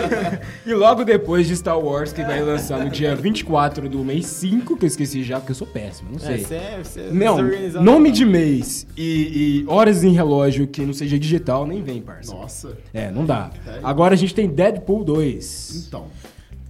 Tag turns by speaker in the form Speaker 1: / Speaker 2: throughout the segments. Speaker 1: logo depois de Star Wars, que vai lançar no dia 24 do mês 5, que eu esqueci já, porque eu sou péssimo, não sei.
Speaker 2: É, você, você
Speaker 1: Não,
Speaker 2: desorganizado.
Speaker 1: nome de mês e, e horas em relógio que não seja digital nem vem, parça.
Speaker 3: Nossa.
Speaker 1: É, não dá. Agora a gente tem Deadpool 2.
Speaker 3: Então.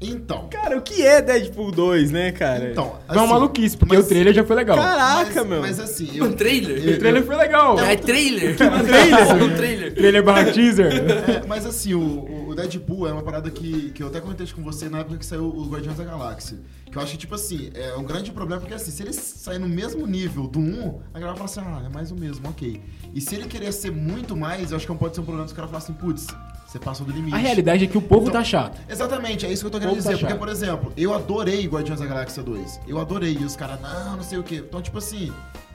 Speaker 3: Então.
Speaker 2: Cara, o que é Deadpool 2, né, cara?
Speaker 3: Então.
Speaker 1: Não
Speaker 4: Assim,
Speaker 1: é uma maluquice, porque
Speaker 3: mas-
Speaker 1: o trailer já foi legal.
Speaker 2: Caraca,
Speaker 3: mas,
Speaker 2: meu.
Speaker 3: Mas assim,
Speaker 4: Um trailer?
Speaker 1: o trailer foi legal.
Speaker 4: É trailer? Um trailer? um trailer.
Speaker 1: Trailer barra teaser.
Speaker 3: É, mas assim, o, o Deadpool é uma parada que, que eu até comentei isso com você na época que saiu o Guardiões da Galáxia. Que eu acho que, tipo assim, é um grande problema, porque assim, se ele sair no mesmo nível do 1, a galera fala assim, ah, é mais o mesmo, ok. E se ele querer ser muito mais, eu acho que pode ser um problema dos caras falarem assim, putz, você passou do limite.
Speaker 1: A realidade é que o povo
Speaker 3: Então,
Speaker 1: tá chato.
Speaker 3: Exatamente, é isso que eu tô querendo
Speaker 1: Vamos
Speaker 3: dizer.
Speaker 1: achar.
Speaker 3: Porque, por exemplo, eu adorei Guardiões da Galáxia 2. Eu adorei. E os caras, não, não sei o quê. Então, tipo assim,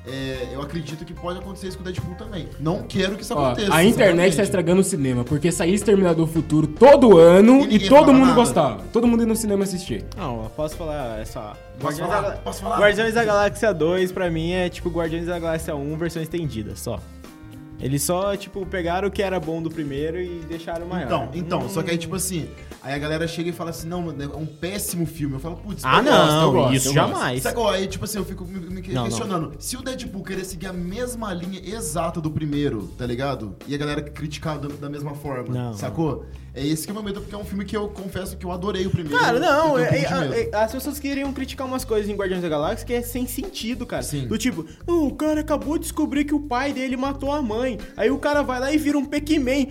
Speaker 3: é, eu acredito que pode acontecer isso com o Deadpool também. Não quero que isso
Speaker 1: Ó,
Speaker 3: aconteça.
Speaker 1: a internet tá
Speaker 3: exatamente.
Speaker 1: estragando o cinema, porque saía Exterminador do Futuro todo ano
Speaker 3: E
Speaker 1: e,
Speaker 3: ninguém
Speaker 1: todo
Speaker 3: fala
Speaker 1: mundo
Speaker 3: nada.
Speaker 1: gostava. Todo mundo ia no cinema assistir.
Speaker 2: Não, eu posso falar essa.
Speaker 3: é- Posso
Speaker 2: Guardiões
Speaker 3: falar?
Speaker 2: da Gal-
Speaker 3: Posso falar?
Speaker 2: Guardiões da Galáxia 2, pra mim, é tipo Guardiões da Galáxia 1, versão estendida, só. Eles só, tipo, pegaram o que era bom do primeiro e deixaram maior.
Speaker 3: Então, então, só que aí, tipo assim, aí a galera chega e fala assim, não, mano, é um péssimo filme. Eu falo, putz,
Speaker 2: Ah,
Speaker 3: eu
Speaker 2: não,
Speaker 3: gosto, eu gosto,
Speaker 2: isso
Speaker 3: eu
Speaker 2: jamais.
Speaker 3: Gosto. Sacou? Aí, tipo assim, eu fico me, me
Speaker 2: Não,
Speaker 3: questionando. Se o Deadpool querer seguir a mesma linha exata do primeiro, tá ligado? E a galera criticar da, da mesma forma,
Speaker 2: Não.
Speaker 3: sacou? É esse que é o meu medo, porque é um filme que eu confesso que eu adorei o primeiro.
Speaker 2: Cara, não,
Speaker 3: Eu
Speaker 2: é-
Speaker 3: tenho um
Speaker 2: é-
Speaker 3: pouco de medo.
Speaker 2: é- as pessoas queriam criticar umas coisas em Guardiões da Galáxia que é sem sentido, cara.
Speaker 3: Sim.
Speaker 2: Do tipo, "Não, o cara acabou de descobrir que o pai dele matou a mãe. Aí o cara vai lá e vira um Pac-Man.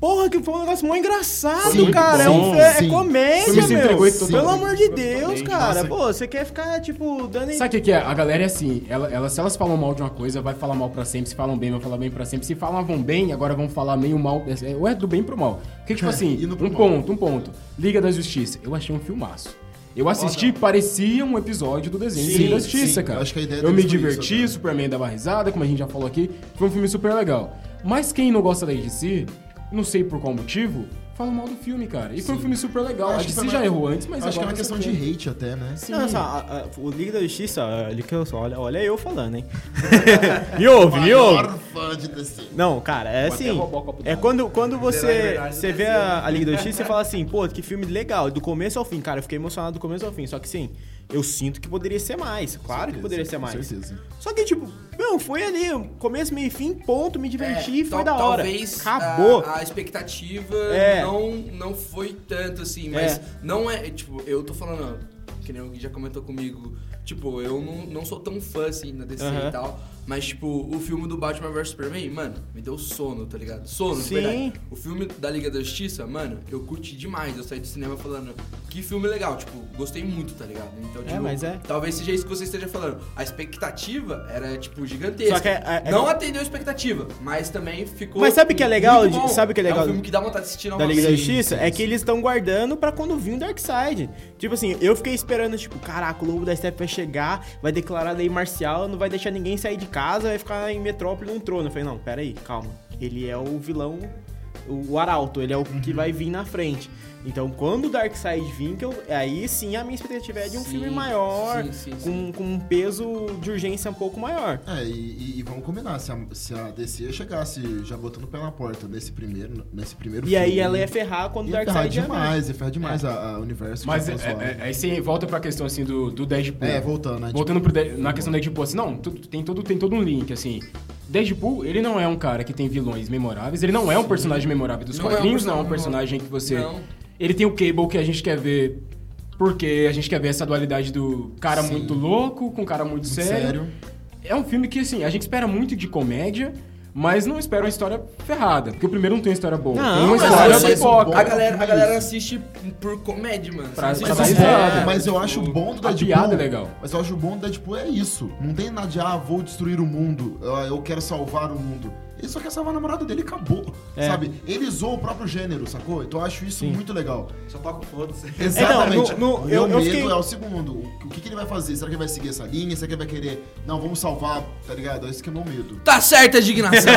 Speaker 2: Porra, que foi um negócio mó engraçado,
Speaker 3: Sim,
Speaker 2: cara. é, um,
Speaker 3: sim,
Speaker 2: é
Speaker 3: sim.
Speaker 2: comédia,
Speaker 1: Foi me se
Speaker 2: meu.
Speaker 1: entregou e tudo.
Speaker 2: Pelo amor de Deus,
Speaker 1: Totalmente.
Speaker 2: cara.
Speaker 3: Nossa.
Speaker 2: Pô, você quer ficar, tipo, dando...
Speaker 1: Sabe o que, que é? A galera é assim, ela, ela- se elas falam mal de uma coisa, vai falar mal pra sempre, se falam bem, vai falar bem pra sempre. Se falavam bem, agora vão falar meio mal. é, Ou é do bem pro mal. Porque, tipo assim,
Speaker 3: Indo É, pro
Speaker 1: um
Speaker 3: mal.
Speaker 1: ponto, um ponto. Liga da Justiça. Eu achei um filmaço. Eu assisti, parecia um episódio do desenho
Speaker 3: Sim,
Speaker 1: de Liga da Justiça,
Speaker 3: sim.
Speaker 1: cara.
Speaker 3: Eu acho que a ideia
Speaker 1: Eu
Speaker 3: deles
Speaker 1: me
Speaker 3: foi isso,
Speaker 1: diverti,
Speaker 3: né?
Speaker 1: Superman dava risada, como a gente já falou aqui. Foi um filme super legal. Mas quem não gosta da DC, não sei por qual motivo, fala mal do filme, cara. E foi um filme super legal. A
Speaker 3: foi
Speaker 1: DC
Speaker 3: uma-
Speaker 1: já errou antes, mas
Speaker 3: Acho que é
Speaker 1: agora
Speaker 3: uma
Speaker 1: tá
Speaker 3: questão de
Speaker 1: certo.
Speaker 3: hate até, né?
Speaker 1: Sim.
Speaker 2: Não, só, a- a- o Liga da Justiça, olha, que eu só- olha, olha eu falando, hein? me ouve, me ouve.
Speaker 3: Maior fã de DC.
Speaker 2: Não, cara, é assim.
Speaker 1: roubar o copo
Speaker 2: É
Speaker 1: d'água.
Speaker 2: quando, quando
Speaker 4: Herói de
Speaker 2: você,
Speaker 4: verdade
Speaker 2: você
Speaker 4: do
Speaker 2: vê a, a Liga da Justiça e fala assim, pô, que filme legal, do começo ao fim, cara, eu fiquei emocionado do começo ao fim. Só que sim, eu sinto que poderia ser mais. Claro que
Speaker 3: certeza,
Speaker 2: poderia ser
Speaker 3: com
Speaker 2: mais.
Speaker 3: certeza.
Speaker 2: Só que, tipo, não, foi ali, começo, meio e fim, ponto, me diverti,
Speaker 4: É,
Speaker 2: foi
Speaker 4: tal-
Speaker 2: da hora.
Speaker 4: Talvez ah,
Speaker 2: Acabou.
Speaker 4: A, a expectativa
Speaker 2: É.
Speaker 4: não, não foi tanto assim, mas
Speaker 2: É.
Speaker 4: não é, é, tipo, eu tô falando, que nem alguém já comentou comigo, tipo, eu não, não sou tão fã assim na DC
Speaker 2: Aham.
Speaker 4: e tal, mas tipo, o filme do Batman vs Superman, mano, me deu sono, tá ligado? Sono, de
Speaker 2: Sim.
Speaker 4: verdade. O filme da Liga da Justiça, mano, eu curti demais, eu saí do cinema falando, que filme legal, tipo, gostei muito, tá ligado? Então,
Speaker 2: É,
Speaker 4: tipo,
Speaker 2: mas é.
Speaker 4: talvez seja isso que você esteja falando. A expectativa era, tipo, gigantesca.
Speaker 2: Só que é- é-
Speaker 4: não atendeu a expectativa, mas também ficou.
Speaker 2: Mas sabe o que é legal?
Speaker 4: muito bom.
Speaker 2: Sabe o que é legal?
Speaker 4: um filme que dá vontade de assistir
Speaker 2: da
Speaker 4: novamente.
Speaker 2: Liga da
Speaker 4: Sim,
Speaker 2: Justiça é que eles estão guardando pra quando vir o Darkseid. Tipo assim, eu fiquei esperando, tipo, caraca, o Lobo da Steppe vai chegar, vai declarar lei marcial, não vai deixar ninguém sair de casa, vai ficar em Metrópole num trono. Eu falei, não, pera aí, calma. Ele é o vilão, o o arauto, ele é o
Speaker 4: Uhum.
Speaker 2: que vai vir na frente. Então, quando o Darkseid vir, que eu- aí sim a minha expectativa é de um
Speaker 4: Sim,
Speaker 2: filme maior,
Speaker 4: sim, sim,
Speaker 2: com, com um peso de urgência um pouco maior.
Speaker 3: É, e, e- e vamos combinar, se a, se a DC chegasse já botando o pé na porta nesse primeiro, nesse primeiro
Speaker 2: E aí
Speaker 3: filme,
Speaker 2: ela ia ferrar quando o
Speaker 3: Ia ferrar
Speaker 2: Darkseid ia É. mais.
Speaker 3: demais, ia ferrar demais a, a universo.
Speaker 1: Mas é,
Speaker 3: de Jason
Speaker 1: é,
Speaker 4: né?
Speaker 3: Sword.
Speaker 1: é, aí você volta pra questão assim do, do Deadpool.
Speaker 3: É, voltando, né?
Speaker 1: Voltando pro De- na questão do Deadpool, assim, não, tu- tu- tem, todo, tem todo um link, assim. Deadpool, ele não é um cara que tem vilões memoráveis, ele não é um personagem memorável dos
Speaker 4: Não é um
Speaker 1: quadrinhos, não é um
Speaker 4: personagem
Speaker 1: personagem que você.
Speaker 4: Não.
Speaker 1: Ele tem o Cable que a gente quer ver. Porque a gente quer ver essa dualidade do cara
Speaker 3: Sim.
Speaker 1: muito louco com cara muito,
Speaker 3: Muito
Speaker 1: sério. É um filme que, assim, a gente espera muito de comédia, mas não espera uma história ferrada. Porque o primeiro não tem uma história boa.
Speaker 2: Não,
Speaker 1: tem uma
Speaker 4: mas
Speaker 1: história
Speaker 4: eu sei-
Speaker 1: pipoca.
Speaker 4: A galera, a galera
Speaker 3: Isso.
Speaker 4: assiste por comédia, mano.
Speaker 1: Pra-
Speaker 4: Você
Speaker 1: pra
Speaker 2: tá
Speaker 4: assiste
Speaker 1: dar
Speaker 4: por-
Speaker 1: risada.
Speaker 4: é,
Speaker 3: mas eu
Speaker 4: tipo,
Speaker 3: acho bom do
Speaker 1: a
Speaker 3: Deadpool.
Speaker 1: piada é legal.
Speaker 3: Mas eu acho bom do Deadpool é isso. Não tem nada de, ah, vou destruir o mundo, ah, eu quero salvar o mundo. Ele só quer salvar a namorada dele e acabou.
Speaker 2: É.
Speaker 3: Sabe? Ele usou o próprio gênero, sacou? Então eu acho isso muito legal.
Speaker 4: Só toca o foda-se.
Speaker 3: Exatamente.
Speaker 2: É, não, no-
Speaker 3: o
Speaker 2: eu- eu
Speaker 3: meu medo
Speaker 2: fiquei-
Speaker 3: é o segundo. O que, que ele vai fazer? Será que ele vai seguir essa linha? Será que ele vai querer. Não, vamos salvar, tá ligado? Esse que é o meu medo.
Speaker 4: Tá certa a indignação.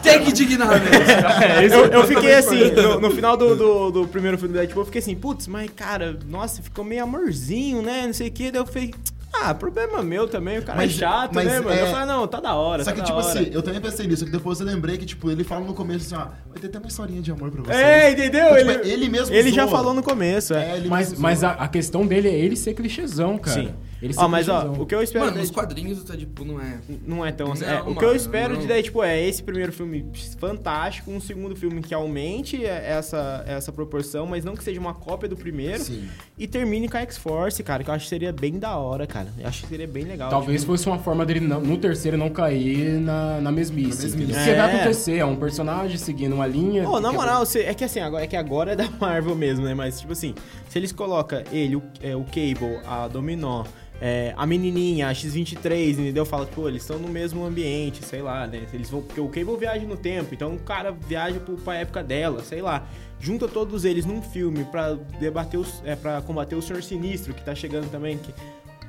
Speaker 4: Tem que indignar mesmo.
Speaker 1: É, isso
Speaker 2: eu, eu fiquei assim, no, no final do, do, do primeiro filme do Deadpool, eu fiquei assim, putz, mas cara, nossa, ficou meio amorzinho, né? Não sei o que. Daí eu falei, Ah, problema meu também, o cara
Speaker 3: Mas-
Speaker 2: é chato,
Speaker 3: mas
Speaker 2: né, mano?
Speaker 3: é-
Speaker 2: Eu falei, não, tá da hora,
Speaker 3: Só
Speaker 2: tá
Speaker 3: que,
Speaker 2: da
Speaker 3: tipo
Speaker 2: hora.
Speaker 3: assim, eu também pensei nisso, que depois eu lembrei que, tipo, ele fala no começo assim, ó, vai ter até uma historinha de amor pra você.
Speaker 2: É, entendeu?
Speaker 3: Então, tipo, ele mesmo
Speaker 2: Ele já
Speaker 3: zoa.
Speaker 2: falou no começo, é.
Speaker 3: É, ele
Speaker 1: Mas,
Speaker 3: mesmo
Speaker 1: mas
Speaker 3: zoa.
Speaker 1: a, a questão dele é ele ser clichêzão, cara.
Speaker 2: Sim.
Speaker 1: Ele ser
Speaker 2: Ó, mas ó,
Speaker 1: clichêzão.
Speaker 2: o que é eu espero.
Speaker 4: Mano,
Speaker 2: da-
Speaker 4: nos quadrinhos o Deadpool não é.
Speaker 2: Não é tão assim.
Speaker 4: Não,
Speaker 2: é, o que
Speaker 4: mano,
Speaker 2: eu espero
Speaker 4: não.
Speaker 2: de daí, tipo, é esse primeiro filme fantástico, um segundo filme que aumente é, essa, essa proporção, mas não que seja uma cópia do primeiro.
Speaker 3: Sim.
Speaker 2: E termine com a X-Force, cara, que eu acho que seria bem da hora, cara. Eu acho que seria bem legal.
Speaker 1: Talvez fosse uma forma dele não- no terceiro não cair na, na mesmice.
Speaker 3: Na mesmice.
Speaker 1: Porque
Speaker 2: É.
Speaker 1: vai acontecer, é um personagem seguindo uma linha.
Speaker 2: Tipo. Ô, na
Speaker 1: que-
Speaker 2: moral, você- é que assim, agora, é que agora é da Marvel mesmo, né? Mas, tipo assim, se eles colocam ele, o, é, o Cable, a Dominó, é, a menininha, a X-23, entendeu? Fala, pô, eles estão no mesmo ambiente, sei lá, né? Eles vão, porque o Cable viaja no tempo, então o cara viaja pro, pra época dela, sei lá. Junta todos eles num filme pra debater, os, é, pra combater o Senhor Sinistro, que tá chegando também, que...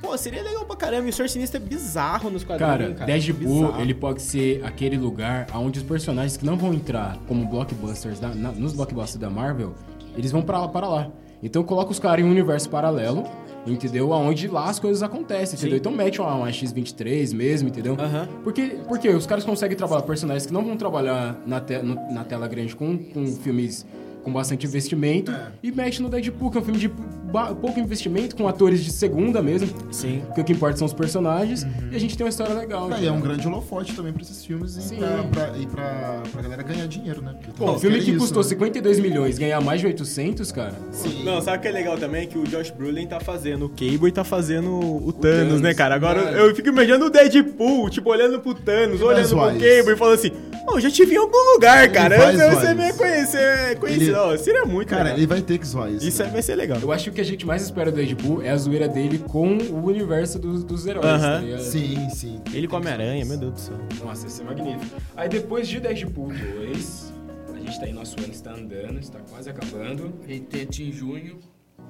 Speaker 2: Pô, seria legal pra caramba, e o Senhor Sinistro é bizarro nos
Speaker 1: Cara,
Speaker 2: quadrinhos, cara.
Speaker 1: Deadpool,
Speaker 2: Bizarro.
Speaker 1: ele pode ser aquele lugar onde os personagens que não vão entrar como blockbusters da- na- nos blockbusters da Marvel, eles vão pra lá, para lá. Então coloca os caras em um universo paralelo, entendeu? Aonde lá as coisas acontecem, entendeu? Então mete uma, uma X-23 mesmo, entendeu?
Speaker 2: Aham.
Speaker 1: Porque, porque os caras conseguem trabalhar personagens que não vão trabalhar na, te- no- na tela grande com, com filmes com bastante investimento
Speaker 3: É.
Speaker 1: e mete no Deadpool, que é um filme de ba- pouco investimento, com atores de segunda mesmo.
Speaker 2: Sim.
Speaker 1: Porque o que importa são os personagens e a gente tem uma história legal.
Speaker 3: Aí é um grande holofote também pra esses filmes e,
Speaker 1: Sim.
Speaker 3: pra, pra- e pra, pra galera ganhar dinheiro, né? Porque
Speaker 1: Pô,
Speaker 3: também
Speaker 1: o filme
Speaker 3: querem
Speaker 1: que
Speaker 3: isso,
Speaker 1: custou
Speaker 3: né?
Speaker 1: 52 milhões ganhar mais de 800, cara.
Speaker 3: Sim.
Speaker 2: Não, sabe o que é legal também? Que o Josh Brolin tá fazendo o Cable e tá fazendo o, Thanos,
Speaker 4: Thanos,
Speaker 2: né, cara? Agora
Speaker 4: cara.
Speaker 2: eu fico imaginando o Deadpool, tipo, olhando pro Thanos,
Speaker 3: Ele
Speaker 2: olhando pro
Speaker 3: faz
Speaker 2: Cable e
Speaker 3: voz.
Speaker 2: falando assim, ô, eu já te vi em algum lugar,
Speaker 3: Ele
Speaker 2: cara.
Speaker 3: faz
Speaker 2: Eu- Você
Speaker 3: voz.
Speaker 2: me conhecer, conheceu.
Speaker 3: Ele-
Speaker 2: Ó, Seria muito
Speaker 3: Cara,
Speaker 2: legal.
Speaker 3: ele vai ter que zoar isso.
Speaker 2: Isso é aí
Speaker 3: né?
Speaker 2: vai ser legal.
Speaker 1: Eu acho que o que a gente mais espera do Deadpool é a zoeira dele com o universo dos, dos heróis, tá
Speaker 2: Aham.
Speaker 1: ligado?
Speaker 3: Sim, sim.
Speaker 2: Ele come aranha, meu Deus do céu.
Speaker 1: Nossa, isso é magnífico. Aí depois de Deadpool 2, a gente tá aí, nosso ano está andando, está quase acabando.
Speaker 4: Ele tenta em junho.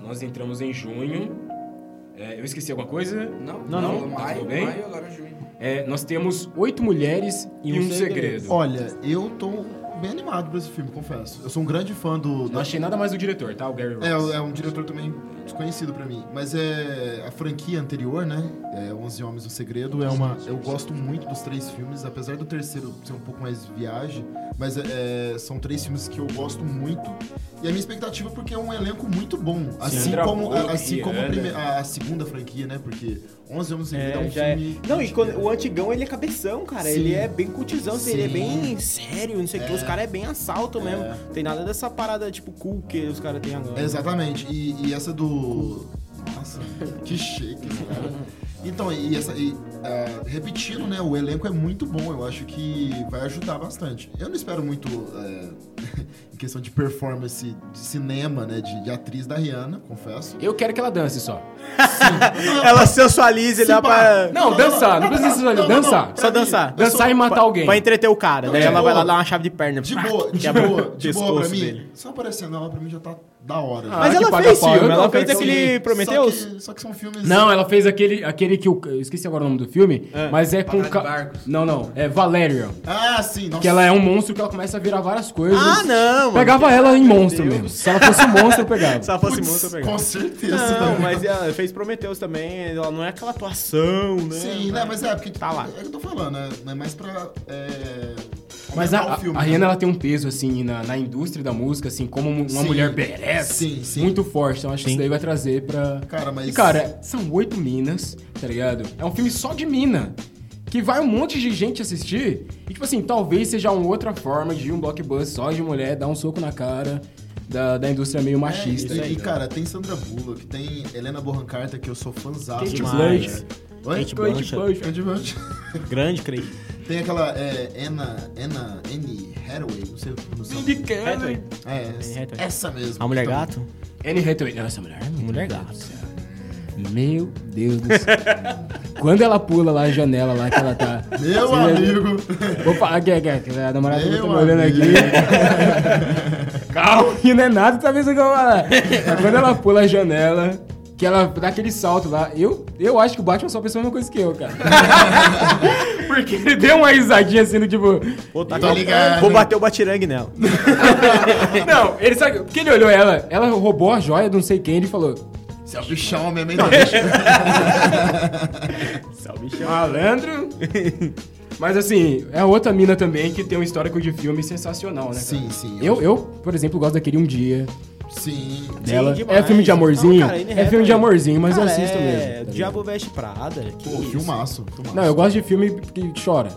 Speaker 1: Nós entramos em junho. É, eu esqueci alguma coisa?
Speaker 4: Não,
Speaker 2: Não, não.
Speaker 1: Tá
Speaker 4: Maio,
Speaker 1: tudo bem?
Speaker 4: maio, agora junho.
Speaker 1: É, nós temos oito mulheres e, um, segredo.
Speaker 3: Olha, eu tô bem animado pra esse filme, confesso. Eu sou um grande fã do.
Speaker 1: Não achei nada mais do diretor, tá? O Gary Ross.
Speaker 3: É, é um diretor também desconhecido pra mim. Mas é a franquia anterior, né? É 11 Homens no Segredo. É uma, eu gosto muito dos três filmes, apesar do terceiro ser um pouco mais viagem. Mas é, é, são três filmes que eu gosto muito. E a minha expectativa é porque é um elenco muito bom. Assim
Speaker 1: Sandra
Speaker 3: como,
Speaker 1: Bullock,
Speaker 3: a, assim como a,
Speaker 2: é,
Speaker 1: Rihanna.
Speaker 3: prime- a- a segunda franquia, né? Porque 11 Homens no Segredo é,
Speaker 2: É,
Speaker 3: um
Speaker 2: já é.
Speaker 3: filme...
Speaker 2: Não, e quando, o antigão ele é cabeção, cara.
Speaker 3: Sim.
Speaker 2: Ele é bem cutizão, assim, ele é
Speaker 3: Sim.
Speaker 2: bem sério, não sei o que. Os caras é bem assalto mesmo. Tem nada dessa parada tipo cool que os caras têm agora.
Speaker 3: Exatamente. E, e essa do. Nossa, que shake esse cara. Então, e essa. e, ah, repetindo, né? O elenco é muito bom. Eu acho que vai ajudar bastante. Eu não espero muito eh, em questão de performance de cinema, né? De, de atriz da Rihanna, confesso.
Speaker 1: Eu quero que ela dance só.
Speaker 2: Ela sensualiza, ele dá pra.
Speaker 1: Não, dançar, não precisa
Speaker 3: não, não, não,
Speaker 1: dançar.
Speaker 2: Só dançar.
Speaker 3: Eu
Speaker 1: Dançar e matar
Speaker 2: Pra-
Speaker 1: alguém.
Speaker 2: Pra entreter o cara. Daí
Speaker 3: De
Speaker 2: ela
Speaker 3: boa.
Speaker 2: vai lá dar uma chave de perna.
Speaker 3: De
Speaker 2: pá,
Speaker 3: boa, de
Speaker 2: quebra o
Speaker 3: boa, de boa pra
Speaker 2: pescoço
Speaker 3: mim.
Speaker 2: dele.
Speaker 3: Só aparecendo ela pra mim já tá da hora.
Speaker 1: Ah,
Speaker 2: Mas
Speaker 1: que
Speaker 2: ela
Speaker 1: paga
Speaker 2: fez
Speaker 1: pau, eu
Speaker 2: filme,
Speaker 1: não
Speaker 2: ela
Speaker 1: quero
Speaker 2: fez aquele Prometheus?
Speaker 3: Só que, só que são filmes.
Speaker 1: Não, ela fez aquele, aquele que o. Eu esqueci agora o nome do filme,
Speaker 2: É.
Speaker 1: mas é com.
Speaker 4: Batalha de
Speaker 1: ca-
Speaker 4: Barcos.
Speaker 1: Não, não. É Valerian.
Speaker 3: Ah, sim, nossa.
Speaker 1: Que ela é um monstro que ela começa a virar várias coisas.
Speaker 2: Ah, não, mano.
Speaker 1: Pegava ela em monstro
Speaker 2: Deus.
Speaker 1: mesmo. Se ela fosse um monstro, eu pegava.
Speaker 2: Se ela
Speaker 3: Putz,
Speaker 2: fosse monstro, eu
Speaker 3: Com
Speaker 2: pegava.
Speaker 3: certeza.
Speaker 2: Não,
Speaker 3: também.
Speaker 2: mas ela fez Prometheus também. Ela não é aquela atuação, né?
Speaker 3: Sim, né? Mas é, porque
Speaker 2: Tá lá.
Speaker 3: é o que eu tô falando, né? Não é mais pra. É,
Speaker 1: Mas
Speaker 3: aumentar
Speaker 1: a,
Speaker 3: o filme,
Speaker 1: a
Speaker 3: né?
Speaker 1: Rihanna ela tem um peso, assim, na, na indústria da música, assim, como uma
Speaker 3: Sim.
Speaker 1: mulher beleza.
Speaker 3: Sim, sim.
Speaker 1: Muito forte. Então acho que
Speaker 2: Sim.
Speaker 1: isso daí vai trazer pra.
Speaker 3: Cara, mas-
Speaker 1: E, cara, são oito minas, tá ligado? É um filme só de mina. Que vai um monte de gente assistir. E, tipo assim, talvez seja uma outra forma de um blockbuster só de mulher dar um soco na cara da, da indústria meio
Speaker 3: É,
Speaker 1: machista.
Speaker 3: e,
Speaker 1: aí,
Speaker 3: e,
Speaker 1: né?
Speaker 3: cara, tem Sandra Bullock, tem Helena Bonham Carter, que eu sou fãzaço.
Speaker 1: Kate
Speaker 3: demais.
Speaker 1: Blanchett.
Speaker 3: Oi?
Speaker 1: Cleide
Speaker 2: Kate Blanchett.
Speaker 1: Blanchett.
Speaker 3: Kate Blanchett.
Speaker 2: Grande, creio.
Speaker 3: Tem aquela é, Anna, Anna, Annie Hathaway, não sei o
Speaker 1: Mindy
Speaker 3: pronunciar.
Speaker 1: Kelly.
Speaker 3: É, essa,
Speaker 2: Hathaway.
Speaker 3: essa mesmo.
Speaker 2: A mulher
Speaker 3: Então,
Speaker 2: gato?
Speaker 1: Anne Hathaway. Nossa, mulher. é muito
Speaker 2: Mulher
Speaker 1: linda,
Speaker 2: gato.
Speaker 1: cara. Meu Deus do céu. Quando ela pula lá a janela lá que ela tá.
Speaker 3: Meu
Speaker 1: Você já viu?
Speaker 3: amigo.
Speaker 1: Opa, aqui, aqui, aqui, a namorada
Speaker 3: Meu
Speaker 1: tá me olhando
Speaker 3: amigo.
Speaker 1: aqui. Calma, que não é nada, tá pensando que eu vou falar. Mas Quando ela pula a janela, que ela dá aquele salto lá, eu, eu acho que o Batman só pensou a mesma coisa que eu, cara. Porque ele deu uma risadinha assim, do tipo...
Speaker 2: Pô, tá
Speaker 3: Tô
Speaker 2: com-
Speaker 3: ligado.
Speaker 2: Vou bater o batirangue nela.
Speaker 1: Não, ele sabe... Porque ele olhou ela, ela roubou a joia de não sei quem, ele falou...
Speaker 3: Você é o bichão mesmo, hein? bicho?
Speaker 2: Salve, chão.
Speaker 1: Malandro! Mas assim, é outra mina também que tem um histórico de filme sensacional, né? cara?
Speaker 3: Sim, sim.
Speaker 1: Eu, eu, por exemplo, gosto daquele Um Dia
Speaker 3: Sim.
Speaker 1: dela.
Speaker 2: demais.
Speaker 1: É filme de amorzinho?
Speaker 2: Não, cara, ele
Speaker 1: é filme de
Speaker 2: reta-
Speaker 1: amorzinho, mas
Speaker 2: Cara,
Speaker 1: eu assisto
Speaker 2: é
Speaker 1: mesmo. tá ligado?
Speaker 2: Diabo Veste Prada. Que
Speaker 3: Pô,
Speaker 2: isso?
Speaker 3: filmaço. filmaço.
Speaker 1: Não, eu gosto de filme que chora.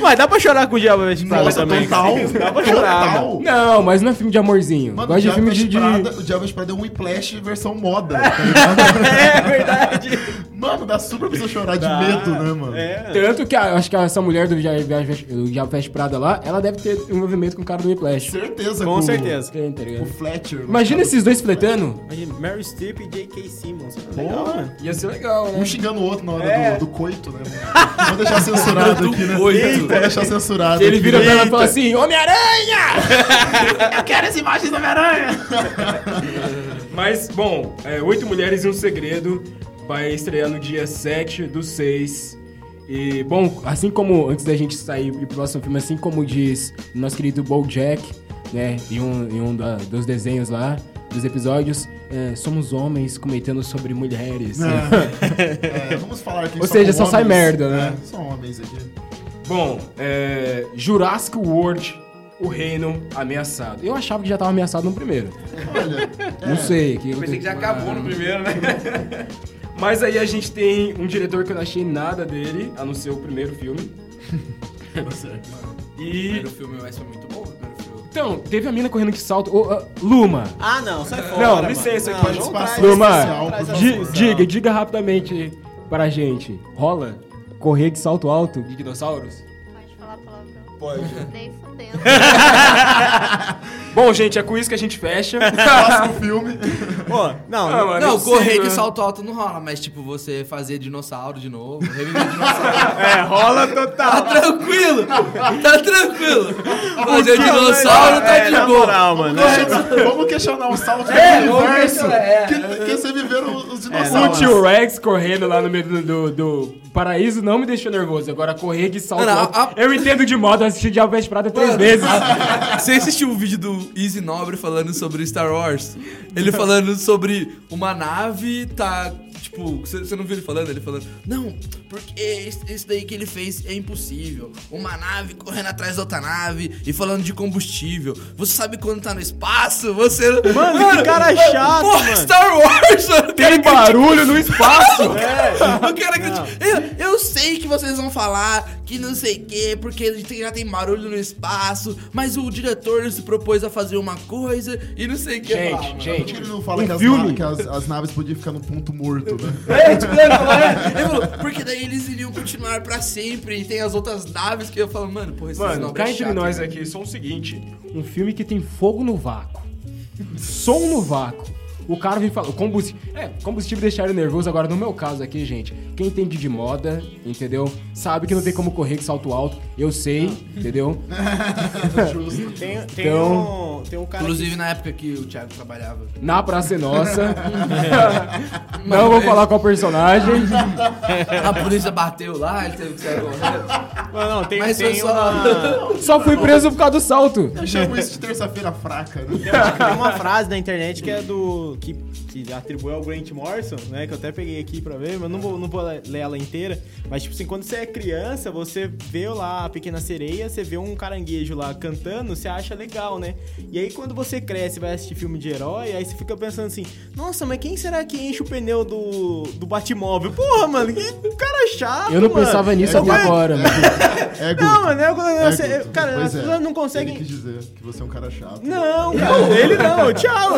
Speaker 2: Mas dá pra chorar com o Diabo Veste Prada
Speaker 3: Nossa,
Speaker 2: também.
Speaker 3: total.
Speaker 2: é Dá pra chorar. mano.
Speaker 3: Total.
Speaker 1: Não, mas não é filme de amorzinho.
Speaker 3: Mano,
Speaker 1: gosto de
Speaker 3: o
Speaker 1: filme
Speaker 3: Diabo
Speaker 1: de.
Speaker 3: Veste
Speaker 1: de-
Speaker 3: Prada- o Diabo Veste Prada é um Whiplash versão moda, tá ligado?
Speaker 2: É verdade.
Speaker 3: Mano, dá super pra você chorar de
Speaker 2: Dá.
Speaker 3: medo, né, mano?
Speaker 2: É.
Speaker 1: Tanto que a- acho que essa mulher do Dia- Dia- do Diabo Veste Prada lá, ela deve ter um movimento com o cara do Whiplash.
Speaker 3: Certeza,
Speaker 2: Com
Speaker 3: o-
Speaker 2: certeza.
Speaker 1: É, tá ligado?
Speaker 3: O Fletcher.
Speaker 1: Imagina
Speaker 3: esse
Speaker 1: esses dois fletando.
Speaker 2: Imagina, Mary Streep e J.K. Simmons. Legal,
Speaker 3: Porra.
Speaker 2: mano.
Speaker 1: Ia ser legal, né?
Speaker 3: Um xingando o outro na hora
Speaker 2: É.
Speaker 3: do, do coito, né? mano? Vou deixar censurado
Speaker 4: Do
Speaker 3: aqui, né?
Speaker 4: coito.
Speaker 3: Vou deixar censurado.
Speaker 1: Ele
Speaker 3: aqui. né?
Speaker 1: vira pra ela e
Speaker 2: Eita.
Speaker 1: fala assim: Homem-Aranha!
Speaker 3: Eu quero as imagens do Homem-Aranha!
Speaker 1: Mas, bom, é, Oito Mulheres e um Segredo vai estrear no dia 7 do 6. E, bom, assim como antes da gente sair pro próximo filme, assim como diz nosso querido Bojack, né, em um, em um da- dos desenhos lá, dos episódios, é, somos homens comentando sobre mulheres.
Speaker 3: É, vamos falar aqui
Speaker 1: Ou seja,
Speaker 3: com
Speaker 1: só sai
Speaker 3: homens,
Speaker 1: merda, né?
Speaker 3: São homens aqui.
Speaker 1: Bom, é, Jurassic World, o reino ameaçado. Eu achava que já tava ameaçado no primeiro.
Speaker 3: É, Olha,
Speaker 1: Não sei. Que
Speaker 4: Pensei que já acabou no primeiro, né?
Speaker 1: Mas aí a gente tem um diretor que eu não achei nada dele, a não ser o primeiro filme.
Speaker 4: O
Speaker 1: E.
Speaker 4: primeiro filme mas foi muito bom. o primeiro filme.
Speaker 1: Então, teve a mina correndo que salta. ô, ah, Luma!
Speaker 2: Ah, não, sai fora.
Speaker 1: Não,
Speaker 2: mano.
Speaker 1: licença aqui,
Speaker 2: Não, não
Speaker 3: participação
Speaker 2: traz
Speaker 1: Luma,
Speaker 2: essa- não traz essa
Speaker 1: di-
Speaker 2: discussão.
Speaker 1: diga, diga rapidamente pra gente. Rola? Correr de salto alto de dinossauros?
Speaker 5: Pode falar palavrão.
Speaker 3: Pode.
Speaker 5: Nem fudendo.
Speaker 1: Bom, gente, é com isso que a gente fecha.
Speaker 3: Próximo filme.
Speaker 2: Pô, não,
Speaker 1: Ah,
Speaker 2: não,
Speaker 1: mano.
Speaker 4: Não,
Speaker 1: possível,
Speaker 4: correr
Speaker 1: né?
Speaker 4: de salto alto não rola, mas tipo, você fazer dinossauro de novo, reviver dinossauro.
Speaker 2: É, rola
Speaker 4: Tá
Speaker 2: total.
Speaker 4: tranquilo! Tá tranquilo! Fazer
Speaker 2: que é
Speaker 4: dinossauro
Speaker 2: melhor?
Speaker 4: tá
Speaker 2: É,
Speaker 4: de
Speaker 2: na
Speaker 4: boa.
Speaker 2: moral, mano. é.
Speaker 3: Vamos questionar o salto
Speaker 4: É,
Speaker 3: do
Speaker 4: vamos
Speaker 3: universo.
Speaker 4: questionar, é.
Speaker 3: Que, que você viveram
Speaker 2: É,
Speaker 3: os
Speaker 1: O
Speaker 3: dinossauros.
Speaker 1: tio Rex correndo lá no meio do, do- do paraíso não me deixou nervoso. Agora, correr de salto
Speaker 4: Não, não,
Speaker 1: alto.
Speaker 4: a-
Speaker 1: Eu entendo de moda, assisti Diabo Veste Prada três
Speaker 4: Mano.
Speaker 1: vezes.
Speaker 4: Você assistiu o vídeo do Easy Nobre falando sobre Star Wars? Ele falando sobre uma nave tá. Tipo, você você não viu ele falando? Ele falando, não, porque isso isso daí que ele fez é impossível. Uma nave correndo atrás da outra nave e falando de combustível. Você sabe quando tá no espaço? Você. Mano,
Speaker 2: que cara chato,
Speaker 4: Porra,
Speaker 2: mano.
Speaker 4: Star Wars! mano, o
Speaker 1: Tem
Speaker 4: cara critica-
Speaker 1: barulho no espaço!
Speaker 4: O cara que te- eu, eu sei que vocês vão falar que não sei o que, porque tem- já tem barulho no espaço, mas o diretor se propôs a fazer uma coisa e não sei o que.
Speaker 1: Gente,
Speaker 4: lá, mano.
Speaker 1: gente.
Speaker 3: Por que ele não fala
Speaker 1: Um
Speaker 3: que, as,
Speaker 1: filme?
Speaker 3: na- que as- as naves podiam ficar no ponto morto, né?
Speaker 4: É, tipo, ele falou, é. Ele falou, porque daí eles iriam continuar pra sempre e tem as outras naves que eu falo, mano, porra, esses
Speaker 1: Mano,
Speaker 4: novos
Speaker 1: cá
Speaker 4: é
Speaker 1: entre
Speaker 4: chato,
Speaker 1: nós
Speaker 4: né?
Speaker 1: aqui, só o seguinte: um filme que tem fogo no vácuo, som no vácuo. O cara vem falar, combustível. É, combustível deixar ele nervoso. Agora, no meu caso aqui, gente, quem entende de moda, entendeu? Sabe que não tem como correr de salto alto. Eu sei, entendeu?
Speaker 3: Justo.
Speaker 2: Tem, tem,
Speaker 1: Então-
Speaker 2: um, tem um cara
Speaker 4: Inclusive na época que o Thiago trabalhava.
Speaker 1: Na Praça é Nossa. não
Speaker 2: É.
Speaker 1: vou falar qual personagem.
Speaker 4: A polícia bateu lá, ele teve que sair correndo.
Speaker 2: que... Não, não, tem,
Speaker 4: Mas
Speaker 2: tem
Speaker 4: eu só-
Speaker 2: uma...
Speaker 1: Só fui preso por causa do salto.
Speaker 3: Eu chamo isso de terça-feira fraca, né?
Speaker 2: tem uma frase na internet que é do... Que, que atribui ao Grant Morrison, né? Que eu até peguei aqui pra ver, mas não vou, não vou ler ela inteira. Mas, tipo assim, quando você é criança, você vê lá a Pequena Sereia, você vê um caranguejo lá cantando, você acha legal, né? E aí, quando você cresce e vai assistir filme de herói, aí você fica pensando assim... Nossa, mas quem será que enche o pneu do, do Batmóvel? Porra, mano, que cara chato,
Speaker 1: Eu não
Speaker 2: mano.
Speaker 1: pensava nisso
Speaker 2: É,
Speaker 1: até
Speaker 2: mas-
Speaker 1: agora, mano.
Speaker 2: Não,
Speaker 3: É Guto.
Speaker 2: mano, né? eu, eu,
Speaker 3: É,
Speaker 2: eu- eu-
Speaker 3: Guto.
Speaker 2: cara,
Speaker 3: Pois
Speaker 2: as
Speaker 3: é.
Speaker 2: pessoas não
Speaker 3: Ele
Speaker 2: conseguem.
Speaker 3: quis dizer que você é um cara chato.
Speaker 2: Não, cara, ele não, tchau.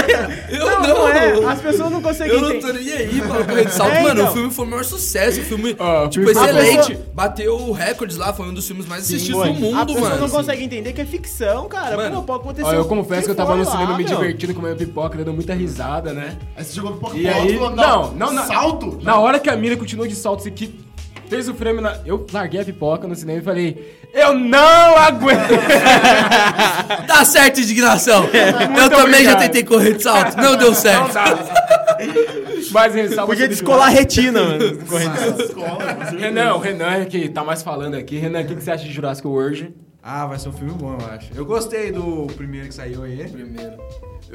Speaker 4: Eu
Speaker 2: Não, não, é, as pessoas não conseguem.
Speaker 4: Eu não tô
Speaker 2: entender.
Speaker 4: nem aí pra correr de salto.
Speaker 2: É,
Speaker 4: Mano,
Speaker 2: então.
Speaker 4: o filme foi o maior sucesso. O filme,
Speaker 1: Ah,
Speaker 4: tipo,
Speaker 1: filme foi
Speaker 4: excelente.
Speaker 2: bom.
Speaker 4: Bateu recordes lá, foi um dos filmes mais assistidos
Speaker 2: Foi.
Speaker 4: do
Speaker 2: A
Speaker 4: mundo,
Speaker 2: pessoa
Speaker 4: mano.
Speaker 2: não consegue entender que é ficção, cara.
Speaker 4: Mano,
Speaker 2: Pô, pode acontecer.
Speaker 1: Ó, eu
Speaker 2: o
Speaker 1: confesso que eu tava
Speaker 2: for
Speaker 1: no
Speaker 2: lá,
Speaker 1: cinema me
Speaker 2: meu.
Speaker 1: divertindo, comendo pipoca, dando muita risada, né?
Speaker 3: Aí você jogou no pouco
Speaker 1: E aí, não, não, não,
Speaker 3: Salto?
Speaker 1: Na hora que a mina continuou de salto, isso aqui fez o frame na. Eu larguei a pipoca no cinema e falei: Eu não aguento!
Speaker 4: Tá certo, indignação.
Speaker 2: É.
Speaker 4: Eu também já
Speaker 1: obrigado.
Speaker 4: tentei correr de salto. Não deu certo.
Speaker 1: Mas ressalva.
Speaker 2: Podia
Speaker 1: sobre
Speaker 2: descolar a retina, mano.
Speaker 3: Na escola, com certeza.
Speaker 1: Renan, o Renan que tá mais falando aqui. Renan, o que, que você acha de Jurassic World?
Speaker 6: Ah, vai ser um filme bom, eu acho. Eu gostei do primeiro que saiu aí.
Speaker 4: Primeiro.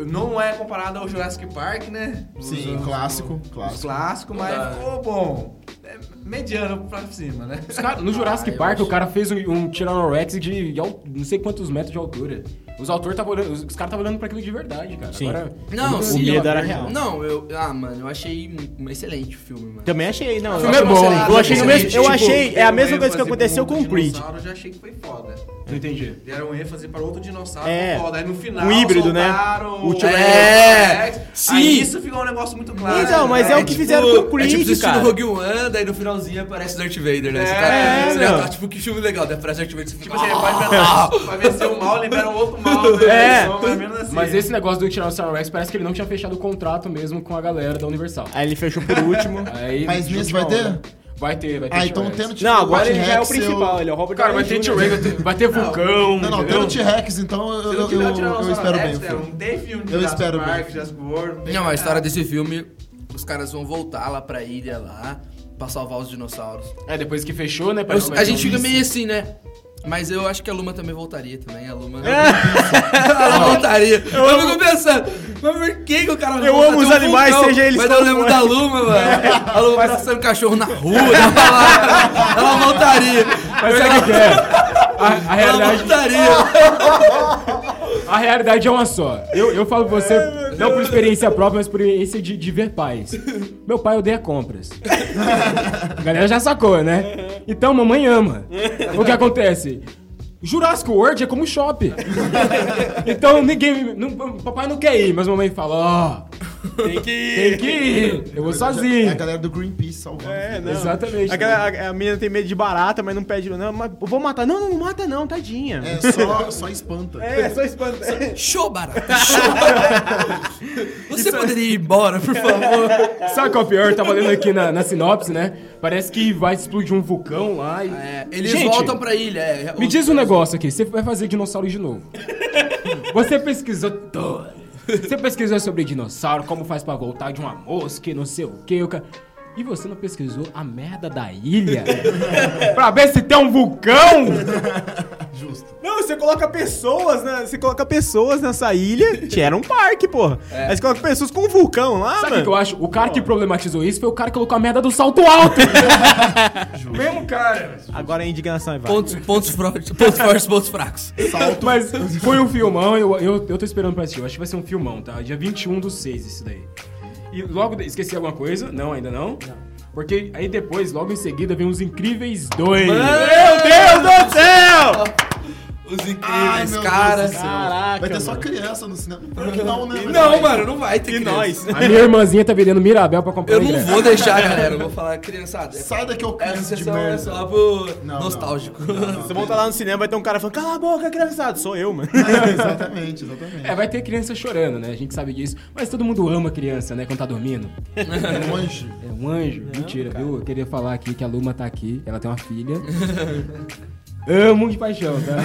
Speaker 6: Não é comparado ao Jurassic Park, né? Os-
Speaker 3: Sim,
Speaker 6: os-
Speaker 3: clássico, clássico.
Speaker 6: Os clássicos, mas
Speaker 4: Verdade.
Speaker 6: ficou bom. É mediano pra cima, né?
Speaker 1: Os cara- no Jurassic
Speaker 4: Ah, eu
Speaker 1: Park,
Speaker 4: acho-
Speaker 1: o cara fez um, um Tyrannorex de, de al- não sei quantos metros de altura. Os autores estavam olhando, os, os caras estavam olhando pra aquilo de verdade, cara.
Speaker 2: Sim.
Speaker 1: Agora,
Speaker 4: Não,
Speaker 2: O
Speaker 4: sim.
Speaker 2: medo
Speaker 4: eu-
Speaker 2: era real.
Speaker 4: Não, eu. Ah, mano, eu achei um excelente o filme, mano.
Speaker 2: Também achei, não.
Speaker 4: filme é
Speaker 2: eu-
Speaker 4: bom,
Speaker 2: Eu achei, o mesmo, eu
Speaker 4: Tipo,
Speaker 2: achei é a
Speaker 6: deram
Speaker 2: mesma coisa que
Speaker 6: um ênfase
Speaker 2: aconteceu
Speaker 6: pro
Speaker 2: com o Creed.
Speaker 6: dinossauro, Eu já achei que foi foda.
Speaker 1: não entendi.
Speaker 6: Deram ênfase para outro dinossauro,
Speaker 2: É.
Speaker 6: foda. Aí no final,
Speaker 2: Um híbrido, né?
Speaker 6: soltaram
Speaker 2: O
Speaker 6: O
Speaker 2: T-Rex.
Speaker 4: É.
Speaker 6: Sim. Aí
Speaker 4: Sim.
Speaker 6: isso ficou um negócio muito claro.
Speaker 2: Então, mas é o que
Speaker 6: tipo,
Speaker 2: fizeram com o
Speaker 4: é
Speaker 2: Creed,
Speaker 4: tipo você assistindo
Speaker 2: cara.
Speaker 4: Rogue One, daí no finalzinho aparece Darth Vader, né? Você tá,
Speaker 6: É,
Speaker 4: você já
Speaker 2: não.
Speaker 4: tá tipo, que filme legal, daí aparece Darth Vader, você
Speaker 6: Tipo
Speaker 4: fica...
Speaker 6: assim, vai pra, pra vencer o mal, liberam outro mal, né?
Speaker 2: É.
Speaker 6: Então, mais ou menos assim.
Speaker 1: Mas esse negócio do Tyrannosaurus parece que ele não tinha fechado o contrato mesmo com a galera da Universal.
Speaker 2: Aí ele fechou por último.
Speaker 1: Aí,
Speaker 3: Mas
Speaker 1: de
Speaker 3: nesse
Speaker 1: última
Speaker 3: vai ter?
Speaker 1: hora- Vai ter, vai ter.
Speaker 3: Ah, então
Speaker 1: T-Rex.
Speaker 3: tendo tipo,
Speaker 2: Não, agora ele
Speaker 3: T-Rex,
Speaker 2: já é o
Speaker 3: eu-
Speaker 2: principal, ele é o Robert
Speaker 1: Cara, vai ter
Speaker 2: Downey Jr.
Speaker 1: T-Rex, vai ter- vai ter vulcão.
Speaker 3: Não, não,
Speaker 1: entendeu?
Speaker 3: tendo T-Rex, então eu,
Speaker 6: Se não
Speaker 3: eu,
Speaker 6: tiver
Speaker 3: eu-
Speaker 6: o Tiranossauro
Speaker 3: eu espero
Speaker 6: Rex,
Speaker 3: bem o
Speaker 6: né,
Speaker 3: filme.
Speaker 6: Não tem filme de
Speaker 3: Eu
Speaker 6: Jurassic
Speaker 3: espero
Speaker 6: Park,
Speaker 3: bem.
Speaker 6: Jurassic World.
Speaker 4: Não, a história desse filme, os caras vão voltar lá pra ilha lá, pra salvar os dinossauros.
Speaker 1: É, depois que fechou, né?
Speaker 4: Eu-
Speaker 1: parece que vai
Speaker 4: a
Speaker 1: ter
Speaker 4: gente
Speaker 1: um-
Speaker 4: fica meio assim, né? Mas eu acho que a Luma também voltaria também, a Luma... ela voltaria. Eu, fico pensando, mas por que que o cara
Speaker 2: Eu
Speaker 4: volta?
Speaker 2: amo
Speaker 4: Tem um
Speaker 2: os animais, seja eles
Speaker 4: Mas eu
Speaker 2: como
Speaker 4: lembro
Speaker 2: for.
Speaker 4: da Luma, mano. A Luma passando cachorro na rua, ela, ela voltaria.
Speaker 1: Mas sabe o que é? A, a
Speaker 4: Ela
Speaker 1: realidade,
Speaker 4: voltaria.
Speaker 1: a realidade é uma só. Eu, eu falo pra você, não por experiência própria, mas por experiência de, de ver pais. Meu pai odeia compras. A galera já sacou, né? Então, mamãe ama. O que acontece? Jurassic World é como shopping. Então, ninguém... não- papai não quer ir, mas mamãe fala, ó...
Speaker 2: Tem que ir.
Speaker 1: tem que ir, eu vou sozinho.
Speaker 3: É a galera do Greenpeace salvando.
Speaker 2: É, não.
Speaker 1: Exatamente.
Speaker 2: A, galera- a- a menina tem medo de barata, mas não pede, não. Mas eu vou matar. Não, não, não mata, não, tadinha.
Speaker 3: É, só, só espanta.
Speaker 2: É, só espanta.
Speaker 4: Show, barato. Show.
Speaker 2: é
Speaker 4: Você poderia ir embora, por favor?
Speaker 1: Sabe qual é o pior? Tava lendo aqui na, na sinopse, né? Parece que vai explodir um vulcão lá e...
Speaker 4: É, eles
Speaker 1: Gente,
Speaker 4: voltam pra ilha. é.
Speaker 1: Me
Speaker 4: Os-
Speaker 1: diz um negócio aqui, você vai fazer dinossauro de novo. Você pesquisou tudo. Você pesquisou sobre dinossauro, como faz pra voltar de uma mosca e não sei o que. E você não pesquisou a merda da ilha? pra ver se tem um vulcão?
Speaker 3: Justo.
Speaker 2: Não, você coloca pessoas, né? Você coloca pessoas nessa ilha. que Era um parque, porra. Aí você coloca pessoas com um vulcão
Speaker 1: Sabe
Speaker 2: lá,
Speaker 1: o que
Speaker 2: mano.
Speaker 1: que eu acho? O cara que problematizou isso foi o cara que colocou a merda do salto alto.
Speaker 6: Mesmo cara.
Speaker 2: Agora é indignação, vai.
Speaker 4: Pontos, pontos, fortes, pontos fortes, pontos fracos.
Speaker 3: Salto.
Speaker 1: Mas foi um filmão, eu, eu, eu tô esperando pra assistir. Eu acho que vai ser um filmão, tá? Dia 21 do 6 isso daí. E logo... de- Esqueci alguma coisa? Não, ainda não? Não. Porque aí depois, logo em seguida, vem Os Incríveis 2.
Speaker 2: Meu Deus do céu!
Speaker 4: Os
Speaker 3: Ai,
Speaker 4: incríveis,
Speaker 3: meu
Speaker 4: Ah, cara.
Speaker 3: Deus do céu.
Speaker 2: Caraca,
Speaker 3: Vai ter só
Speaker 2: mano.
Speaker 3: criança no cinema. Pior que Não, né?
Speaker 4: Não, mano, não vai ter
Speaker 2: E
Speaker 4: criança.
Speaker 2: nós?
Speaker 1: A minha irmãzinha tá vendendo Mirabel pra comprar
Speaker 4: Eu
Speaker 1: o
Speaker 4: não
Speaker 1: ingresso.
Speaker 4: vou deixar, galera. Eu vou falar, criançada. é-
Speaker 3: Sai daqui, ô
Speaker 4: Essa
Speaker 3: criança de
Speaker 4: sessão é
Speaker 3: merda.
Speaker 4: só pro
Speaker 3: Não,
Speaker 4: nostálgico.
Speaker 2: Vocês vão estar lá no cinema, vai ter um cara falando, cala a boca, criançada. Sou eu, mano.
Speaker 3: exatamente, exatamente.
Speaker 1: É, vai ter criança chorando, né? A gente sabe disso. Mas todo mundo ama criança, né? Quando tá dormindo.
Speaker 3: Longe.
Speaker 1: É um anjo. Mentira, viu? Eu queria falar aqui que a Luma tá aqui. Ela tem uma filha. Amo de paixão, tá?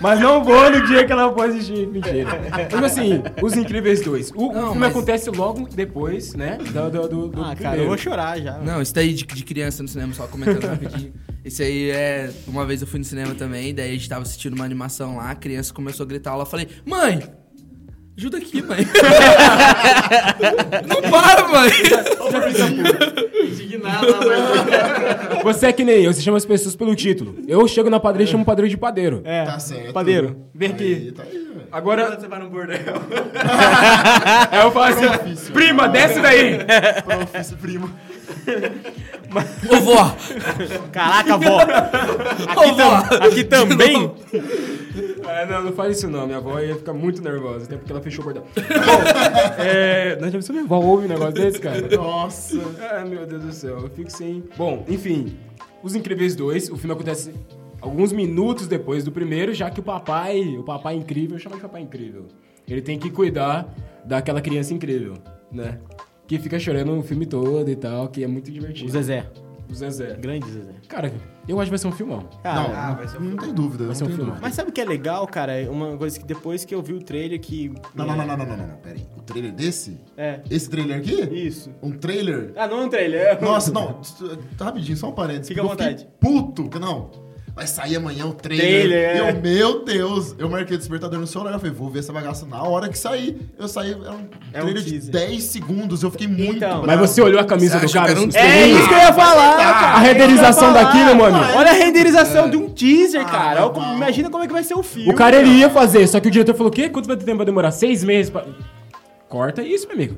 Speaker 1: Mas não vou no dia que ela for assistir. Mentira. Mas assim, Os Incríveis 2. O
Speaker 4: Não,
Speaker 1: filme
Speaker 4: mas-
Speaker 1: acontece logo depois, né? Do, do, do, do
Speaker 2: Ah, cara,
Speaker 1: primeiro.
Speaker 2: eu vou chorar já.
Speaker 4: Não, isso daí de, de criança no cinema, só comentando rapidinho. Isso aí é. Uma vez eu fui no cinema também, daí a gente tava assistindo uma animação lá, a criança começou a gritar lá, eu falei, mãe! Ajuda aqui, mãe. não para, mãe.
Speaker 6: Indignado lá, mas...
Speaker 1: Você é que nem eu, você chama as pessoas pelo título. Eu chego na padaria e chamo o padrinho de padeiro.
Speaker 2: É,
Speaker 3: Tá certo.
Speaker 2: padeiro, vem
Speaker 3: Aí,
Speaker 2: aqui.
Speaker 3: tá aí, velho.
Speaker 1: Agora,
Speaker 6: Quando você vai no bordel.
Speaker 1: aí eu falo assim, prima, desce daí!
Speaker 3: Profício primo.
Speaker 4: Ô, vó!
Speaker 2: Caraca, vó.
Speaker 4: Ô, vó!
Speaker 2: Aqui também.
Speaker 1: É, não, não fale isso não. Minha avó ia ficar muito nervosa, até porque ela fechou o bordão. Bom, é, nós já pensou minha avó ouve um negócio desse, cara?
Speaker 3: Nossa.
Speaker 1: Ah, meu Deus do céu, eu fico sem... Bom, enfim, Os Incríveis 2, o filme acontece alguns minutos depois do primeiro, já que o papai, o papai incrível, chama de papai incrível, ele tem que cuidar daquela criança incrível, né? Que fica chorando o filme todo e tal, que é muito divertido.
Speaker 2: O Zezé.
Speaker 1: O Zezé.
Speaker 2: Grande Zezé.
Speaker 1: Cara, eu acho que vai ser um filmão.
Speaker 2: Cara,
Speaker 3: Não, não tem dúvida. Não
Speaker 1: ser um
Speaker 3: tem
Speaker 1: filme.
Speaker 3: dúvida.
Speaker 2: Mas sabe o que é legal, cara? Uma coisa que depois que eu vi o trailer que...
Speaker 3: Não, não, não, não, não, não, não, não. Pera aí. O trailer desse?
Speaker 2: É,
Speaker 3: Esse trailer aqui?
Speaker 2: isso.
Speaker 3: Um trailer?
Speaker 2: Ah, não é um trailer. é um-
Speaker 3: Nossa, não. t- t- Rapidinho, só um parênteses.
Speaker 2: Fica à
Speaker 3: porque eu
Speaker 2: vontade.
Speaker 3: fiquei Puto. que Não. vai sair amanhã o trailer.
Speaker 2: Trailer,
Speaker 3: e eu,
Speaker 2: é.
Speaker 3: meu Deus, eu marquei o despertador no celular. Eu falei, vou ver essa bagaça na hora que sair. Eu saí, era um
Speaker 2: É um
Speaker 3: trailer de
Speaker 2: teaser.
Speaker 3: 10 segundos. Eu fiquei muito
Speaker 2: Então.
Speaker 1: Mas você olhou a camisa
Speaker 4: Você
Speaker 1: do
Speaker 4: acha
Speaker 1: cara?
Speaker 4: que era um
Speaker 1: você
Speaker 4: trailer?
Speaker 2: É
Speaker 1: olhou?
Speaker 2: isso que eu ia falar, cara.
Speaker 1: Tá. A renderização
Speaker 2: Isso que Ah, eu ia falar. Ah,
Speaker 1: daquilo, mano.
Speaker 2: Olha a renderização de um teaser,
Speaker 3: Ah,
Speaker 2: cara. Olha como-
Speaker 3: não.
Speaker 2: imagina como é que vai ser o filme.
Speaker 1: O cara ele ia fazer, só que o diretor falou: o quê? Quanto tempo vai demorar? Seis meses? pra-" Corta isso, meu amigo.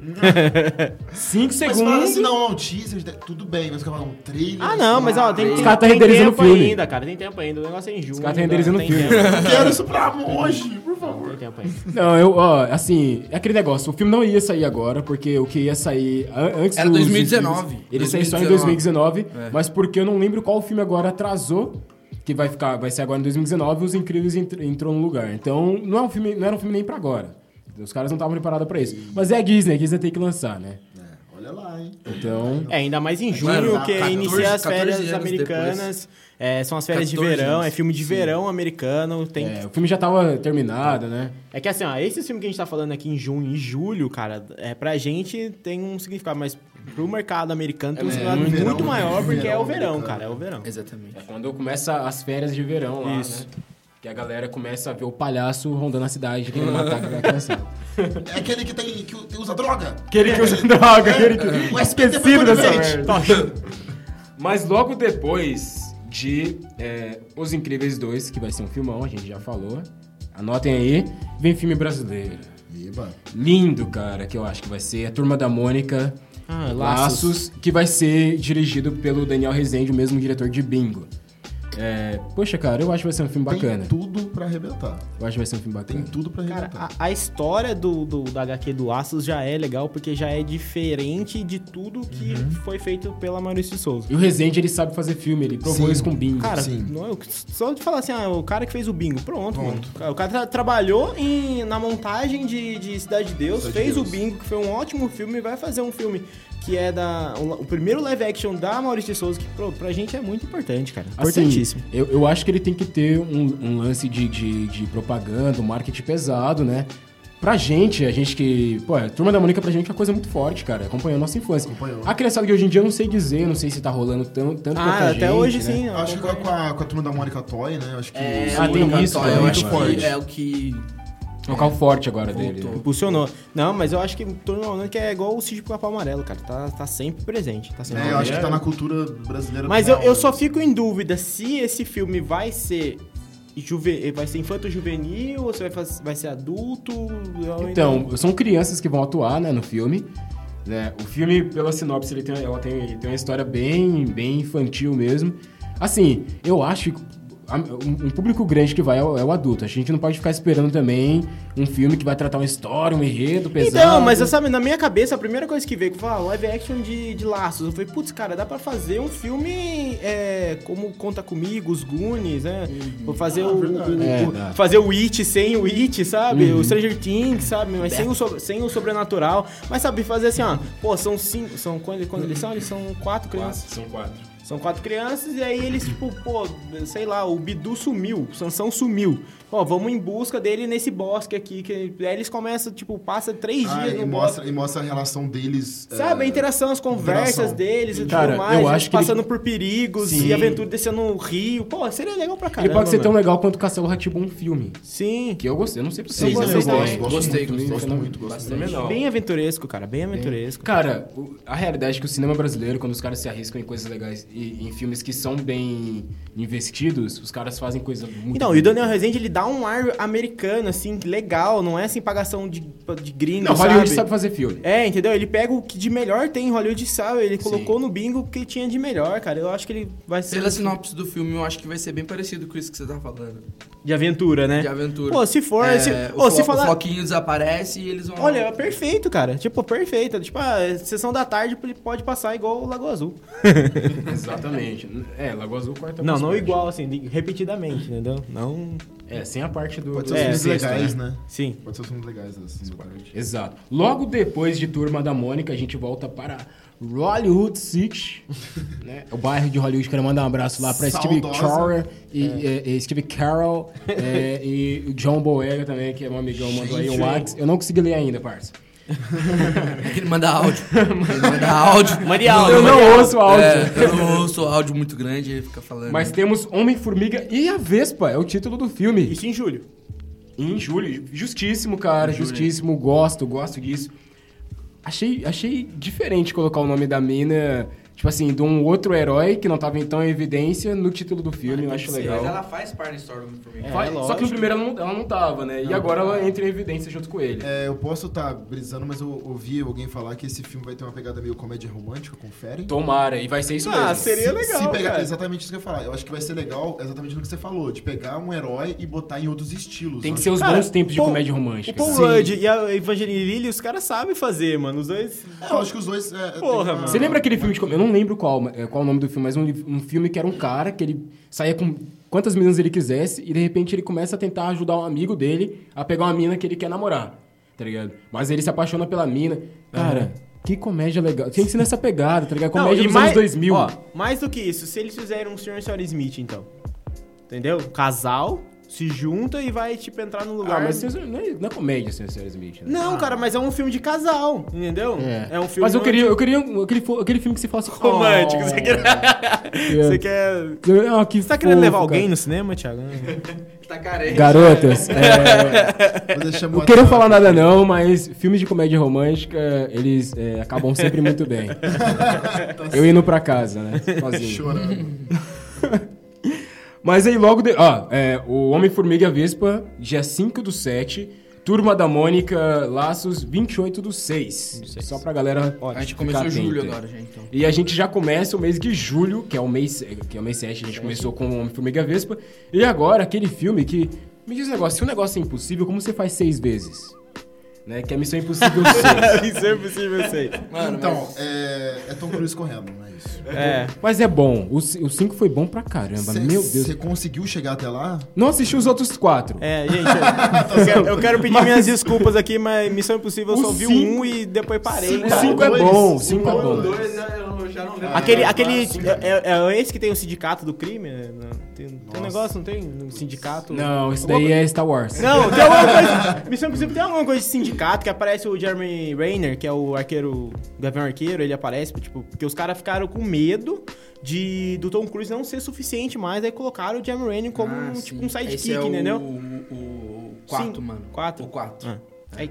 Speaker 1: Cinco
Speaker 3: Mas falaram
Speaker 1: segundos.
Speaker 3: assim, não, não, teaser, tudo bem. Mas eu falava, um trailer.
Speaker 2: um Ah, não, mas ó, tem,
Speaker 1: Os
Speaker 2: tem,
Speaker 1: caras tá
Speaker 2: tem
Speaker 1: renderizando
Speaker 2: tempo
Speaker 1: o filme.
Speaker 2: ainda, cara. Tem tempo ainda. O negócio é em junho. Os
Speaker 1: caras tá renderizando o filme.
Speaker 3: Eu quero isso pra hoje, por favor.
Speaker 2: Tem tempo ainda.
Speaker 1: Não, eu, ó, assim, é aquele negócio. O filme não ia sair agora, porque o que ia sair an- antes
Speaker 4: Era
Speaker 1: dos
Speaker 4: 2019.
Speaker 1: filmes, Ele saiu só em
Speaker 4: 2019.
Speaker 1: 2019, mas porque eu não lembro qual filme agora atrasou, que vai ficar, vai ser agora em 2019, os Incríveis entr- entrou no lugar. Então, não é um filme, não era um filme nem pra agora. Os caras não estavam preparados pra isso. Mas é a Disney, a Disney tem que lançar, né?
Speaker 3: É, olha lá, hein.
Speaker 1: Então,
Speaker 2: É, ainda mais em junho,
Speaker 4: Mano,
Speaker 2: que
Speaker 4: 14,
Speaker 2: inicia as
Speaker 4: 14
Speaker 2: férias
Speaker 4: anos
Speaker 2: americanas. É, são as férias de
Speaker 4: 14
Speaker 2: verão,
Speaker 4: anos.
Speaker 2: é filme de verão americano. Tem...
Speaker 1: é, o filme já tava terminado, né?
Speaker 2: É que assim, ó, esse filme que a gente tá falando aqui em junho e julho, cara, é, pra gente tem um significado, mas pro mercado americano tem
Speaker 1: É,
Speaker 2: um significado
Speaker 3: no
Speaker 2: muito
Speaker 3: verão,
Speaker 2: maior,
Speaker 3: no
Speaker 2: porque é o
Speaker 3: verão
Speaker 2: verão,
Speaker 3: americano.
Speaker 2: cara, é o verão.
Speaker 4: Exatamente.
Speaker 1: É quando começa as férias de verão lá, né? Que a galera começa a ver o palhaço rondando a cidade, querendo matar a criança.
Speaker 3: É aquele que tem que u- usa droga? É.
Speaker 1: Aquele que usa droga, aquele que...
Speaker 3: O SPT foi
Speaker 1: Esquecido dessa
Speaker 3: conivente.
Speaker 1: merda. Tá Mas logo depois de é, Os Incríveis 2, que vai ser um filmão, a gente já falou. Anotem aí, vem filme brasileiro.
Speaker 3: Viva.
Speaker 1: Lindo, cara, que eu acho que vai ser. A Turma da Mônica,
Speaker 2: Ah,
Speaker 1: Laços. que vai ser dirigido pelo Daniel Rezende, o mesmo diretor de Bingo. É, poxa, cara, eu acho que vai ser um filme bacana.
Speaker 3: Tem tudo pra arrebentar.
Speaker 1: Eu acho que vai ser um filme bacana.
Speaker 3: Tem tudo pra
Speaker 2: Cara,
Speaker 3: arrebentar.
Speaker 2: a, a história do, do- da HQ do Aços já é legal, porque já é diferente de tudo que
Speaker 1: Uhum.
Speaker 2: foi feito pela Maurício de Souza.
Speaker 1: E o Rezende, ele sabe fazer filme, ele provou
Speaker 3: Sim.
Speaker 1: isso com Bingo.
Speaker 2: Cara,
Speaker 3: Sim.
Speaker 2: não, eu- só de falar assim, ah, o cara que fez o bingo, pronto, mano. O cara tra- trabalhou em- na montagem de, de Cidade de Deus,
Speaker 3: Cidade de
Speaker 2: fez
Speaker 3: Deus.
Speaker 2: o bingo, que foi um ótimo filme, e vai fazer um filme que é da o, o primeiro live action da Maurício de Souza, que pro, pra gente é muito importante, cara.
Speaker 1: Assim,
Speaker 2: Importantíssimo.
Speaker 1: eu, eu acho que ele tem que ter um, um lance de, de, de propaganda, um marketing pesado, né? Pra gente, a gente que. Pô, a Turma da Mônica pra gente é uma coisa muito forte, cara. Acompanhou a nossa infância.
Speaker 3: Acompanhou.
Speaker 1: A criançada que hoje em dia eu não sei dizer, não sei se tá rolando tão, tanto quanto
Speaker 2: ah,
Speaker 1: a
Speaker 2: até
Speaker 1: gente,
Speaker 2: hoje
Speaker 1: né?
Speaker 2: sim. ó.
Speaker 3: acho que com a, com a- com a turma da Mônica Toy, né? Eu acho que.
Speaker 2: É,
Speaker 1: Ah,
Speaker 4: o
Speaker 1: tem
Speaker 4: Monogatari,
Speaker 1: isso,
Speaker 4: É, eu
Speaker 1: né?
Speaker 4: acho que
Speaker 1: Forte.
Speaker 4: é o que.
Speaker 1: É o carro forte agora dele. né?
Speaker 4: Voltou.
Speaker 2: Impulsionou. Não, mas eu acho que Turma que é igual o Cid com o Capão Amarelo, cara. Tá, tá sempre presente. Tá sempre
Speaker 3: É, eu acho que tá na cultura brasileira.
Speaker 2: Mas eu,
Speaker 3: total,
Speaker 2: eu
Speaker 3: né?
Speaker 2: só fico em dúvida se esse filme vai ser juve, vai ser infanto juvenil ou se vai, faz- vai ser adulto. Eu ainda-
Speaker 1: Então, são crianças que vão atuar, né, no filme. né? O filme, pela sinopse, ele tem, ela tem, ele tem uma história bem, bem infantil mesmo. Assim, eu acho que a- um, um público grande que vai é o, é o adulto. A gente não pode ficar esperando também um filme que vai tratar uma história, um enredo pesado.
Speaker 2: Então, mas eu sabe, na minha cabeça, a primeira coisa que veio que eu falei, ah, live action de, de laços. Eu falei, putz, cara, dá pra fazer um filme é, como Conta Comigo, os Goonies, né? Vou fazer o, o-
Speaker 1: É, Uhum.
Speaker 2: o-
Speaker 1: dá.
Speaker 2: fazer o It sem o It, sabe? O Stranger Things, sabe?
Speaker 1: É.
Speaker 2: Mas sem o, so- sem o sobrenatural. Mas sabe, fazer assim, ó, pô, são cinco. São quando, quando eles são? Eles são quatro crianças.
Speaker 1: São quatro.
Speaker 2: São quatro crianças e aí eles, tipo, pô, sei lá, o Bidu sumiu, o Sansão sumiu. Ó, vamos em busca dele nesse bosque aqui. Que... Aí eles começam, tipo, passa três
Speaker 3: Ah,
Speaker 2: dias no
Speaker 3: e,
Speaker 2: bosque.
Speaker 3: mostra, e mostra a relação deles.
Speaker 2: Sabe, a
Speaker 3: é,
Speaker 2: interação, as conversas
Speaker 3: interação.
Speaker 2: deles e
Speaker 1: Cara,
Speaker 2: tudo mais.
Speaker 1: eu
Speaker 2: eles
Speaker 1: acho que ele-
Speaker 2: passando por perigos
Speaker 1: Sim.
Speaker 2: e aventura descendo o rio. Pô, seria legal pra caramba.
Speaker 1: Ele pode ser tão
Speaker 2: mano.
Speaker 1: legal quanto Castelo Ratibum um filme.
Speaker 2: Sim.
Speaker 1: Que eu gostei, eu não sei pra
Speaker 4: Sim,
Speaker 1: vocês. mas
Speaker 4: eu
Speaker 1: eu
Speaker 4: gostei,
Speaker 1: gosto.
Speaker 4: gostei,
Speaker 3: muito, gosto
Speaker 1: não-
Speaker 3: muito, gosto
Speaker 4: bastante.
Speaker 1: muito. Legal.
Speaker 2: Bem aventuresco, cara. Bem aventuresco.
Speaker 1: Cara, o- a realidade é que o cinema brasileiro, quando os caras se arriscam em coisas legais e em filmes que são bem investidos, os caras fazem coisa muito.
Speaker 2: Então, e o Daniel Rezende, ele dá um ar americano, assim, legal. Não é assim, pagação de, de gringo,
Speaker 1: Não, Hollywood
Speaker 2: sabe?
Speaker 1: sabe fazer filme.
Speaker 2: É, entendeu? Ele pega o que de melhor tem em Hollywood, sabe? Ele colocou no bingo o que tinha de melhor, cara. Eu acho que ele vai ser
Speaker 4: Pela sinopse do filme, eu acho que vai ser bem parecido com isso que você tá falando.
Speaker 2: de aventura, né?
Speaker 4: De aventura.
Speaker 2: Pô, se for,
Speaker 4: É,
Speaker 2: se,
Speaker 4: o,
Speaker 2: Ô,
Speaker 4: fo
Speaker 2: se
Speaker 4: o é
Speaker 2: falar,
Speaker 4: Floquinho desaparece e eles vão.
Speaker 2: olha, é perfeito, cara. Tipo, perfeito. Tipo, a sessão da tarde ele pode passar igual o Lago Azul.
Speaker 1: Exatamente. É, Lagoa Azul corta
Speaker 2: não,
Speaker 1: algumas
Speaker 2: não
Speaker 1: partes.
Speaker 2: igual assim, de- repetidamente, entendeu? Não,
Speaker 1: É, sem a parte do. do
Speaker 3: Pode ser os filmes
Speaker 1: sexto,
Speaker 3: legais,
Speaker 1: né?
Speaker 3: né?
Speaker 2: É, sim.
Speaker 3: Pode ser os filmes legais, assim, exatamente.
Speaker 1: Exato. Logo depois de Turma da Mônica, a gente volta para Hollywood City, né? O bairro de Hollywood. Quero mandar um abraço lá para Steve
Speaker 3: Saudosa. É.
Speaker 1: Carell e, e- e Steve Carell é, e o John Boyega também, que é meu amigão, mandou aí um
Speaker 3: Gente.
Speaker 1: Wax. Eu não consegui ler ainda, parça.
Speaker 4: É que ele manda áudio. Ele manda áudio.
Speaker 2: Mande áudio.
Speaker 1: Eu não
Speaker 2: Mande
Speaker 1: ouço áudio.
Speaker 4: É, eu não ouço áudio muito grande e fica falando.
Speaker 1: Mas temos Homem-Formiga e a Vespa, é o título do filme.
Speaker 2: Isso em julho.
Speaker 1: Em julho. Justíssimo, cara. Justíssimo. Gosto, gosto disso. Achei, achei diferente colocar o nome da mina, tipo assim, de um outro herói que não tava em tão em evidência no título do filme. Eu acho legal.
Speaker 6: Mas ela faz parte da história do Homem-Formiga.
Speaker 1: Faz-
Speaker 2: é
Speaker 1: Só que
Speaker 2: lógico.
Speaker 1: no primeiro ela não, ela não tava, né? E agora ela entra em evidência junto com ele.
Speaker 3: É, eu posso estar brisando, mas eu ouvi alguém falar que esse filme vai ter uma pegada meio comédia romântica, confere.
Speaker 1: Tomara, e vai ser isso
Speaker 2: Ah,
Speaker 1: mesmo.
Speaker 2: seria-
Speaker 3: É
Speaker 2: legal,
Speaker 3: se pegar,
Speaker 2: cara.
Speaker 3: Exatamente isso que eu ia falar. Eu acho que vai ser legal exatamente no que você falou, de pegar um herói e botar em outros estilos.
Speaker 1: Tem que
Speaker 3: né?
Speaker 1: ser os
Speaker 2: Cara,
Speaker 1: bons tempos de
Speaker 2: Paul-
Speaker 1: comédia
Speaker 2: O
Speaker 1: romântica.
Speaker 2: Paul
Speaker 1: sabe?
Speaker 2: Rudd e a Evangeline Lilly, os caras sabem fazer, mano. Os dois...
Speaker 3: É, eu acho que os dois... é, tem
Speaker 2: Porra,
Speaker 3: uma-
Speaker 2: mano.
Speaker 1: Você lembra aquele filme de. com- Eu não lembro qual, é, qual o nome do filme, mas um, li- um filme que era um cara que ele saía com quantas meninas ele quisesse e de repente ele começa a tentar ajudar um amigo dele a pegar uma mina que ele quer namorar. Tá ligado? Mas ele se apaixona pela mina. Cara, que comédia legal. Tem que ser nessa pegada, tá ligado?
Speaker 2: Não,
Speaker 1: Comédia
Speaker 2: e
Speaker 1: dos
Speaker 2: mais-
Speaker 1: anos 2000.
Speaker 2: Ó, mais do que isso, se eles fizerem um Sr. e Sr. Smith, então. Entendeu? Um Casal, se junta e vai, tipo, entrar num lugar...
Speaker 1: ah, mas isso não é, não é comédia, senhor Sr. Smith. né?
Speaker 2: Não, cara, mas é um filme de casal, entendeu?
Speaker 1: É.
Speaker 2: um filme...
Speaker 1: Mas eu
Speaker 2: onde-
Speaker 1: queria, Oh, eu queria um- aquele, fo- aquele filme que você falasse.
Speaker 2: Romântico, você quer- Você
Speaker 1: Você
Speaker 2: quer...
Speaker 1: quer. Ah, que
Speaker 2: Você tá querendo
Speaker 1: fofo,
Speaker 2: levar
Speaker 1: cara.
Speaker 2: alguém no cinema, Thiago?
Speaker 6: Tá carente.
Speaker 1: Garotas, é,
Speaker 3: Vou deixar
Speaker 1: não queria falar nada não, mas filmes de comédia romântica, eles é, acabam sempre muito bem.
Speaker 4: Tá
Speaker 1: Eu indo pra casa, né? Sozinho.
Speaker 3: Chorando.
Speaker 1: Mas aí logo... De... Ah, é, o Homem-Formiga e a Vespa, dia 5 do 7. Turma da Mônica, Laços, 28 do 6. Só pra galera
Speaker 4: a gente
Speaker 1: ficar
Speaker 4: começou
Speaker 1: atenta.
Speaker 4: julho agora, gente. Então.
Speaker 1: E a gente já começa o mês de julho, que é o mês, que é o mês 7, a gente começou com o Homem-Formiga e a Vespa. E agora, aquele filme que. Me diz um negócio, se o negócio é impossível, como você faz seis vezes? Né? Que é Missão Impossível 6.
Speaker 2: Isso é possível, eu sei.
Speaker 4: Mano,
Speaker 3: então,
Speaker 4: mas-
Speaker 3: é, é Tom Cruise correndo, não é isso.
Speaker 2: É.
Speaker 1: Mas é bom. O 5 foi bom pra caramba.
Speaker 3: Cê-
Speaker 1: Meu Deus.
Speaker 3: Você conseguiu chegar até lá?
Speaker 1: Não assisti os outros quatro.
Speaker 2: É, gente, eu- eu, quero, eu quero pedir minhas desculpas aqui, mas Missão Impossível eu
Speaker 1: O
Speaker 2: só vi
Speaker 1: cinco-
Speaker 2: um e depois parei.
Speaker 1: o
Speaker 2: cara.
Speaker 1: 5 é
Speaker 3: dois,
Speaker 1: bom. O
Speaker 3: um
Speaker 1: 5 é
Speaker 3: ou
Speaker 1: bom.
Speaker 3: dois.
Speaker 6: Dois, né? eu já não lembro.
Speaker 2: Aquele,
Speaker 6: Ah,
Speaker 2: aquele
Speaker 6: sim.
Speaker 2: é, é- é esse que tem o sindicato do crime? né? Não, Tem, tem um negócio, não tem? Um sindicato?
Speaker 1: Não, esse daí é Star Wars.
Speaker 2: Não, tem alguma coisa. Missão Impossível tem alguma coisa de sindicato que aparece o Jeremy Rayner, que é o arqueiro, o Gavião Arqueiro, ele aparece, tipo, porque os caras ficaram com medo de do Tom Cruise não ser suficiente mais, aí colocaram o Jeremy Rayner como
Speaker 4: Ah,
Speaker 2: um,
Speaker 4: sim.
Speaker 2: tipo um sidekick,
Speaker 4: Esse é o-
Speaker 2: entendeu?
Speaker 4: O 4,
Speaker 2: Sim,
Speaker 4: mano.
Speaker 2: quatro.
Speaker 4: O 4.
Speaker 2: Ah.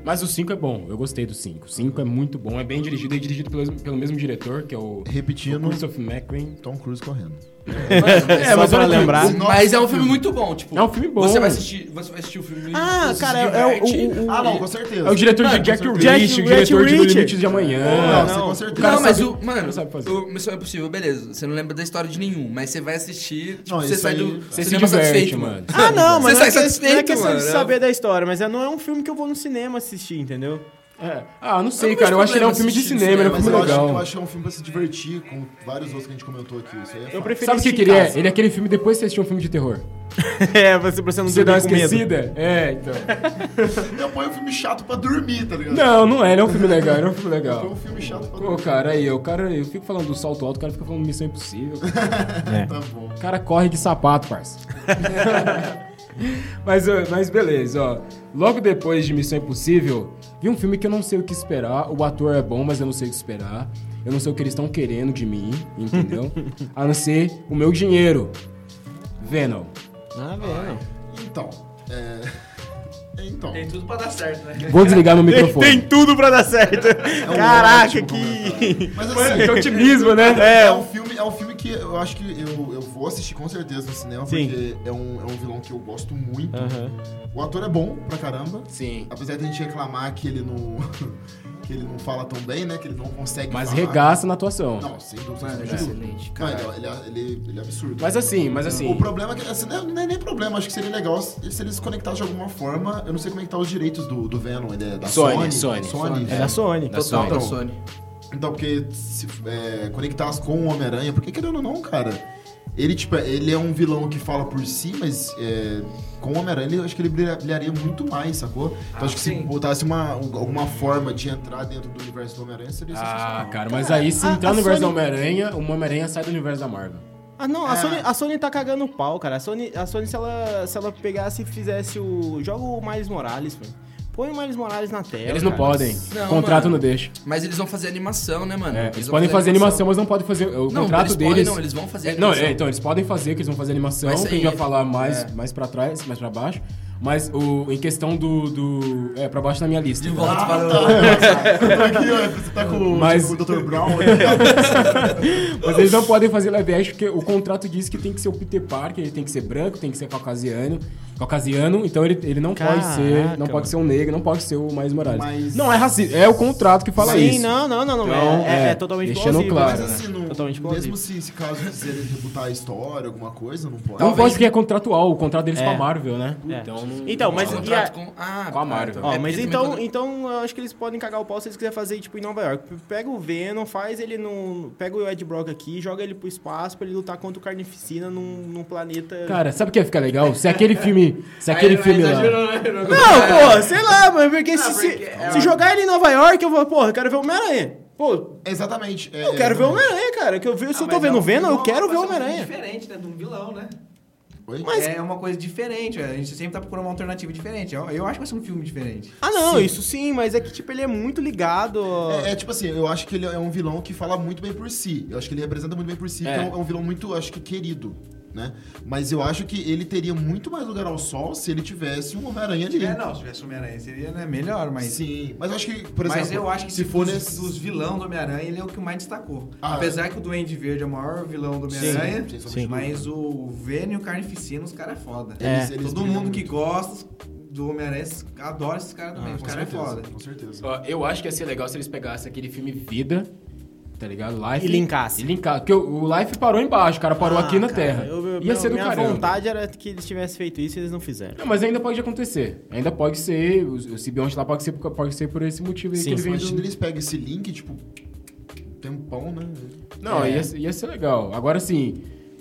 Speaker 1: Mas o 5 é bom. Eu gostei do 5. O 5 é muito bom. É bem dirigido. É dirigido pelo, pelo mesmo diretor, que é o
Speaker 3: Repetindo,
Speaker 1: Christopher McQueen.
Speaker 3: Tom Cruise correndo.
Speaker 1: É, mas
Speaker 2: pra
Speaker 1: olha aqui,
Speaker 2: lembrar.
Speaker 3: Nossa,
Speaker 4: Mas é um filme muito bom, tipo.
Speaker 1: É um filme bom.
Speaker 4: Você vai assistir, você vai assistir o filme.
Speaker 2: Ah,
Speaker 4: você
Speaker 2: cara,
Speaker 4: se
Speaker 2: é o-
Speaker 4: diverte.
Speaker 2: o- o-
Speaker 3: Ah, não, com certeza.
Speaker 1: É o diretor de
Speaker 4: Mano,
Speaker 1: Jack
Speaker 3: Ah, com
Speaker 1: Rich,
Speaker 2: certeza.
Speaker 1: o
Speaker 2: Jack
Speaker 1: diretor de No
Speaker 2: Rich.
Speaker 1: Limite de Amanhã.
Speaker 3: Não, você
Speaker 2: não.
Speaker 3: com certeza.
Speaker 4: Não, mas
Speaker 1: sabe-
Speaker 4: o.
Speaker 1: o
Speaker 4: Mano,
Speaker 1: cara sabe fazer.
Speaker 4: o Missão Impossível, beleza. Você não lembra da história de nenhum, mas você vai assistir. Tipo,
Speaker 3: Não,
Speaker 4: você
Speaker 3: isso
Speaker 4: sai
Speaker 3: aí-
Speaker 4: do.
Speaker 1: Você se
Speaker 4: cinema
Speaker 1: diverte, mano.
Speaker 2: Ah, não, mas não, é
Speaker 4: Você sai
Speaker 2: que- não é
Speaker 4: satisfeito,
Speaker 2: questão de
Speaker 4: mano.
Speaker 2: saber da história, mas é- não é um filme que eu vou no cinema assistir, entendeu?
Speaker 1: É. Ah, não sei,
Speaker 4: Eu não
Speaker 1: cara. Eu
Speaker 4: vejo
Speaker 1: acho que ele é um filme de
Speaker 4: problema assistir
Speaker 1: cinema, ele é um
Speaker 4: no
Speaker 3: Mas
Speaker 1: filme
Speaker 3: eu acho, eu
Speaker 1: legal.
Speaker 3: acho que é um filme pra se divertir, com vários outros que a gente comentou aqui. Isso aí é
Speaker 2: Eu
Speaker 3: fato.
Speaker 2: prefiro
Speaker 1: Sabe o que,
Speaker 2: assistir
Speaker 1: que ele
Speaker 2: em
Speaker 1: é?
Speaker 2: casa.
Speaker 1: Ele é aquele filme depois que você assistiu um filme de terror.
Speaker 2: É, você pra você não
Speaker 1: Você dá uma
Speaker 2: dormir com medo.
Speaker 1: esquecida? É, então.
Speaker 3: Eu ponho um filme chato pra dormir, tá ligado?
Speaker 1: Não, não é, ele é um filme legal, ele é um filme
Speaker 3: Eu ponho um
Speaker 1: legal.
Speaker 3: filme chato pra
Speaker 1: Pô,
Speaker 3: dormir.
Speaker 1: cara, aí, o cara, eu fico falando do salto alto, o cara fica falando Missão Impossível.
Speaker 3: Tá bom.
Speaker 1: O cara corre de sapato, parça. mas, ó, mas beleza, ó. Logo depois de Missão Impossível, vi um filme que eu não sei o que esperar. O ator é bom, mas eu não sei o que esperar. Eu não sei o que eles estão querendo de mim, entendeu? A não ser o meu dinheiro. Venom.
Speaker 2: Ah, velho.
Speaker 3: Então, é... Então...
Speaker 6: Tem tudo pra dar certo, né?
Speaker 1: Vou desligar meu
Speaker 2: Tem,
Speaker 1: microfone.
Speaker 2: tem tudo pra dar certo.
Speaker 3: É um
Speaker 2: Caraca,
Speaker 3: ótimo
Speaker 2: que.
Speaker 3: comentário.
Speaker 2: né,
Speaker 3: Mas assim,
Speaker 1: Que otimismo, né?
Speaker 3: É,
Speaker 2: É,
Speaker 3: um filme, é um filme que eu acho que eu, eu vou assistir com certeza no cinema,
Speaker 2: Sim.
Speaker 3: porque é um, é um vilão que eu gosto muito. O ator é bom pra caramba.
Speaker 1: Sim.
Speaker 3: Apesar de a gente reclamar que ele não. que ele não fala tão bem, né? Que ele não consegue.
Speaker 1: Mas
Speaker 3: falar.
Speaker 1: regaça na atuação.
Speaker 3: Não, sem dúvida.
Speaker 4: Mano,
Speaker 3: sem
Speaker 4: ele
Speaker 3: dúvida.
Speaker 4: é excelente,
Speaker 3: Não, ele,
Speaker 4: cara.
Speaker 3: é- ele, é- ele, ele é absurdo.
Speaker 1: Mas assim, mas
Speaker 3: O
Speaker 1: assim.
Speaker 3: problema é que. Assim, não é- não é nem problema, acho que seria legal se se eles conectassem de alguma forma. Eu não sei como é que tá os direitos do, do Venom. Ele é da
Speaker 1: Sony, Sony.
Speaker 3: Sony. Sony.
Speaker 2: É da Sony.
Speaker 1: Da
Speaker 4: Total
Speaker 1: Sony.
Speaker 4: da Sony.
Speaker 3: Então, porque se é, conectasse com o Homem-Aranha, porque querendo ou não, cara. Ele, tipo, ele é um vilão que fala por si, mas é, com o Homem-Aranha ele- eu acho que ele brilha- brilharia muito mais, sacou? Então
Speaker 6: Ah,
Speaker 3: acho que
Speaker 6: sim.
Speaker 3: se botasse uma, alguma forma de entrar dentro do universo do Homem-Aranha, seria
Speaker 1: Ah,
Speaker 3: sensacional.
Speaker 1: cara, mas aí se
Speaker 2: A-
Speaker 1: entrar
Speaker 2: a
Speaker 1: no universo
Speaker 2: Sony-
Speaker 1: do Homem-Aranha, o Homem-Aranha sai do universo da Marvel.
Speaker 2: Ah, não, a,
Speaker 1: É.
Speaker 3: Ah.
Speaker 2: Sony, a Sony tá cagando o pau, cara. A Sony, a Sony se, ela, se ela pegasse e fizesse o. Joga o Miles Morales, mano. Põe o Miles Morales na tela.
Speaker 1: Eles não
Speaker 2: É, cara.
Speaker 1: podem.
Speaker 4: Não,
Speaker 1: o contrato
Speaker 4: mano.
Speaker 1: não deixa.
Speaker 4: Mas eles vão fazer animação, né, mano?
Speaker 1: É, eles
Speaker 4: vão
Speaker 1: podem fazer animação, mas não podem fazer. O
Speaker 4: Não,
Speaker 1: contrato
Speaker 4: eles podem,
Speaker 1: deles.
Speaker 4: não, eles vão fazer
Speaker 1: É, não,
Speaker 4: animação.
Speaker 1: é, então, eles podem fazer, que eles vão fazer animação,
Speaker 4: Mas
Speaker 1: que a gente
Speaker 4: aí-
Speaker 1: vai falar mais,
Speaker 4: é.
Speaker 1: mais pra trás, mais pra baixo. Mas o, em questão do, do. É, pra baixo na minha lista. tá?
Speaker 4: De volta para o-
Speaker 3: Aqui, ó, você tá com, o-
Speaker 1: Mas-
Speaker 3: com o Dr. Brown. né?
Speaker 1: Mas eles não podem fazer live action porque o contrato diz que tem que ser o Peter Parker, ele tem que ser branco, tem que ser caucasiano. Caucasiano, então ele, ele não
Speaker 2: Caraca,
Speaker 1: pode ser, não
Speaker 2: mano.
Speaker 1: pode ser um negro, não pode ser o Miles Morales.
Speaker 3: Mas-
Speaker 1: Não é racista, é o contrato que fala
Speaker 2: Sim,
Speaker 1: isso.
Speaker 2: não, não, não, não.
Speaker 1: Então,
Speaker 2: é, é-
Speaker 1: é,
Speaker 2: é totalmente
Speaker 1: deixando
Speaker 2: plausível. né?
Speaker 1: claro,
Speaker 3: Mas assim, não-
Speaker 2: Totalmente plausível.
Speaker 3: mesmo se esse caso quiserem rebutar a história, alguma coisa, não pode.
Speaker 1: Não pode porque é contratual, o contrato deles
Speaker 2: É.
Speaker 1: com a Marvel, né?
Speaker 2: É.
Speaker 1: Então, não-
Speaker 2: Então,
Speaker 4: Mas
Speaker 2: mas e
Speaker 4: contrato
Speaker 2: a-
Speaker 4: com... Ah,
Speaker 1: Com a Marvel.
Speaker 4: tá.
Speaker 2: Ó,
Speaker 4: É,
Speaker 2: mas
Speaker 4: porque
Speaker 2: então,
Speaker 4: também
Speaker 2: então eu acho que eles podem cagar o pau se eles quiserem fazer, tipo, em Nova York. Pega o Venom, faz ele no. Pega o Ed Brock aqui, joga ele pro espaço pra ele lutar contra o Carnificina num, num planeta.
Speaker 1: Cara, sabe o que ia ficar legal? Se aquele filme. Se aquele
Speaker 6: Aí,
Speaker 1: filme
Speaker 6: mas
Speaker 1: lá.
Speaker 6: exagerou, né?
Speaker 2: Não, pô, sei lá, mano, porque, se,
Speaker 6: Ah,
Speaker 2: se-
Speaker 6: porque é
Speaker 2: se
Speaker 6: uma-
Speaker 2: jogar ele em Nova York, eu vou, porra, eu quero ver o Homem-Aranha. Pô,
Speaker 3: Exatamente. é-
Speaker 2: eu quero ver o Homem-Aranha, cara. Que eu vi, se eu
Speaker 6: Ah,
Speaker 2: tô
Speaker 6: mas
Speaker 2: vendo
Speaker 6: é
Speaker 2: o
Speaker 6: um
Speaker 2: Venom, eu
Speaker 6: vilão,
Speaker 2: quero ver o
Speaker 6: uma coisa
Speaker 2: Homem-Aranha.
Speaker 6: Diferente, né? De um vilão, né?
Speaker 3: Oi?
Speaker 2: Mas-
Speaker 6: É uma coisa diferente, velho. a gente sempre tá procurando uma alternativa diferente. Eu, eu acho que vai ser um filme diferente.
Speaker 2: Ah, não, isso sim, mas é que, tipo, ele é muito ligado. ó.
Speaker 3: É, é tipo assim, eu acho que ele é um vilão que fala muito bem por si. Eu acho que ele representa muito bem por si,
Speaker 1: É.
Speaker 3: é. é um vilão muito, acho que, querido. Né? Mas eu acho que ele teria muito mais lugar ao sol se ele tivesse um Homem-Aranha ali.
Speaker 6: É, não, se tivesse Homem-Aranha seria né, melhor, mas.
Speaker 3: Sim, mas eu acho que, por exemplo,
Speaker 6: mas eu acho que
Speaker 3: se
Speaker 6: se
Speaker 3: for
Speaker 6: dos,
Speaker 3: nesse...
Speaker 6: dos vilão do Homem-Aranha, ele é o que mais destacou.
Speaker 3: Ah,
Speaker 6: Apesar que o Duende Verde é o maior vilão do
Speaker 3: Sim,
Speaker 6: Homem-Aranha,
Speaker 3: sim, sim.
Speaker 6: mas o Venom e o Carnificina, os caras é foda.
Speaker 3: É. Eles- eles
Speaker 6: Todo
Speaker 3: brilham
Speaker 6: mundo que
Speaker 3: muito.
Speaker 6: gosta do Homem-Aranha adora esses caras também.
Speaker 3: Ah,
Speaker 6: os
Speaker 3: com
Speaker 6: caras é
Speaker 3: certeza,
Speaker 6: foda.
Speaker 3: com certeza.
Speaker 1: Ó, Eu acho que ia ser legal se eles pegassem aquele filme Vida, tá ligado? Life.
Speaker 2: E linkassem.
Speaker 1: E linkassem. Porque o o Life parou embaixo, o cara parou
Speaker 2: Ah,
Speaker 1: aqui na
Speaker 2: cara,
Speaker 1: Terra.
Speaker 2: eu- eu-
Speaker 1: ia ser do
Speaker 2: minha
Speaker 1: caramba.
Speaker 2: vontade era que eles tivessem feito isso e eles não fizeram.
Speaker 1: Não, mas ainda pode acontecer. Ainda pode ser. O, o simbionte lá pode ser, por- pode ser por esse motivo aí
Speaker 2: Sim,
Speaker 1: que ele vem
Speaker 3: Imagina
Speaker 1: do...
Speaker 3: eles pegam esse link, tipo, tempão, né?
Speaker 1: Não,
Speaker 2: É.
Speaker 6: É.
Speaker 1: ia, ser- ia ser legal. Agora sim.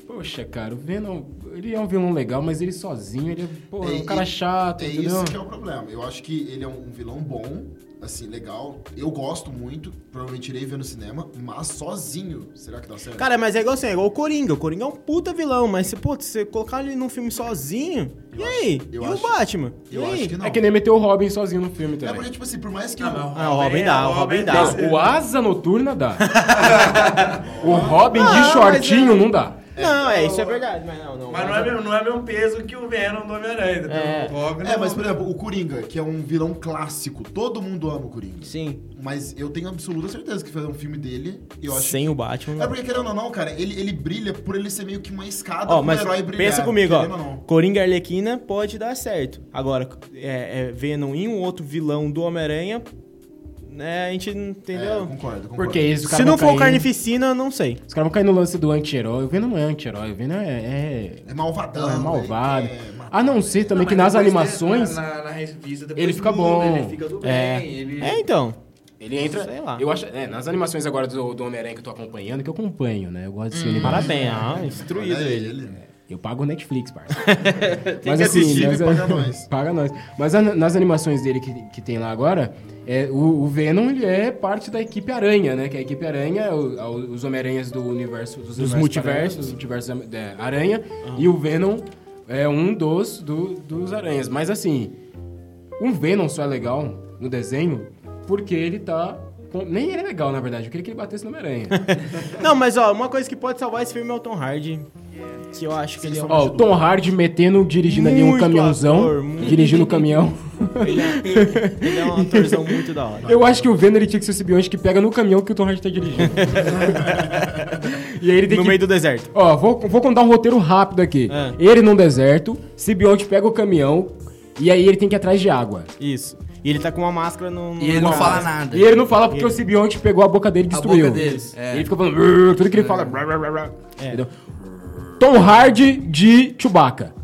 Speaker 1: Poxa, cara, o Venom. Ele é um vilão legal, mas ele sozinho, ele é, pô, é um
Speaker 3: É-
Speaker 1: cara
Speaker 3: é-
Speaker 1: chato,
Speaker 3: É
Speaker 1: entendeu?
Speaker 3: isso que é o problema. Eu acho que ele é um vilão bom, assim, legal. Eu gosto muito, provavelmente irei ver no cinema, mas sozinho. Será que dá certo?
Speaker 2: Cara, mas é igual assim, é igual o Coringa. O Coringa é um puta vilão, mas se, putz, você colocar ele num filme sozinho, e
Speaker 3: acho-
Speaker 2: aí?
Speaker 3: eu
Speaker 2: e o
Speaker 3: acho-
Speaker 2: Batman?
Speaker 3: eu
Speaker 2: e aí?
Speaker 3: acho que não.
Speaker 1: É que nem meter o Robin sozinho no filme
Speaker 3: É
Speaker 1: também.
Speaker 3: porque, tipo assim, por mais que
Speaker 6: Ah,
Speaker 3: o-
Speaker 6: mas
Speaker 2: Ah, o Robin dá, o Robin dá.
Speaker 6: esse-
Speaker 1: Não, o Asa Noturna dá. o Robin
Speaker 2: Ah, mas
Speaker 1: de shortinho
Speaker 2: é-
Speaker 1: não dá.
Speaker 2: Não, é, isso é verdade, mas não, não.
Speaker 6: Mas não é, mesmo, não é mesmo peso que o Venom do Homem-Aranha. entendeu?
Speaker 2: É.
Speaker 6: O Robin
Speaker 3: É,
Speaker 6: não-
Speaker 3: mas por exemplo, o Coringa, que é um vilão clássico, todo mundo ama o Coringa.
Speaker 2: Sim.
Speaker 3: Mas eu tenho absoluta certeza que fazer um filme dele, eu acho.
Speaker 2: Sem o Batman.
Speaker 3: É porque, querendo ou não, cara, ele, ele brilha por ele ser meio que uma escada
Speaker 2: Ó,
Speaker 3: pro
Speaker 2: mas
Speaker 3: tá um herói brilhar.
Speaker 2: pensa comigo, ó.
Speaker 3: querendo ou não.
Speaker 2: Coringa e Arlequina pode dar certo. Agora, é, é, Venom e um outro vilão do Homem-Aranha, né, a gente não
Speaker 3: É, eu
Speaker 2: entendeu?
Speaker 3: concordo, concordo.
Speaker 1: Porque isso,
Speaker 2: se não for o
Speaker 1: cair,
Speaker 2: Carnificina, eu não sei.
Speaker 1: Os caras vão cair no lance do anti-herói. O Venom não é anti-herói, o Venom é. é...
Speaker 3: É malvadão.
Speaker 1: é
Speaker 3: ele
Speaker 1: malvado.
Speaker 3: quer matar.
Speaker 1: A não ser também
Speaker 6: Não,
Speaker 1: que
Speaker 6: mas
Speaker 1: nas
Speaker 6: depois de-
Speaker 1: animações.
Speaker 6: na, na- na revista, depois
Speaker 1: ele fica
Speaker 6: muda,
Speaker 1: bom.
Speaker 6: Ele fica do bem.
Speaker 2: É.
Speaker 6: Ele...
Speaker 2: É, então.
Speaker 1: Ele entra.
Speaker 2: Sei lá.
Speaker 1: Eu acho. É, nas animações agora do, do Homem-Aranha que eu tô acompanhando, que eu acompanho, né? Eu gosto de cinema.
Speaker 2: Parabéns, ah,
Speaker 3: Olha
Speaker 2: instruído ele.
Speaker 3: ele. ele.
Speaker 1: Eu pago o Netflix, parça.
Speaker 3: que assistir,
Speaker 1: nas-
Speaker 3: ele paga nós.
Speaker 1: paga nós. Mas a- nas animações dele que, que tem lá agora, é, o, o Venom ele é parte da equipe Aranha, né? Que a equipe Aranha, é o- a- os Homem-Aranhas do universo, dos, universos
Speaker 2: multiversos.
Speaker 1: paralelos, dos multiversos da- da Aranha, e o Venom é um dos do- dos Aranhas. Mas assim, um Venom só é legal no desenho porque ele tá com- nem ele é legal, na verdade. Eu queria que ele batesse no Homem-Aranha.
Speaker 3: é-
Speaker 2: Não, mas ó, uma coisa que pode salvar esse filme é o Tom Hardy. Que eu acho que ele é um.
Speaker 1: Ó, o Tom Hardy metendo, dirigindo ali um
Speaker 2: Muito
Speaker 1: caminhãozão.
Speaker 2: ator, muito-
Speaker 1: Dirigindo o caminhão.
Speaker 2: Ele é um atorzão muito da hora.
Speaker 1: Eu acho que o Venom ele tinha que ser o simbionte que pega no caminhão que o Tom Hardy tá dirigindo. e aí ele é tem
Speaker 2: No
Speaker 1: que...
Speaker 2: meio do deserto.
Speaker 1: Ó, vou, vou contar um roteiro rápido aqui.
Speaker 2: É.
Speaker 1: Ele num deserto, simbionte pega o caminhão e aí ele tem que ir atrás de água.
Speaker 2: Isso. E ele tá com uma máscara no. no
Speaker 4: E ele não
Speaker 2: no-
Speaker 4: fala nada.
Speaker 1: E ele não fala porque o simbionte pegou a boca dele e
Speaker 4: A
Speaker 1: destruiu.
Speaker 4: boca dele, é.
Speaker 1: E ele fica falando... "Brrr", Tudo que ele fala... "Brrr",
Speaker 2: É.
Speaker 1: entendeu? Tom Hardy de Chewbacca.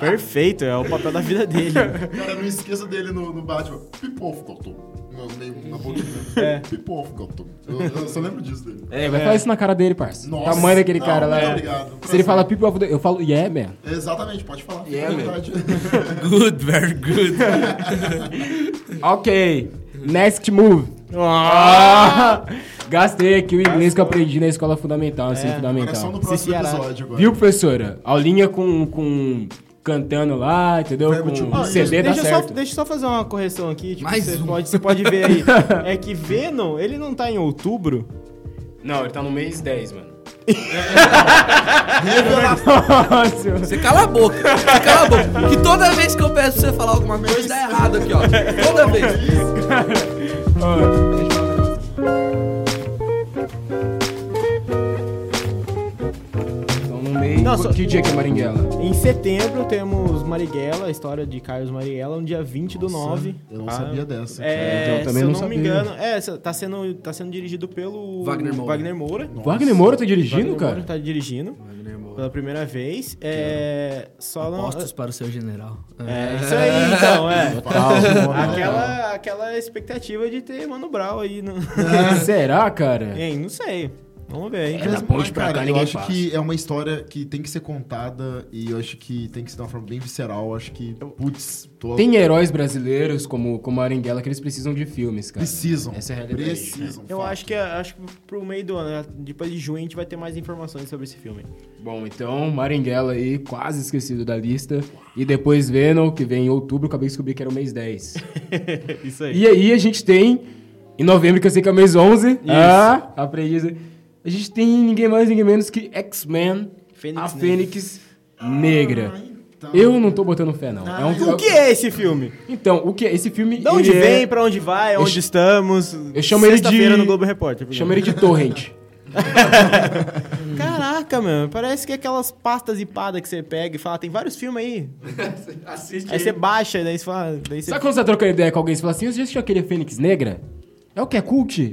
Speaker 2: Perfeito, é o papel da vida dele.
Speaker 3: Cara, não esqueça dele no, no Batman. Pipof, Galton. Na, na, na boquinha. É. Pipof, Galton. Eu, eu só lembro disso dele.
Speaker 1: É, vai falar isso na cara dele, parça.
Speaker 3: Nossa.
Speaker 1: Tamanho daquele
Speaker 3: Não,
Speaker 1: cara lá.
Speaker 3: muito
Speaker 1: é.
Speaker 3: obrigado.
Speaker 1: Se ele fala people of the... Eu falo, yeah, man.
Speaker 3: Exatamente, pode falar.
Speaker 1: É,
Speaker 3: fica
Speaker 4: Yeah,
Speaker 3: à
Speaker 4: man.
Speaker 3: vontade.
Speaker 1: Então,
Speaker 4: Good, very good.
Speaker 1: Ok. Next move. Ah! Gastei aqui o inglês que eu aprendi na escola fundamental, assim,
Speaker 2: É,
Speaker 3: Agora é só no
Speaker 1: fundamental.
Speaker 3: próximo
Speaker 2: Ceará.
Speaker 3: episódio agora.
Speaker 1: Viu, professora? Aulinha com, com cantando lá, entendeu?
Speaker 3: Verbo to
Speaker 1: Com
Speaker 3: be.
Speaker 1: Ah! o CD dá
Speaker 2: deixa, eu só,
Speaker 1: certo.
Speaker 2: deixa eu só fazer uma correção aqui. Tipo,
Speaker 4: Mais um.
Speaker 2: você,
Speaker 4: uma.
Speaker 2: pode, você pode ver aí. É que Venom, ele não tá em outubro.
Speaker 1: Não, ele tá no mês 10, mano.
Speaker 3: Revelação.
Speaker 4: Você cala a boca, você cala a boca. Que toda vez que eu peço pra você falar alguma coisa, dá errado aqui, ó. Toda vez.
Speaker 1: Então no mês.
Speaker 2: Não, só-
Speaker 1: Que dia que é Maringuela?
Speaker 2: Em setembro temos Marighella, a história de Carlos Marighella, no dia 20 do 9.
Speaker 3: Eu não
Speaker 2: tá?
Speaker 3: sabia dessa.
Speaker 2: É,
Speaker 1: Então, eu também
Speaker 2: se eu
Speaker 1: não
Speaker 2: não, me
Speaker 1: sabia.
Speaker 2: engano, é, se- tá sendo, tá sendo dirigido pelo
Speaker 4: Wagner Moura.
Speaker 2: Wagner Moura.
Speaker 1: Wagner Moura tá dirigindo,
Speaker 2: Wagner Moura
Speaker 1: cara?
Speaker 2: tá dirigindo pela primeira vez. É, só não.
Speaker 4: para o seu general.
Speaker 2: É, isso aí, então, é.
Speaker 1: Tá,
Speaker 3: Total.
Speaker 2: Aquela, aquela expectativa de ter Mano Brown aí. No...
Speaker 1: Será, cara?
Speaker 2: Hein, não sei. Vamos ver, hein?
Speaker 1: É, da ponte pra
Speaker 3: cara,
Speaker 1: cá,
Speaker 3: eu
Speaker 1: ninguém
Speaker 3: acho
Speaker 1: passa.
Speaker 3: que é uma história que tem que ser contada e eu acho que tem que ser de uma forma bem visceral. Eu acho que, putz, tô...
Speaker 1: Tem heróis brasileiros como, como Maringuela que eles precisam de filmes, cara.
Speaker 3: precisam.
Speaker 1: Essa é a realidade.
Speaker 3: precisam.
Speaker 2: Eu
Speaker 3: fato.
Speaker 2: acho que, acho que pro meio do ano, né, depois de junho, a gente vai ter mais informações sobre esse filme.
Speaker 1: Bom, então, Maringuela aí, quase esquecido da lista. E depois Venom, que vem em outubro, acabei de descobrir que era o mês 10.
Speaker 2: Isso aí.
Speaker 1: E aí a gente tem, em novembro, que eu sei que é o mês 11. Ah, aprendi. A gente tem ninguém mais, ninguém menos que X-Men,
Speaker 2: Fênix
Speaker 1: a
Speaker 2: Negra.
Speaker 1: Fênix Negra.
Speaker 3: Ah, então.
Speaker 1: Eu não tô botando fé, não. É um-
Speaker 2: O que é esse filme?
Speaker 1: Então, o que é? Esse filme...
Speaker 2: De onde
Speaker 1: ele é-
Speaker 2: vem, pra onde vai,
Speaker 1: Eu
Speaker 2: onde
Speaker 1: ch-
Speaker 2: estamos?
Speaker 1: eu chamo ele de-
Speaker 2: Sexta-feira no Globo Repórter. por
Speaker 1: Chama ele de Torrent.
Speaker 2: exemplo. Caraca, mano, parece que é aquelas pastas hipadas que você pega e fala, tem vários filmes aí.
Speaker 4: Assiste
Speaker 2: Aí você baixa, daí você fala... ah, Daí você...
Speaker 1: Sabe quando você tá trocando ideia com alguém e você fala assim, você já assistiu aquele Fênix Negra? É o que? É cult?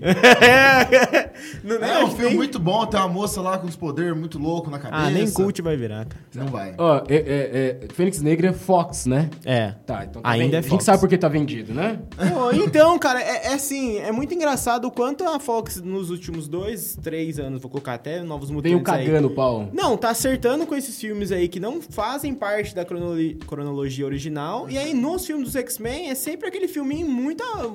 Speaker 2: não, não,
Speaker 3: É um filme
Speaker 2: nem-
Speaker 3: muito bom, tem uma moça lá com os poderes muito louco na cabeça.
Speaker 2: Ah, nem cult vai virar, cara.
Speaker 3: Não vai.
Speaker 1: Ó, é, é, é, Fênix Negra é Fox, né?
Speaker 2: É.
Speaker 1: Tá, então tá
Speaker 2: Ainda
Speaker 1: vendido.
Speaker 2: é
Speaker 1: A gente
Speaker 2: Fox.
Speaker 1: sabe por que tá vendido, né?
Speaker 2: Pô, então, cara, é, é assim, é muito engraçado o quanto a Fox nos últimos dois, três anos, vou colocar até novos
Speaker 1: Veio
Speaker 2: mutantes aí.
Speaker 1: cagando o pau.
Speaker 2: Não, tá acertando com esses filmes aí que não fazem parte da cronoli- cronologia original. E aí, nos filmes dos X-Men, é sempre aquele filminho muito, a-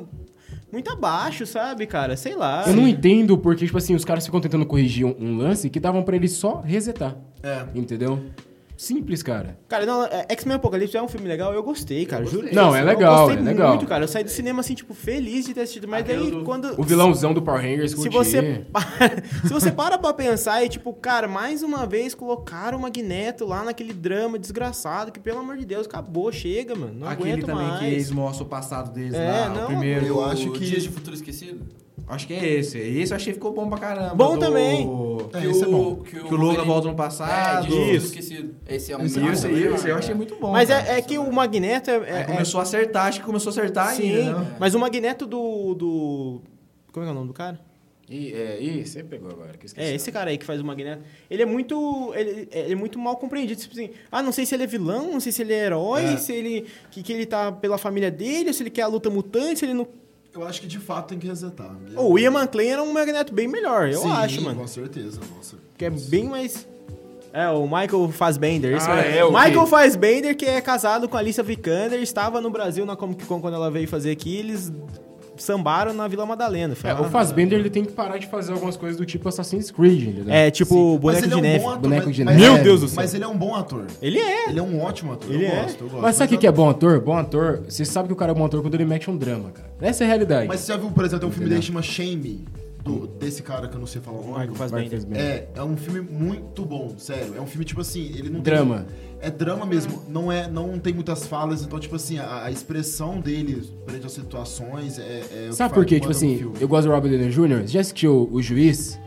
Speaker 2: muito abaixo, sabe, cara? Sei lá.
Speaker 1: Eu não entendo porque, tipo assim, os caras ficam tentando corrigir um, um lance que davam pra ele só resetar.
Speaker 3: É.
Speaker 1: Entendeu? Simples, cara.
Speaker 2: Cara, não, é- X-Men Apocalipse é um filme legal, eu gostei, cara, juro.
Speaker 1: Não, é legal,
Speaker 2: Eu gostei
Speaker 1: é legal.
Speaker 2: muito, cara. Eu saí do cinema, assim, tipo, feliz de ter assistido. Mas daí, quando...
Speaker 1: O vilãozão do Power Rangers
Speaker 2: Se
Speaker 1: curti.
Speaker 2: você, se você para pra pensar, é tipo, cara, mais uma vez colocaram o Magneto lá naquele drama desgraçado que, pelo amor de Deus, acabou, chega, mano. Não
Speaker 6: Aquele
Speaker 2: aguento
Speaker 6: também
Speaker 2: mais.
Speaker 6: que eles mostram o passado deles
Speaker 2: É,
Speaker 6: lá, o
Speaker 2: não,
Speaker 6: primeiro.
Speaker 3: eu acho que-
Speaker 4: Dias de Futuro Esquecido.
Speaker 6: Acho que é esse. Esse eu achei que ficou bom pra caramba.
Speaker 2: Bom
Speaker 6: do-
Speaker 2: também.
Speaker 3: É, esse é bom.
Speaker 4: Que
Speaker 6: Que o Logan volta no
Speaker 4: É, Dias
Speaker 6: passado.
Speaker 4: de Futuro
Speaker 2: Isso.
Speaker 4: Esquecido. Esse é um
Speaker 6: Isso,
Speaker 4: bom,
Speaker 6: isso,
Speaker 4: né?
Speaker 6: isso, eu achei muito bom.
Speaker 2: Mas
Speaker 6: cara.
Speaker 2: é, é que o Magneto é. é-
Speaker 6: Aí
Speaker 2: é-
Speaker 6: começou a acertar, acho que começou a acertar
Speaker 2: sim,
Speaker 6: ainda. né?
Speaker 2: mas o Magneto do. do. Como é que é o nome do cara?
Speaker 1: Ih, é, ih, você pegou agora, que eu esqueci.
Speaker 2: É, esse cara aí que faz o Magneto. Ele é muito. Ele, ele é muito mal compreendido. Tipo assim, ah, não sei se ele é vilão, não sei se ele é herói, se ele. Que, que ele tá pela família dele, ou se ele quer a luta mutante, se ele não.
Speaker 3: Eu acho que de fato tem que resetar. né?
Speaker 2: Ô, o Ian McClane era um Magneto bem melhor, eu
Speaker 3: Sim,
Speaker 2: acho, mano.
Speaker 3: Com certeza, nossa.
Speaker 2: Que é bem mais. É, o Michael Fassbender. Isso
Speaker 1: Ah,
Speaker 2: mesmo.
Speaker 1: é, o
Speaker 2: Michael
Speaker 1: que-
Speaker 2: Fassbender, que é casado com a Alicia Vikander, estava no Brasil na Comic Con quando ela veio fazer aqui. Eles sambaram na Vila Madalena.
Speaker 1: É,
Speaker 2: Falaram-
Speaker 1: o Fazbender ele tem que parar de fazer algumas coisas do tipo Assassin's Creed, entendeu?
Speaker 2: é, tipo, boneco de
Speaker 3: ele é um
Speaker 2: neve.
Speaker 3: bom ator.
Speaker 1: Boneco
Speaker 3: mas-
Speaker 1: de
Speaker 3: mas-
Speaker 1: neve.
Speaker 2: Meu Deus do céu.
Speaker 3: Mas ele é um bom ator.
Speaker 2: Ele é.
Speaker 3: Ele é um ótimo ator.
Speaker 2: Ele
Speaker 3: eu
Speaker 2: é.
Speaker 3: gosto, eu gosto.
Speaker 1: Mas sabe o que que é bom ator? Bom ator, você sabe que o cara é bom ator quando ele mete um drama, cara. Essa é a realidade.
Speaker 3: Mas você já viu, por exemplo, tem um filme dele que chama Shame, do, desse cara que eu não sei falar o nome.
Speaker 2: Michael Fassbender.
Speaker 3: É, é um filme muito bom, sério. É um filme, tipo assim, ele não
Speaker 1: Drama.
Speaker 3: Tem, é drama mesmo. Não, é, não tem muitas falas, então, tipo assim, a, a expressão dele frente às situações é. é o
Speaker 1: Sabe
Speaker 3: que faz-
Speaker 1: por quê? Tipo
Speaker 3: manda no
Speaker 1: assim,
Speaker 3: filme.
Speaker 1: eu gosto do Robert Downey Jr. Já assistiu O Juiz?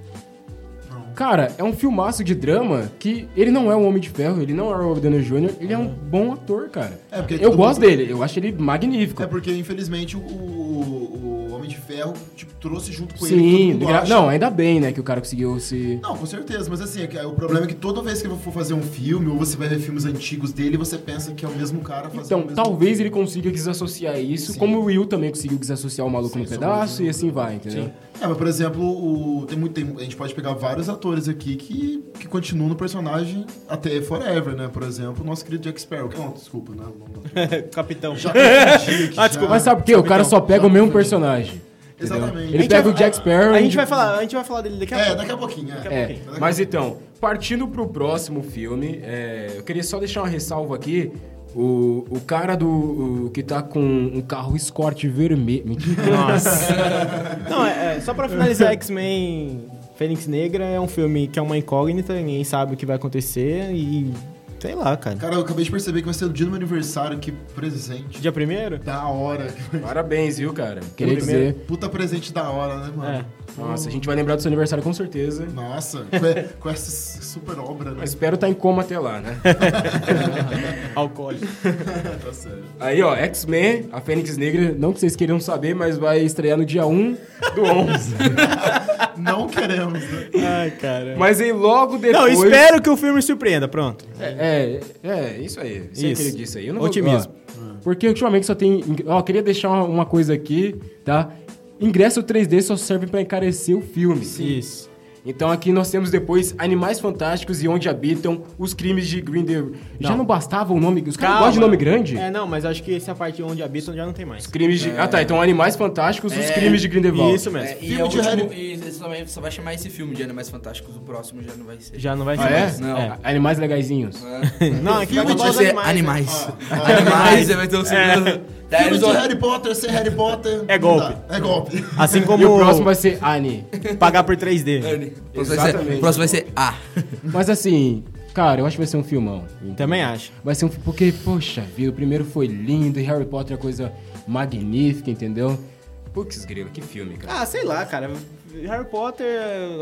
Speaker 1: Cara, é um filmaço de drama que ele não é um Homem de Ferro, ele não é o Robert Downey Jr., ele é um bom ator, cara.
Speaker 3: É, porque
Speaker 1: eu
Speaker 3: todo
Speaker 1: gosto
Speaker 3: mundo-
Speaker 1: dele, eu acho ele magnífico.
Speaker 3: É porque, infelizmente, o, o- o Homem de Ferro tipo, trouxe junto com ele. todo
Speaker 1: Sim,
Speaker 3: mundo
Speaker 1: gra-
Speaker 3: acha-
Speaker 1: não, ainda bem, né, que o cara conseguiu se...
Speaker 3: Não, com certeza, mas assim, é que- o problema é que toda vez que ele for fazer um filme, ou você vai ver filmes antigos dele, você pensa que é o mesmo cara fazendo o
Speaker 1: Então,
Speaker 3: mesmo
Speaker 1: talvez ele consiga desassociar isso,
Speaker 3: Sim.
Speaker 1: como o Will também conseguiu desassociar o maluco
Speaker 3: Sim,
Speaker 1: no
Speaker 3: sou
Speaker 1: pedaço,
Speaker 3: muito-
Speaker 1: e assim vai, entendeu?
Speaker 3: É, mas por exemplo, o, tem muito, tem- a gente pode pegar vários atores aqui que, que continuam no personagem até forever, né? Por exemplo, o nosso querido Jack Sparrow. Não, desculpa, né? Não- não-
Speaker 2: Capitão.
Speaker 3: Já confundi aqui,
Speaker 2: Ah, desculpa,
Speaker 1: Mas sabe por quê? O cara
Speaker 3: então,
Speaker 1: só pega o mesmo personagem. entendeu?
Speaker 3: Exatamente.
Speaker 1: Ele
Speaker 2: A gente
Speaker 1: pega
Speaker 2: vai-
Speaker 1: o Jack Sparrow...
Speaker 2: A
Speaker 1: e-
Speaker 2: gente vai falar, a gente vai falar dele daqui a
Speaker 3: É,
Speaker 2: pouco.
Speaker 3: daqui a pouquinho, é.
Speaker 1: É, mas então, partindo pro próximo filme, é, eu queria só deixar uma ressalva aqui. O, o cara do. o que tá com um carro escorte vermelho. Mentira.
Speaker 2: Não, é, é, só pra finalizar, X-Men Fênix Negra é um filme que é uma incógnita, ninguém sabe o que vai acontecer e. sei lá, cara.
Speaker 3: Cara, eu acabei de perceber que vai ser o dia do meu aniversário, que presente.
Speaker 2: Dia primeiro?
Speaker 3: Da hora.
Speaker 1: Parabéns, viu, cara? Queria
Speaker 2: Primeiro.
Speaker 1: dizer.
Speaker 3: Puta presente da hora, né,
Speaker 1: É.
Speaker 3: mano?
Speaker 1: Nossa, a gente vai lembrar do seu aniversário com certeza.
Speaker 3: Nossa, com, com essa super obra, né?
Speaker 1: Eu espero estar tá em coma até lá, né?
Speaker 2: Alcoólico.
Speaker 3: Tá sério.
Speaker 1: Aí, ó, X-Men, a Fênix Negra, não que vocês queriam saber, mas vai estrear no dia 1 do 11.
Speaker 3: Não queremos, né?
Speaker 2: Ai, cara.
Speaker 1: mas aí logo depois...
Speaker 2: Não, espero que o filme surpreenda, pronto.
Speaker 1: É, é, é, isso aí. Isso.
Speaker 2: Isso.
Speaker 1: que ele disse aí. Eu não
Speaker 2: Otimismo.
Speaker 1: Vou, ó, porque ultimamente só tem... Ó, queria deixar uma, uma coisa aqui, tá? Ingresso 3D só serve pra encarecer o filme.
Speaker 2: Isso.
Speaker 1: Então aqui nós temos depois Animais Fantásticos e Onde Habitam os Crimes de Grindelwald. Já
Speaker 2: Não.
Speaker 1: não bastava o nome... Os caras
Speaker 2: Calma.
Speaker 1: gostam de nome grande?
Speaker 2: É, não, mas acho que essa parte onde habitam já não tem mais.
Speaker 1: Os crimes de... Ah, tá. Então Animais Fantásticos e os Crimes de Grindelwald.
Speaker 2: Isso mesmo.
Speaker 4: É, e
Speaker 3: Filme
Speaker 4: é o
Speaker 3: de
Speaker 4: último,
Speaker 3: Harry-
Speaker 4: e você também só vai chamar esse filme de Animais Fantásticos, o próximo já não vai ser.
Speaker 2: Já não vai ser
Speaker 1: Ah, é?
Speaker 2: mais.
Speaker 4: Não.
Speaker 2: É.
Speaker 1: Animais legaizinhos.
Speaker 2: Não, é que vai
Speaker 3: Filme
Speaker 2: botar
Speaker 4: Vai
Speaker 2: os
Speaker 4: ser
Speaker 2: animais.
Speaker 4: animais.
Speaker 3: Ah, ah.
Speaker 4: Animais, aí vai ter o segundo. Tá, Daí
Speaker 3: Filme
Speaker 4: eles
Speaker 3: de
Speaker 4: vão-
Speaker 3: Harry Potter sem Harry Potter.
Speaker 2: É
Speaker 3: não
Speaker 2: golpe.
Speaker 3: dá. É golpe.
Speaker 2: Assim como
Speaker 1: E o próximo vai ser Annie.
Speaker 2: pagar por 3D.
Speaker 4: Anne. O próximo vai ser-
Speaker 1: Exatamente.
Speaker 4: O próximo vai ser A.
Speaker 1: Mas assim, cara, eu acho que vai ser um filmão.
Speaker 2: Também acho.
Speaker 1: Vai ser um fi- Porque, poxa vida, o primeiro foi lindo e Harry Potter é coisa magnífica, entendeu? Putz, grilo, que filme, cara.
Speaker 2: Ah, sei lá, cara. Harry Potter,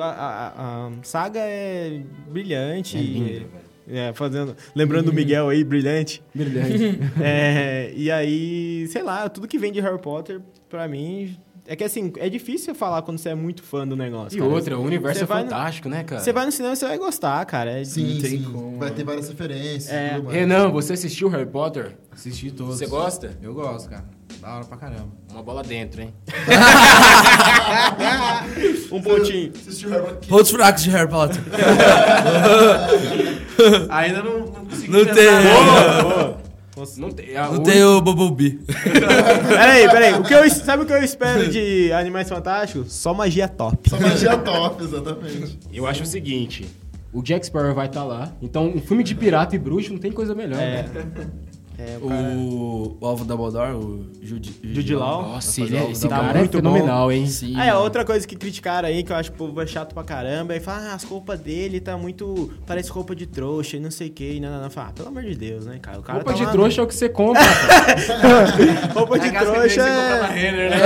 Speaker 2: a, a- a saga é brilhante.
Speaker 1: É lindo, velho. Uhum.
Speaker 2: É, fazendo, lembrando o Miguel aí, brilhante.
Speaker 1: Brilhante.
Speaker 2: É, e aí, sei lá, tudo que vem de Harry Potter, pra mim. É que assim, é difícil falar quando você é muito fã do negócio.
Speaker 1: E
Speaker 2: cara.
Speaker 1: outra, o universo
Speaker 2: Você
Speaker 1: é
Speaker 2: vai no-
Speaker 1: fantástico, né, cara?
Speaker 2: Você vai no cinema e você vai gostar, cara. É-
Speaker 3: Sim,
Speaker 4: tem
Speaker 3: sim.
Speaker 4: como,
Speaker 3: Vai
Speaker 4: né?
Speaker 3: ter várias referências.
Speaker 2: É.
Speaker 3: tudo mais.
Speaker 1: Renan, você assistiu Harry Potter?
Speaker 6: Assisti todos.
Speaker 1: Você gosta?
Speaker 6: Eu gosto, cara. Da hora pra caramba.
Speaker 1: Uma bola dentro, hein?
Speaker 2: Um pontinho.
Speaker 3: Assistiu Harry Potter.
Speaker 4: Pontos fracos de Harry Potter.
Speaker 6: Ainda não, não consegui
Speaker 4: Não
Speaker 6: pensar
Speaker 4: tem.
Speaker 6: nada.
Speaker 1: Não tem. a-
Speaker 4: Não
Speaker 1: o-
Speaker 4: tem o Bobobi.
Speaker 2: Peraí, peraí. O que eu, sabe o que eu espero de Animais Fantásticos? Só magia top.
Speaker 3: Só magia top, exatamente.
Speaker 1: Eu acho o seguinte. O Jack Sparrow vai estar lá. Então, um filme de pirata e bruxo não tem coisa melhor.
Speaker 2: É.
Speaker 1: né?
Speaker 2: É, o cara-
Speaker 4: O, o Alvo Dumbledore, o Jude,
Speaker 2: Jude Law.
Speaker 1: Nossa,
Speaker 4: Vai
Speaker 1: ele
Speaker 4: fazer
Speaker 1: é-
Speaker 4: o
Speaker 1: esse
Speaker 4: Dumbledore.
Speaker 1: cara é
Speaker 2: Muito bom.
Speaker 1: fenomenal, hein?
Speaker 4: Sim.
Speaker 2: Ah, é, outra coisa que criticaram aí, que eu acho que o povo é chato pra caramba, e fala, ah, as roupas dele tá muito. parece roupa de trouxa e não sei o que, e não, não, não. Fala, ah, pelo amor de Deus, né, cara? O cara
Speaker 1: Roupa
Speaker 2: tá
Speaker 1: de
Speaker 2: lá-
Speaker 1: trouxa é o que você compra. cara.
Speaker 2: Roupa de
Speaker 6: É aquelas camisetas
Speaker 2: trouxa
Speaker 6: que você compra na
Speaker 2: é.
Speaker 6: Renner, né?
Speaker 4: Eu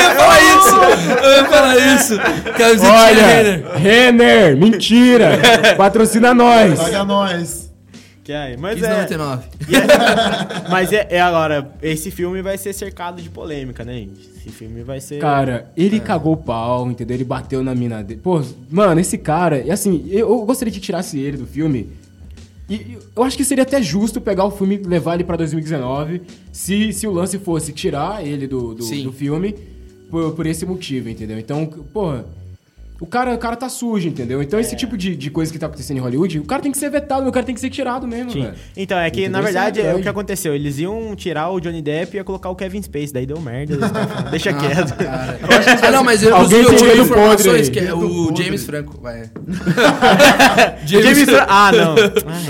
Speaker 4: ia falar isso! Eu ia falar isso! Camisetinha Renner.
Speaker 1: Olha, Renner, mentira! Patrocina nós!
Speaker 3: Paga nós.
Speaker 2: Que aí, mas é.
Speaker 4: 1599.
Speaker 2: e é- mas é, é agora, esse filme vai ser cercado de polêmica, né, gente? Esse filme vai ser.
Speaker 1: Cara,
Speaker 4: É.
Speaker 1: ele cagou o pau, entendeu? Ele bateu na mina dele. Pô, mano, esse cara, e assim, eu, eu gostaria que tirasse ele do filme. E e eu acho que seria até justo pegar o filme e levar ele pra 2019 se, se o lance fosse tirar ele do, do,
Speaker 4: Sim.
Speaker 1: do filme por, por esse motivo, entendeu? Então, porra. O cara, o cara tá sujo, entendeu? Então,
Speaker 4: É.
Speaker 1: esse tipo de, de coisa que tá acontecendo em Hollywood, o cara tem que ser vetado, o cara tem que ser tirado mesmo,
Speaker 2: Sim.
Speaker 1: velho.
Speaker 2: Então, é que
Speaker 1: Entendeu?
Speaker 2: na
Speaker 1: Isso é
Speaker 2: verdade é o que
Speaker 1: verdade.
Speaker 2: aconteceu. Eles iam tirar o Johnny Depp e ia colocar o Kevin Space, daí deu merda. eles iam falar, Deixa quieto.
Speaker 4: Ah, não, mas eu
Speaker 1: Alguém
Speaker 4: eu
Speaker 1: tem
Speaker 4: tirei
Speaker 1: dedo podre
Speaker 4: informações
Speaker 1: aí.
Speaker 4: que é
Speaker 3: Dedo
Speaker 4: o
Speaker 3: podre.
Speaker 4: James Franco. Vai.
Speaker 2: James Fran- Ah, não.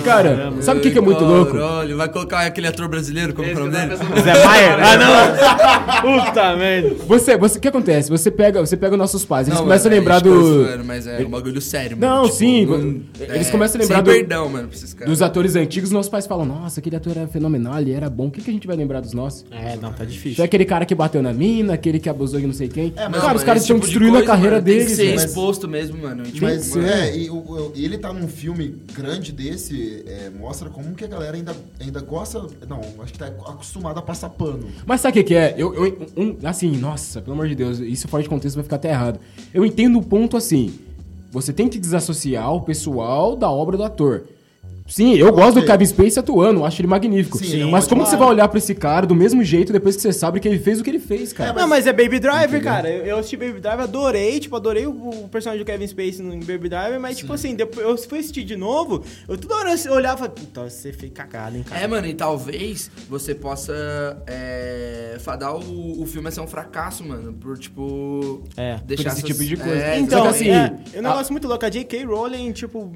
Speaker 1: Cara, sabe o que, que é muito louco?
Speaker 4: Olha, vai colocar aquele ator brasileiro, como é o nome dele?
Speaker 2: Zé Maier? Ah, não. Puta merda.
Speaker 1: Você, você, o que acontece? Você pega, você pega os nossos pais, eles
Speaker 4: Não,
Speaker 1: começam
Speaker 4: mano,
Speaker 1: a lembrar
Speaker 4: é, tipo,
Speaker 1: do-
Speaker 4: zoando, Mas é um bagulho sério,
Speaker 1: Não,
Speaker 4: mano. Tipo,
Speaker 1: sim, é,
Speaker 4: não- é
Speaker 1: eles começam a lembrar
Speaker 4: sem
Speaker 1: do-
Speaker 4: perdão, mano, pra esses caras.
Speaker 1: dos atores antigos. Nossos pais falam, nossa, aquele ator era fenomenal, ele era bom. O que, que a gente vai lembrar dos nossos?
Speaker 2: É, não, tá
Speaker 1: Então é
Speaker 2: difícil.
Speaker 1: aquele cara que bateu na mina, aquele que abusou de não sei quem.
Speaker 3: É, mas-
Speaker 1: cara,
Speaker 4: mano,
Speaker 1: os caras
Speaker 4: esse
Speaker 1: estão
Speaker 4: tipo de
Speaker 1: destruindo
Speaker 4: coisa,
Speaker 1: a carreira
Speaker 4: mano,
Speaker 1: deles.
Speaker 4: Tem que
Speaker 1: mano.
Speaker 4: ser exposto mesmo, mano. E, tipo,
Speaker 3: Mas
Speaker 4: mano,
Speaker 3: é, e, o- o- ele tá num filme grande desse, é, mostra como que a galera ainda, ainda gosta. Não, acho que tá acostumada a passar pano.
Speaker 1: Mas sabe o que, que é? Eu, eu- um- assim, nossa, pelo amor de Deus, isso fora de contexto vai ficar até errado. Eu entendo o ponto assim. Você tem que desassociar o pessoal da obra do ator. Sim, eu gosto do
Speaker 3: Ok.
Speaker 1: Kevin Space atuando, acho ele magnífico.
Speaker 3: Sim, ele é um
Speaker 1: mas como
Speaker 3: ótimo
Speaker 1: que você vai olhar pra esse cara do mesmo jeito depois que você sabe que ele fez o que ele fez, cara?
Speaker 2: Não, mas é Baby Driver, cara. Eu, eu assisti Baby Driver, adorei, tipo, adorei o, o personagem do Kevin Spacey no em Baby Driver, mas, tipo assim, depois eu fui assistir de novo, eu toda hora eu olhava e falava, puta, você fez cagada, hein, cara.
Speaker 4: É, mano, e talvez você possa é, fadar o, o filme a ser um fracasso, mano. Por, tipo.
Speaker 2: É, por
Speaker 4: deixar
Speaker 1: esse
Speaker 4: essas-
Speaker 1: tipo de coisa.
Speaker 4: É,
Speaker 1: Só
Speaker 2: Então,
Speaker 1: que
Speaker 4: então,
Speaker 1: assim,
Speaker 2: é, é um
Speaker 1: a-
Speaker 2: negócio muito louco. A J.K. Rowling, tipo,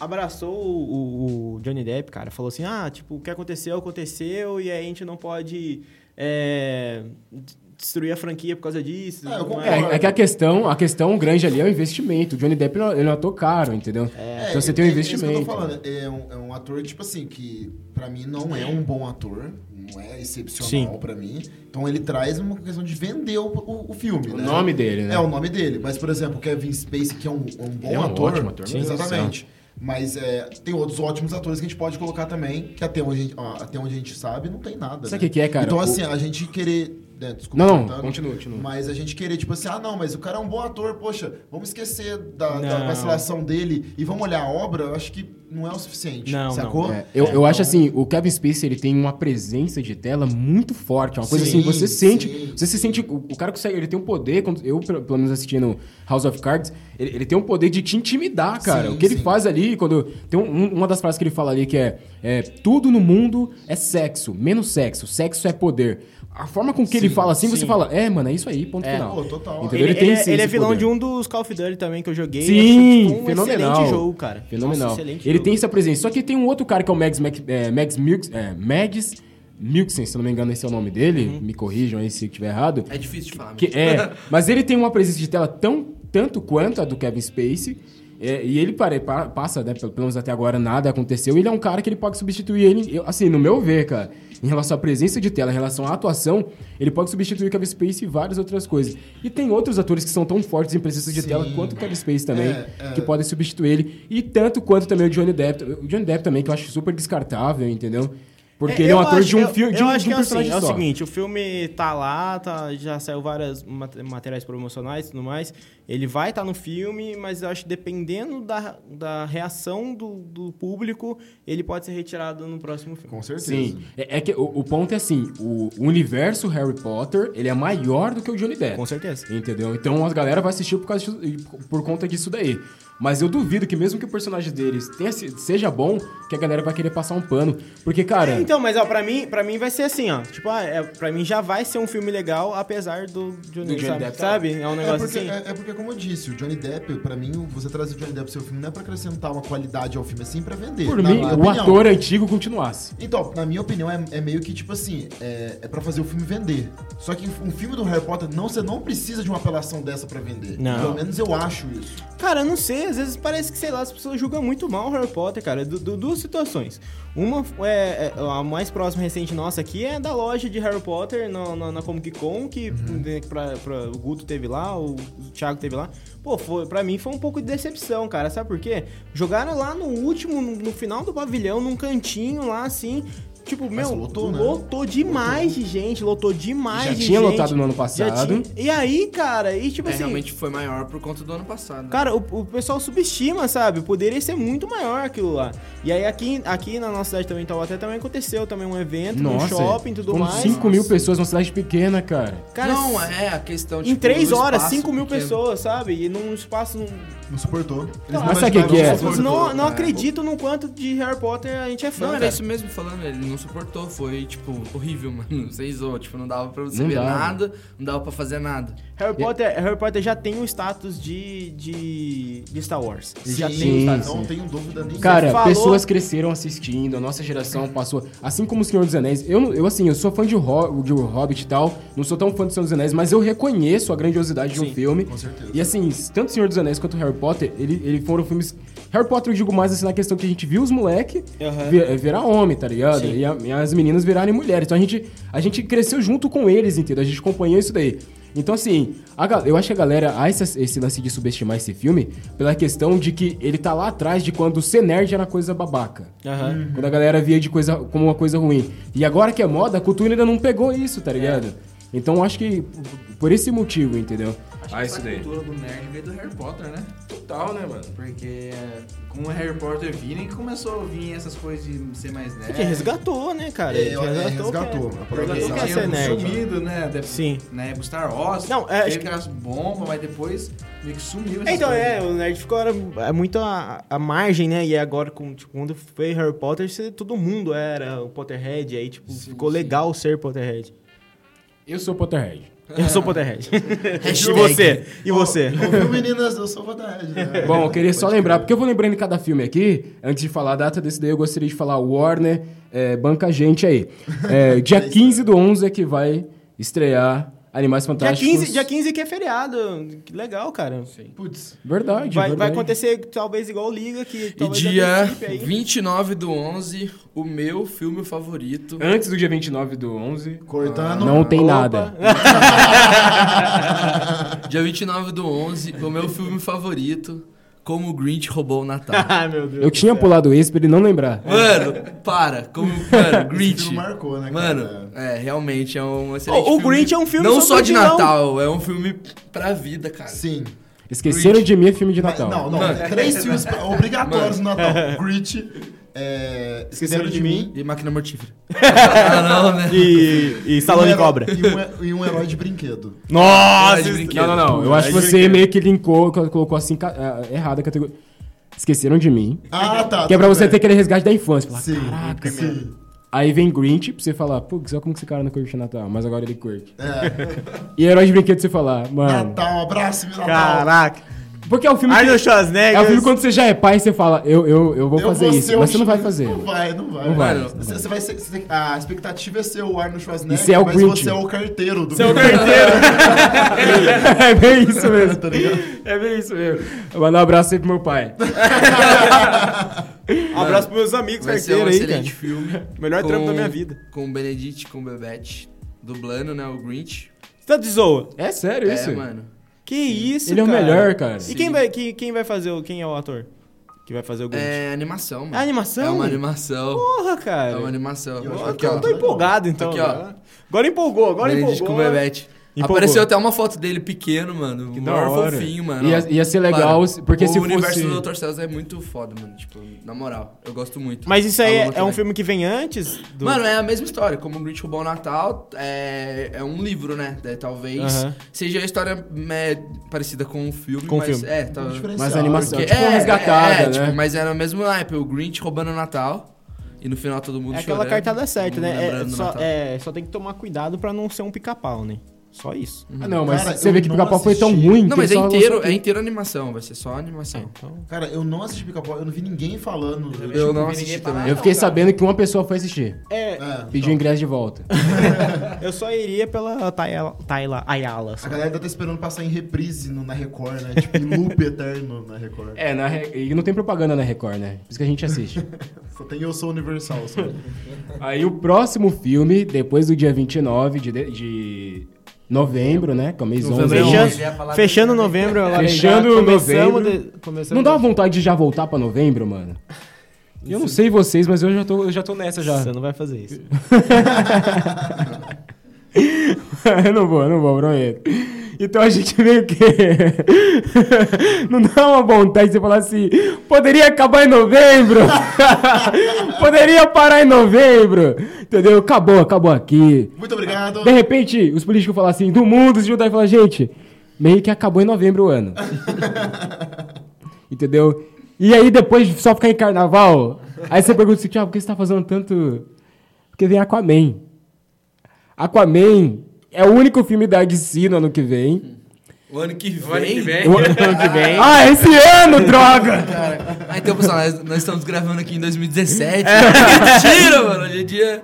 Speaker 2: abraçou o, o- o Johnny Depp, cara. Falou assim, ah, tipo, o que aconteceu, aconteceu, e aí a gente não pode é, d- destruir a franquia por causa disso.
Speaker 3: É, eu
Speaker 2: não
Speaker 1: É, é que a questão, a questão grande ali é o investimento. O Johnny Depp ele não- ele não ator caro, entendeu? então você tem um
Speaker 3: é- é isso que
Speaker 1: investimento. né?
Speaker 3: eu tô falando. É um, é um ator, tipo assim, que pra mim não é um bom ator. Não é excepcional
Speaker 2: Sim.
Speaker 3: pra mim. Então ele traz uma questão de vender o, o, o filme.
Speaker 1: O
Speaker 3: né?
Speaker 1: nome dele, né?
Speaker 3: É, o nome dele. Mas, por exemplo, Kevin Spacey, que é um, um bom
Speaker 1: Ele é um
Speaker 3: ator.
Speaker 1: ótimo ator, meu Deus do
Speaker 3: exatamente. Mas é, tem outros ótimos atores que a gente pode colocar também, que até onde a gente, ó, até onde a gente sabe, não tem nada.
Speaker 1: Sabe
Speaker 3: né?
Speaker 1: o que que é, cara?
Speaker 3: Então,
Speaker 1: O-
Speaker 3: assim, a gente querer. né, desculpa,
Speaker 1: Não, não,
Speaker 3: cortando,
Speaker 1: continua, continua.
Speaker 3: Mas a gente querer, tipo assim, ah, não, mas o cara é um bom ator, poxa, vamos esquecer da, da
Speaker 2: Não.
Speaker 3: vacilação dele e vamos olhar a obra, eu acho que não é o suficiente.
Speaker 2: Não,
Speaker 3: sacou?
Speaker 1: É, eu, eu acho assim, o Kevin Spacey ele tem uma presença de tela muito forte, é uma coisa
Speaker 3: Sim,
Speaker 1: assim, você sente,
Speaker 3: sim.
Speaker 1: você se sente, o, o cara consegue, ele tem um poder, quando- eu pelo pelo menos assistindo House of Cards, ele, ele tem um poder de te intimidar, cara,
Speaker 3: Sim,
Speaker 1: o que ele
Speaker 3: sim.
Speaker 1: faz ali, quando, tem um- uma das frases que ele fala ali que é, é, tudo no mundo é sexo, menos sexo, sexo é poder, a forma com que ele fala assim, você
Speaker 2: sim.
Speaker 1: fala, é, mano, é isso aí, ponto final.
Speaker 3: Pô, total.
Speaker 1: Entendeu?
Speaker 2: Ele,
Speaker 1: Ele tem
Speaker 2: ele é-
Speaker 1: esse-
Speaker 2: ele é
Speaker 1: esse
Speaker 2: vilão
Speaker 1: poder.
Speaker 2: de um dos Call of Duty também que eu joguei.
Speaker 1: Sim,
Speaker 2: Eu achei, tipo, um
Speaker 1: fenomenal.
Speaker 2: excelente jogo, cara.
Speaker 1: Fenomenal.
Speaker 2: Nossa, excelente
Speaker 1: ele
Speaker 2: jogo.
Speaker 1: tem essa presença. Só que tem um outro cara que é o Mags, Max, é, Mags, Milks, é, Mags Milksen, se eu não me engano esse é o nome dele.
Speaker 2: Uhum.
Speaker 1: Me corrijam aí se eu estiver errado.
Speaker 4: É difícil de
Speaker 2: né?
Speaker 4: falar.
Speaker 1: Que
Speaker 4: mesmo.
Speaker 1: é, mas ele tem uma presença de tela tão, tanto quanto a do Kevin Spacey. é, e ele pare, pa- passa, né? Pelo pelo menos até agora nada aconteceu. e Ele é um cara que ele pode substituir ele, eu- assim, no meu ver, cara. Em relação à presença de tela, em relação à atuação, ele pode substituir o Kevin Spacey e várias outras coisas. E tem outros atores que são tão fortes em presença de
Speaker 3: Sim.
Speaker 1: tela quanto o Kevin Spacey também,
Speaker 3: É, é.
Speaker 1: que podem substituir ele. E tanto quanto também o Johnny Depp. O Johnny Depp também, que eu acho super descartável, entendeu? Porque
Speaker 2: É,
Speaker 1: ele é um
Speaker 2: eu
Speaker 1: ator de
Speaker 2: acho-
Speaker 1: um
Speaker 2: eu-
Speaker 1: filme, de
Speaker 2: eu
Speaker 1: um,
Speaker 2: acho
Speaker 1: de um
Speaker 2: que é assim,
Speaker 1: personagem
Speaker 2: é
Speaker 1: só.
Speaker 2: o seguinte, o filme tá lá, tá, já saiu vários materiais promocionais e tudo mais. Ele vai estar no filme, mas eu acho que dependendo da, da reação do, do público, ele pode ser retirado no próximo filme.
Speaker 3: Com certeza.
Speaker 1: Sim, é, é que o, o ponto é assim, o universo Harry Potter, ele é maior do que o Johnny Depp.
Speaker 2: Com certeza.
Speaker 1: Entendeu? Então a galera vai assistir por, causa disso- por conta disso daí. Mas eu duvido que mesmo que o personagem deles tenha se- seja bom, que a galera vai querer passar um pano. Porque, cara...
Speaker 2: Então, mas ó, pra mim, pra mim vai ser assim, ó. Tipo, ah, é, pra mim já vai ser um filme legal, apesar do Johnny,
Speaker 1: Do Johnny
Speaker 2: sabe?
Speaker 1: Depp, tá?
Speaker 2: sabe? É um
Speaker 3: É
Speaker 2: negócio
Speaker 3: porque,
Speaker 2: assim.
Speaker 3: é- é porque, como eu disse, o Johnny Depp, pra mim, você trazer o Johnny Depp pro seu filme não é pra acrescentar uma qualidade ao filme, é sim pra vender.
Speaker 1: por
Speaker 3: na
Speaker 1: mim,
Speaker 3: minha
Speaker 1: o
Speaker 3: opinião.
Speaker 1: ator antigo continuasse.
Speaker 3: Então, na minha opinião, é, é meio que tipo assim, é, é pra fazer o filme vender. Só que um filme do Harry Potter, não, você não precisa de uma apelação dessa pra vender.
Speaker 2: Não.
Speaker 3: Pelo menos eu acho isso.
Speaker 2: Cara, eu não sei, às vezes parece que, sei lá, as pessoas julgam muito mal o Harry Potter, cara. Du- du- duas situações. Uma é, é- a mais próxima recente nossa aqui é da loja de Harry Potter na, na, na Comic Con, que
Speaker 1: Uhum.
Speaker 2: né, pra- pra- o Guto teve lá, o, o Thiago teve lá. Pô, foi, pra mim foi um pouco de decepção, cara. Sabe por quê? Jogaram lá no último, no- no final do pavilhão, num cantinho lá assim. Tipo, meu,
Speaker 3: lotou,
Speaker 2: lotou,
Speaker 3: né?
Speaker 2: demais de gente, lotou demais
Speaker 1: Já
Speaker 2: de
Speaker 1: tinha
Speaker 2: gente.
Speaker 1: lotado no ano
Speaker 2: Já
Speaker 1: passado.
Speaker 2: tinha- E aí, cara, e tipo
Speaker 4: É,
Speaker 2: assim.
Speaker 4: realmente foi maior por conta do ano passado. né?
Speaker 2: Cara, o, o pessoal subestima, sabe? Poderia ser muito maior aquilo lá. E aí aqui, aqui na nossa cidade também, em Taubaté, também aconteceu também um evento, um shopping e tudo
Speaker 1: foram
Speaker 2: mais.
Speaker 1: 5 mil pessoas numa cidade pequena, cara.
Speaker 2: Cara,
Speaker 4: não, é a questão
Speaker 2: em
Speaker 4: tipo,
Speaker 2: três
Speaker 4: do
Speaker 2: horas,
Speaker 4: espaço é
Speaker 2: 5 mil
Speaker 4: pequeno.
Speaker 2: pessoas, sabe? E num espaço... Num...
Speaker 3: Não suportou. Eles
Speaker 2: Mas
Speaker 1: sabe
Speaker 3: não
Speaker 1: o que que
Speaker 3: imaginavam
Speaker 1: é?
Speaker 3: isso.
Speaker 2: Não, não,
Speaker 4: né?
Speaker 2: acredito no quanto de Harry Potter a gente é fã,
Speaker 4: Não, era
Speaker 2: cara.
Speaker 4: isso mesmo falando, ele não suportou, foi, tipo, horrível,
Speaker 3: Hum.
Speaker 4: mano. Você isou, tipo, não dava pra você
Speaker 1: Não
Speaker 4: ver
Speaker 1: dava.
Speaker 4: nada, não dava pra fazer nada.
Speaker 2: Harry, Potter, Harry Potter já tem o status de, de, de Star Wars. Ele já
Speaker 3: Sim,
Speaker 2: tem um o status.
Speaker 3: Não tenho dúvida nenhuma.
Speaker 1: Cara,
Speaker 2: falou-
Speaker 1: pessoas cresceram assistindo, a nossa geração passou. Assim como o Senhor dos Anéis, eu, não- eu assim, eu sou fã de, Ho- de Hobbit e tal, não sou tão fã do Senhor dos Anéis, mas eu reconheço a grandiosidade de um filme.
Speaker 3: com certeza.
Speaker 1: E assim, tanto o Senhor dos Anéis quanto Harry Potter, ele, ele foram filmes. Harry Potter eu digo mais assim na questão que a gente viu os moleque
Speaker 2: Aham.
Speaker 1: vi- eh, virar homem, tá ligado? E, a- e as meninas virarem mulheres. Então a gente, a gente cresceu junto com eles, entendeu? A gente acompanhou isso daí. Então, assim, a ga- eu acho que a galera há esse, esse lance de subestimar esse filme pela questão de que ele tá lá atrás de quando ser nerd era coisa babaca.
Speaker 2: Aham.
Speaker 1: Quando a galera via de coisa, como uma coisa ruim. E agora que é moda, a cultura ainda não pegou isso, tá ligado? Então eu acho que p- por esse motivo, entendeu?
Speaker 6: Acho que essa cultura do nerd veio do Harry Potter, né?
Speaker 1: Total, né, mano?
Speaker 6: Porque é, com o Harry Potter vindo que começou a vir essas coisas de ser mais nerd.
Speaker 2: É que resgatou, né, cara?
Speaker 3: É, é,
Speaker 2: o
Speaker 3: resgatou.
Speaker 2: que é-
Speaker 3: A palavra
Speaker 2: resgatou o que é
Speaker 3: resgatou.
Speaker 2: ser nerd.
Speaker 6: Sumido, né? De-
Speaker 2: Sim.
Speaker 6: Na época Star Wars.
Speaker 2: Não, é,
Speaker 6: teve
Speaker 2: acho que-
Speaker 6: aquelas bombas, mas depois meio que sumiu.
Speaker 2: É,
Speaker 6: essas
Speaker 2: Então,
Speaker 6: coisas.
Speaker 2: é, o nerd ficou era, é muito a, a margem, né? E agora, com, tipo, quando foi Harry Potter, você- todo mundo era o Potterhead, aí, tipo, ficou legal ser Potterhead.
Speaker 1: Eu sou Potterhead.
Speaker 2: Eu sou Potterhead. e
Speaker 4: Hashtag.
Speaker 2: você? E você?
Speaker 3: Ouviu, meninas? Eu sou Vodarhead, né?
Speaker 1: Bom, eu queria só lembrar, porque eu vou lembrando de cada filme aqui, antes de falar a data desse daí, eu gostaria de falar Warner, é, banca a gente aí. É, dia 15 do 11 é que vai estrear Animais
Speaker 2: Dia
Speaker 1: Fantásticos.
Speaker 2: 15, dia 15 que é feriado. Que legal, cara.
Speaker 3: Putz,
Speaker 1: Verdade,
Speaker 2: Vai,
Speaker 1: verdade.
Speaker 2: vai acontecer talvez igual Liga, que
Speaker 4: E
Speaker 2: talvez
Speaker 4: dia
Speaker 2: antecipe aí.
Speaker 4: 29 do 11, o meu filme favorito.
Speaker 1: Antes do dia 29 do 11,
Speaker 3: cortando.
Speaker 1: não tem
Speaker 3: Ah, Opa.
Speaker 1: nada.
Speaker 4: Dia 29 do 11, o meu filme favorito, Como o Grinch Roubou o Natal.
Speaker 2: Ah, meu Deus.
Speaker 1: Eu tinha pulado esse pra ele não lembrar.
Speaker 4: Mano, para. Como, mano, Grinch.
Speaker 3: filme marcou, né,
Speaker 4: Mano, é, realmente é um excelente
Speaker 2: O- o
Speaker 4: filme.
Speaker 2: Grinch é um filme
Speaker 4: Não
Speaker 2: sobre
Speaker 4: só de
Speaker 2: vilão.
Speaker 4: Natal, é um filme pra vida, cara.
Speaker 3: Sim.
Speaker 1: Esqueceram
Speaker 4: Grinch.
Speaker 1: de mim é filme de Natal.
Speaker 3: Não, não.
Speaker 4: Mano.
Speaker 3: Três filmes pra- obrigatórios no Natal. Grit, é, Esqueceram de Mim.
Speaker 4: E Máquina Mortífera. ah, não, né?
Speaker 2: E, e Salão
Speaker 3: e um
Speaker 2: de
Speaker 3: heró-
Speaker 2: Cobra.
Speaker 3: E um, he- e um herói de brinquedo.
Speaker 2: Nossa!
Speaker 4: Herói de
Speaker 2: isso-
Speaker 4: brinquedo.
Speaker 1: Não, não, não. Eu acho que você meio que linkou, colocou assim, ca- ah, errada a categoria. Esqueceram de mim.
Speaker 3: Ah, tá.
Speaker 1: Que é pra
Speaker 3: tudo
Speaker 1: você ter
Speaker 3: bem.
Speaker 1: aquele resgate da infância. Falar,
Speaker 3: Sim,
Speaker 1: caraca,
Speaker 3: sim.
Speaker 1: Aí vem Grinch pra você falar, pô, só como que esse cara não curte Natal, mas agora ele curte.
Speaker 3: É.
Speaker 1: E Herói de Brinquedo você falar, mano.
Speaker 3: Natal, abraço, meu Natal.
Speaker 2: Caraca.
Speaker 1: Porque é o filme.
Speaker 2: Arnold
Speaker 1: Que,
Speaker 2: Schwarzenegger.
Speaker 1: é o filme quando você já é pai, você fala, eu, eu, eu vou
Speaker 3: Eu
Speaker 1: fazer
Speaker 3: vou
Speaker 1: isso.
Speaker 3: ser
Speaker 1: Mas
Speaker 3: o
Speaker 1: você não vai
Speaker 3: Sch-
Speaker 1: fazer.
Speaker 3: Não vai, não vai.
Speaker 1: Não vai,
Speaker 4: não
Speaker 3: Você, você vai ser, você tem- a expectativa é ser o Arnold Schwarzenegger,
Speaker 1: E você é o
Speaker 3: mas
Speaker 1: Grinch.
Speaker 3: você é o carteiro do
Speaker 2: Você é o
Speaker 3: filme.
Speaker 2: carteiro.
Speaker 1: é bem isso mesmo, tá ligado? É bem isso mesmo. Eu mando um abraço aí pro meu pai.
Speaker 2: Um Abraço pros meus amigos
Speaker 4: Vai ser um
Speaker 2: carteiro aí,
Speaker 4: excelente
Speaker 2: cara.
Speaker 4: filme.
Speaker 2: Melhor trampo
Speaker 4: com-
Speaker 2: da minha vida.
Speaker 4: Com o Benedict, com o Bebete, dublando, né, o Grinch.
Speaker 2: Você tá de zoa.
Speaker 1: É sério isso?
Speaker 4: É, mano.
Speaker 2: Que isso,
Speaker 1: Ele é o
Speaker 2: cara.
Speaker 1: melhor, cara.
Speaker 2: E quem vai, quem, quem vai fazer o... Quem é o ator que vai fazer o Grinch?
Speaker 4: É animação, mano.
Speaker 2: É animação?
Speaker 4: É uma animação.
Speaker 2: Porra, cara.
Speaker 4: É uma animação.
Speaker 3: Eu acho
Speaker 2: Ó,
Speaker 3: Aqui,
Speaker 2: que eu
Speaker 3: ó.
Speaker 2: tô empolgado, então.
Speaker 4: Aqui, ó. é
Speaker 2: agora. Agora empolgou, agora
Speaker 4: Benedict
Speaker 2: empolgou. né?
Speaker 4: com o Bebete.
Speaker 2: Empolgou.
Speaker 4: Apareceu até uma foto dele pequeno, mano.
Speaker 1: Que
Speaker 4: Que
Speaker 1: da
Speaker 4: maior
Speaker 1: hora.
Speaker 4: fofinho, mano.
Speaker 1: Ia-
Speaker 4: Ó,
Speaker 1: ia ser legal se- porque
Speaker 4: o
Speaker 1: se
Speaker 4: universo
Speaker 1: fosse-
Speaker 4: do Dr. Cells é muito foda, mano. Tipo, na moral, eu gosto muito.
Speaker 2: Mas isso aí
Speaker 4: Eu
Speaker 2: é,
Speaker 4: amo
Speaker 2: é um
Speaker 4: também.
Speaker 2: filme que vem antes do...
Speaker 4: Mano, é a mesma história. Como o Grinch roubou o Natal, é, é um livro, né? Daí talvez
Speaker 2: Aham.
Speaker 4: seja a história é, parecida com o filme,
Speaker 2: Com o
Speaker 4: mas
Speaker 2: filme.
Speaker 4: é, tá,
Speaker 3: Diferencial,
Speaker 1: Mas a
Speaker 3: Então,
Speaker 1: animação,
Speaker 4: porque-
Speaker 1: tipo, uma resgatada,
Speaker 4: é,
Speaker 1: né?
Speaker 4: tipo, mas era o mesmo naipe, o Grinch roubando o Natal e no final todo mundo
Speaker 2: É aquela
Speaker 4: chorando,
Speaker 2: cartada certa,
Speaker 4: todo mundo
Speaker 2: né? É
Speaker 4: lembrando do
Speaker 2: só,
Speaker 4: Natal.
Speaker 2: é, só tem que tomar cuidado pra não ser um pica-pau, né? Só isso.
Speaker 1: Ah, não, mas
Speaker 3: Cara,
Speaker 1: você
Speaker 3: eu
Speaker 1: vê que o
Speaker 3: não
Speaker 1: pica-pau foi tão
Speaker 3: assisti.
Speaker 1: ruim.
Speaker 4: Não,
Speaker 1: que
Speaker 4: mas é
Speaker 1: ele só
Speaker 4: inteiro,
Speaker 1: lançou-
Speaker 4: é inteiro animação, vai ser só animação.
Speaker 2: Então,
Speaker 3: Cara, eu não assisti Pica-Pau, eu não vi ninguém falando. tipo,
Speaker 4: Eu não
Speaker 6: vi ninguém
Speaker 4: assisti
Speaker 6: falar.
Speaker 4: também.
Speaker 1: Eu fiquei sabendo que uma pessoa foi assistir.
Speaker 2: é,
Speaker 3: É,
Speaker 1: Pediu
Speaker 4: Então.
Speaker 1: o ingresso de volta.
Speaker 2: eu só iria pela Tayla, Tayla Ayala.
Speaker 1: um
Speaker 2: só.
Speaker 3: A galera tá esperando passar em reprise no, na Record, né? Tipo, em loop eterno na Record.
Speaker 1: É, na Re- e não tem propaganda na Record, né? Por isso que a gente assiste.
Speaker 3: Só tem Eu Sou Universal, só.
Speaker 1: Aí o próximo filme, depois do dia 29 de, de- de novembro, né? Que é o mês
Speaker 4: Novembro
Speaker 1: 11.
Speaker 4: é
Speaker 1: aí.
Speaker 4: onze.
Speaker 2: Fechando, fechando novembro, agora
Speaker 1: Fechando
Speaker 2: já começamos
Speaker 1: novembro.
Speaker 2: de- começamos
Speaker 1: Não dá uma
Speaker 2: de-
Speaker 1: vontade de já voltar pra novembro, mano? Eu não sei vocês, mas eu já
Speaker 2: um
Speaker 1: tô, eu já tô nessa já.
Speaker 2: Você não vai fazer isso.
Speaker 1: eu não vou, eu não vou, prometo. Então a gente meio que. não dá uma vontade de você falar assim. Poderia acabar em novembro! Poderia parar em novembro! Entendeu? Acabou, acabou aqui.
Speaker 3: Muito obrigado.
Speaker 1: De repente, os políticos falam assim, do mundo se juntar e falar, gente, meio que acabou em novembro o ano. Entendeu? E aí depois de só ficar em carnaval, aí você pergunta assim, Thiago, por que você tá fazendo tanto. Porque vem Aquaman. Aquaman é o único filme da DC no ano que vem.
Speaker 4: O ano que vem. O ano
Speaker 1: O ano que vem. Ah, esse ano, droga!
Speaker 4: Ah, então, pessoal, nós, nós estamos gravando aqui em 2017. Mentira, mano. Hoje é dia.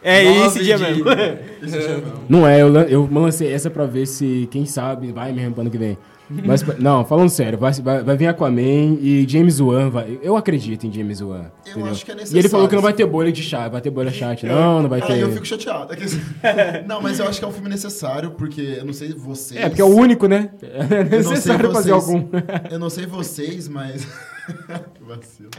Speaker 2: É esse
Speaker 4: nove
Speaker 2: dia
Speaker 4: de-
Speaker 2: mesmo.
Speaker 1: Não é, eu, lan- eu lancei essa pra ver se, quem sabe, vai mesmo pro ano que vem. Mas, pra- não, falando sério, vai, vai, vai vir Aquaman e James Wan vai. Eu acredito em James Wan.
Speaker 3: Eu
Speaker 1: entendeu?
Speaker 3: acho que é
Speaker 1: E ele falou que
Speaker 3: necessário, É,
Speaker 1: não vai ter bolha de chat, vai ter bolha chat. Não, não vai
Speaker 3: Cara,
Speaker 1: ter.
Speaker 3: eu fico chateado. É que- Não, mas eu acho que é um filme necessário, porque eu não sei vocês.
Speaker 1: É, porque é o único, né? É
Speaker 3: Eu não sei
Speaker 1: necessário fazer
Speaker 3: vocês-
Speaker 1: algum.
Speaker 3: Eu não sei vocês, mas. que vacilo.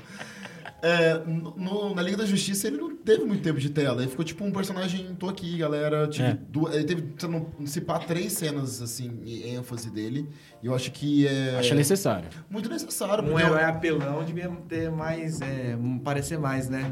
Speaker 3: É, no- na Liga da Justiça ele não teve muito tempo de tela. Ele ficou tipo um personagem, tô aqui, galera. Tive
Speaker 2: É.
Speaker 3: duas- ele teve, se eu não se pá, três cenas, assim, em ênfase dele. E eu acho que é.
Speaker 1: Acho necessário.
Speaker 3: Muito necessário.
Speaker 6: Um
Speaker 3: porque
Speaker 6: herói apelão devia ter mais. É, parecer mais, né?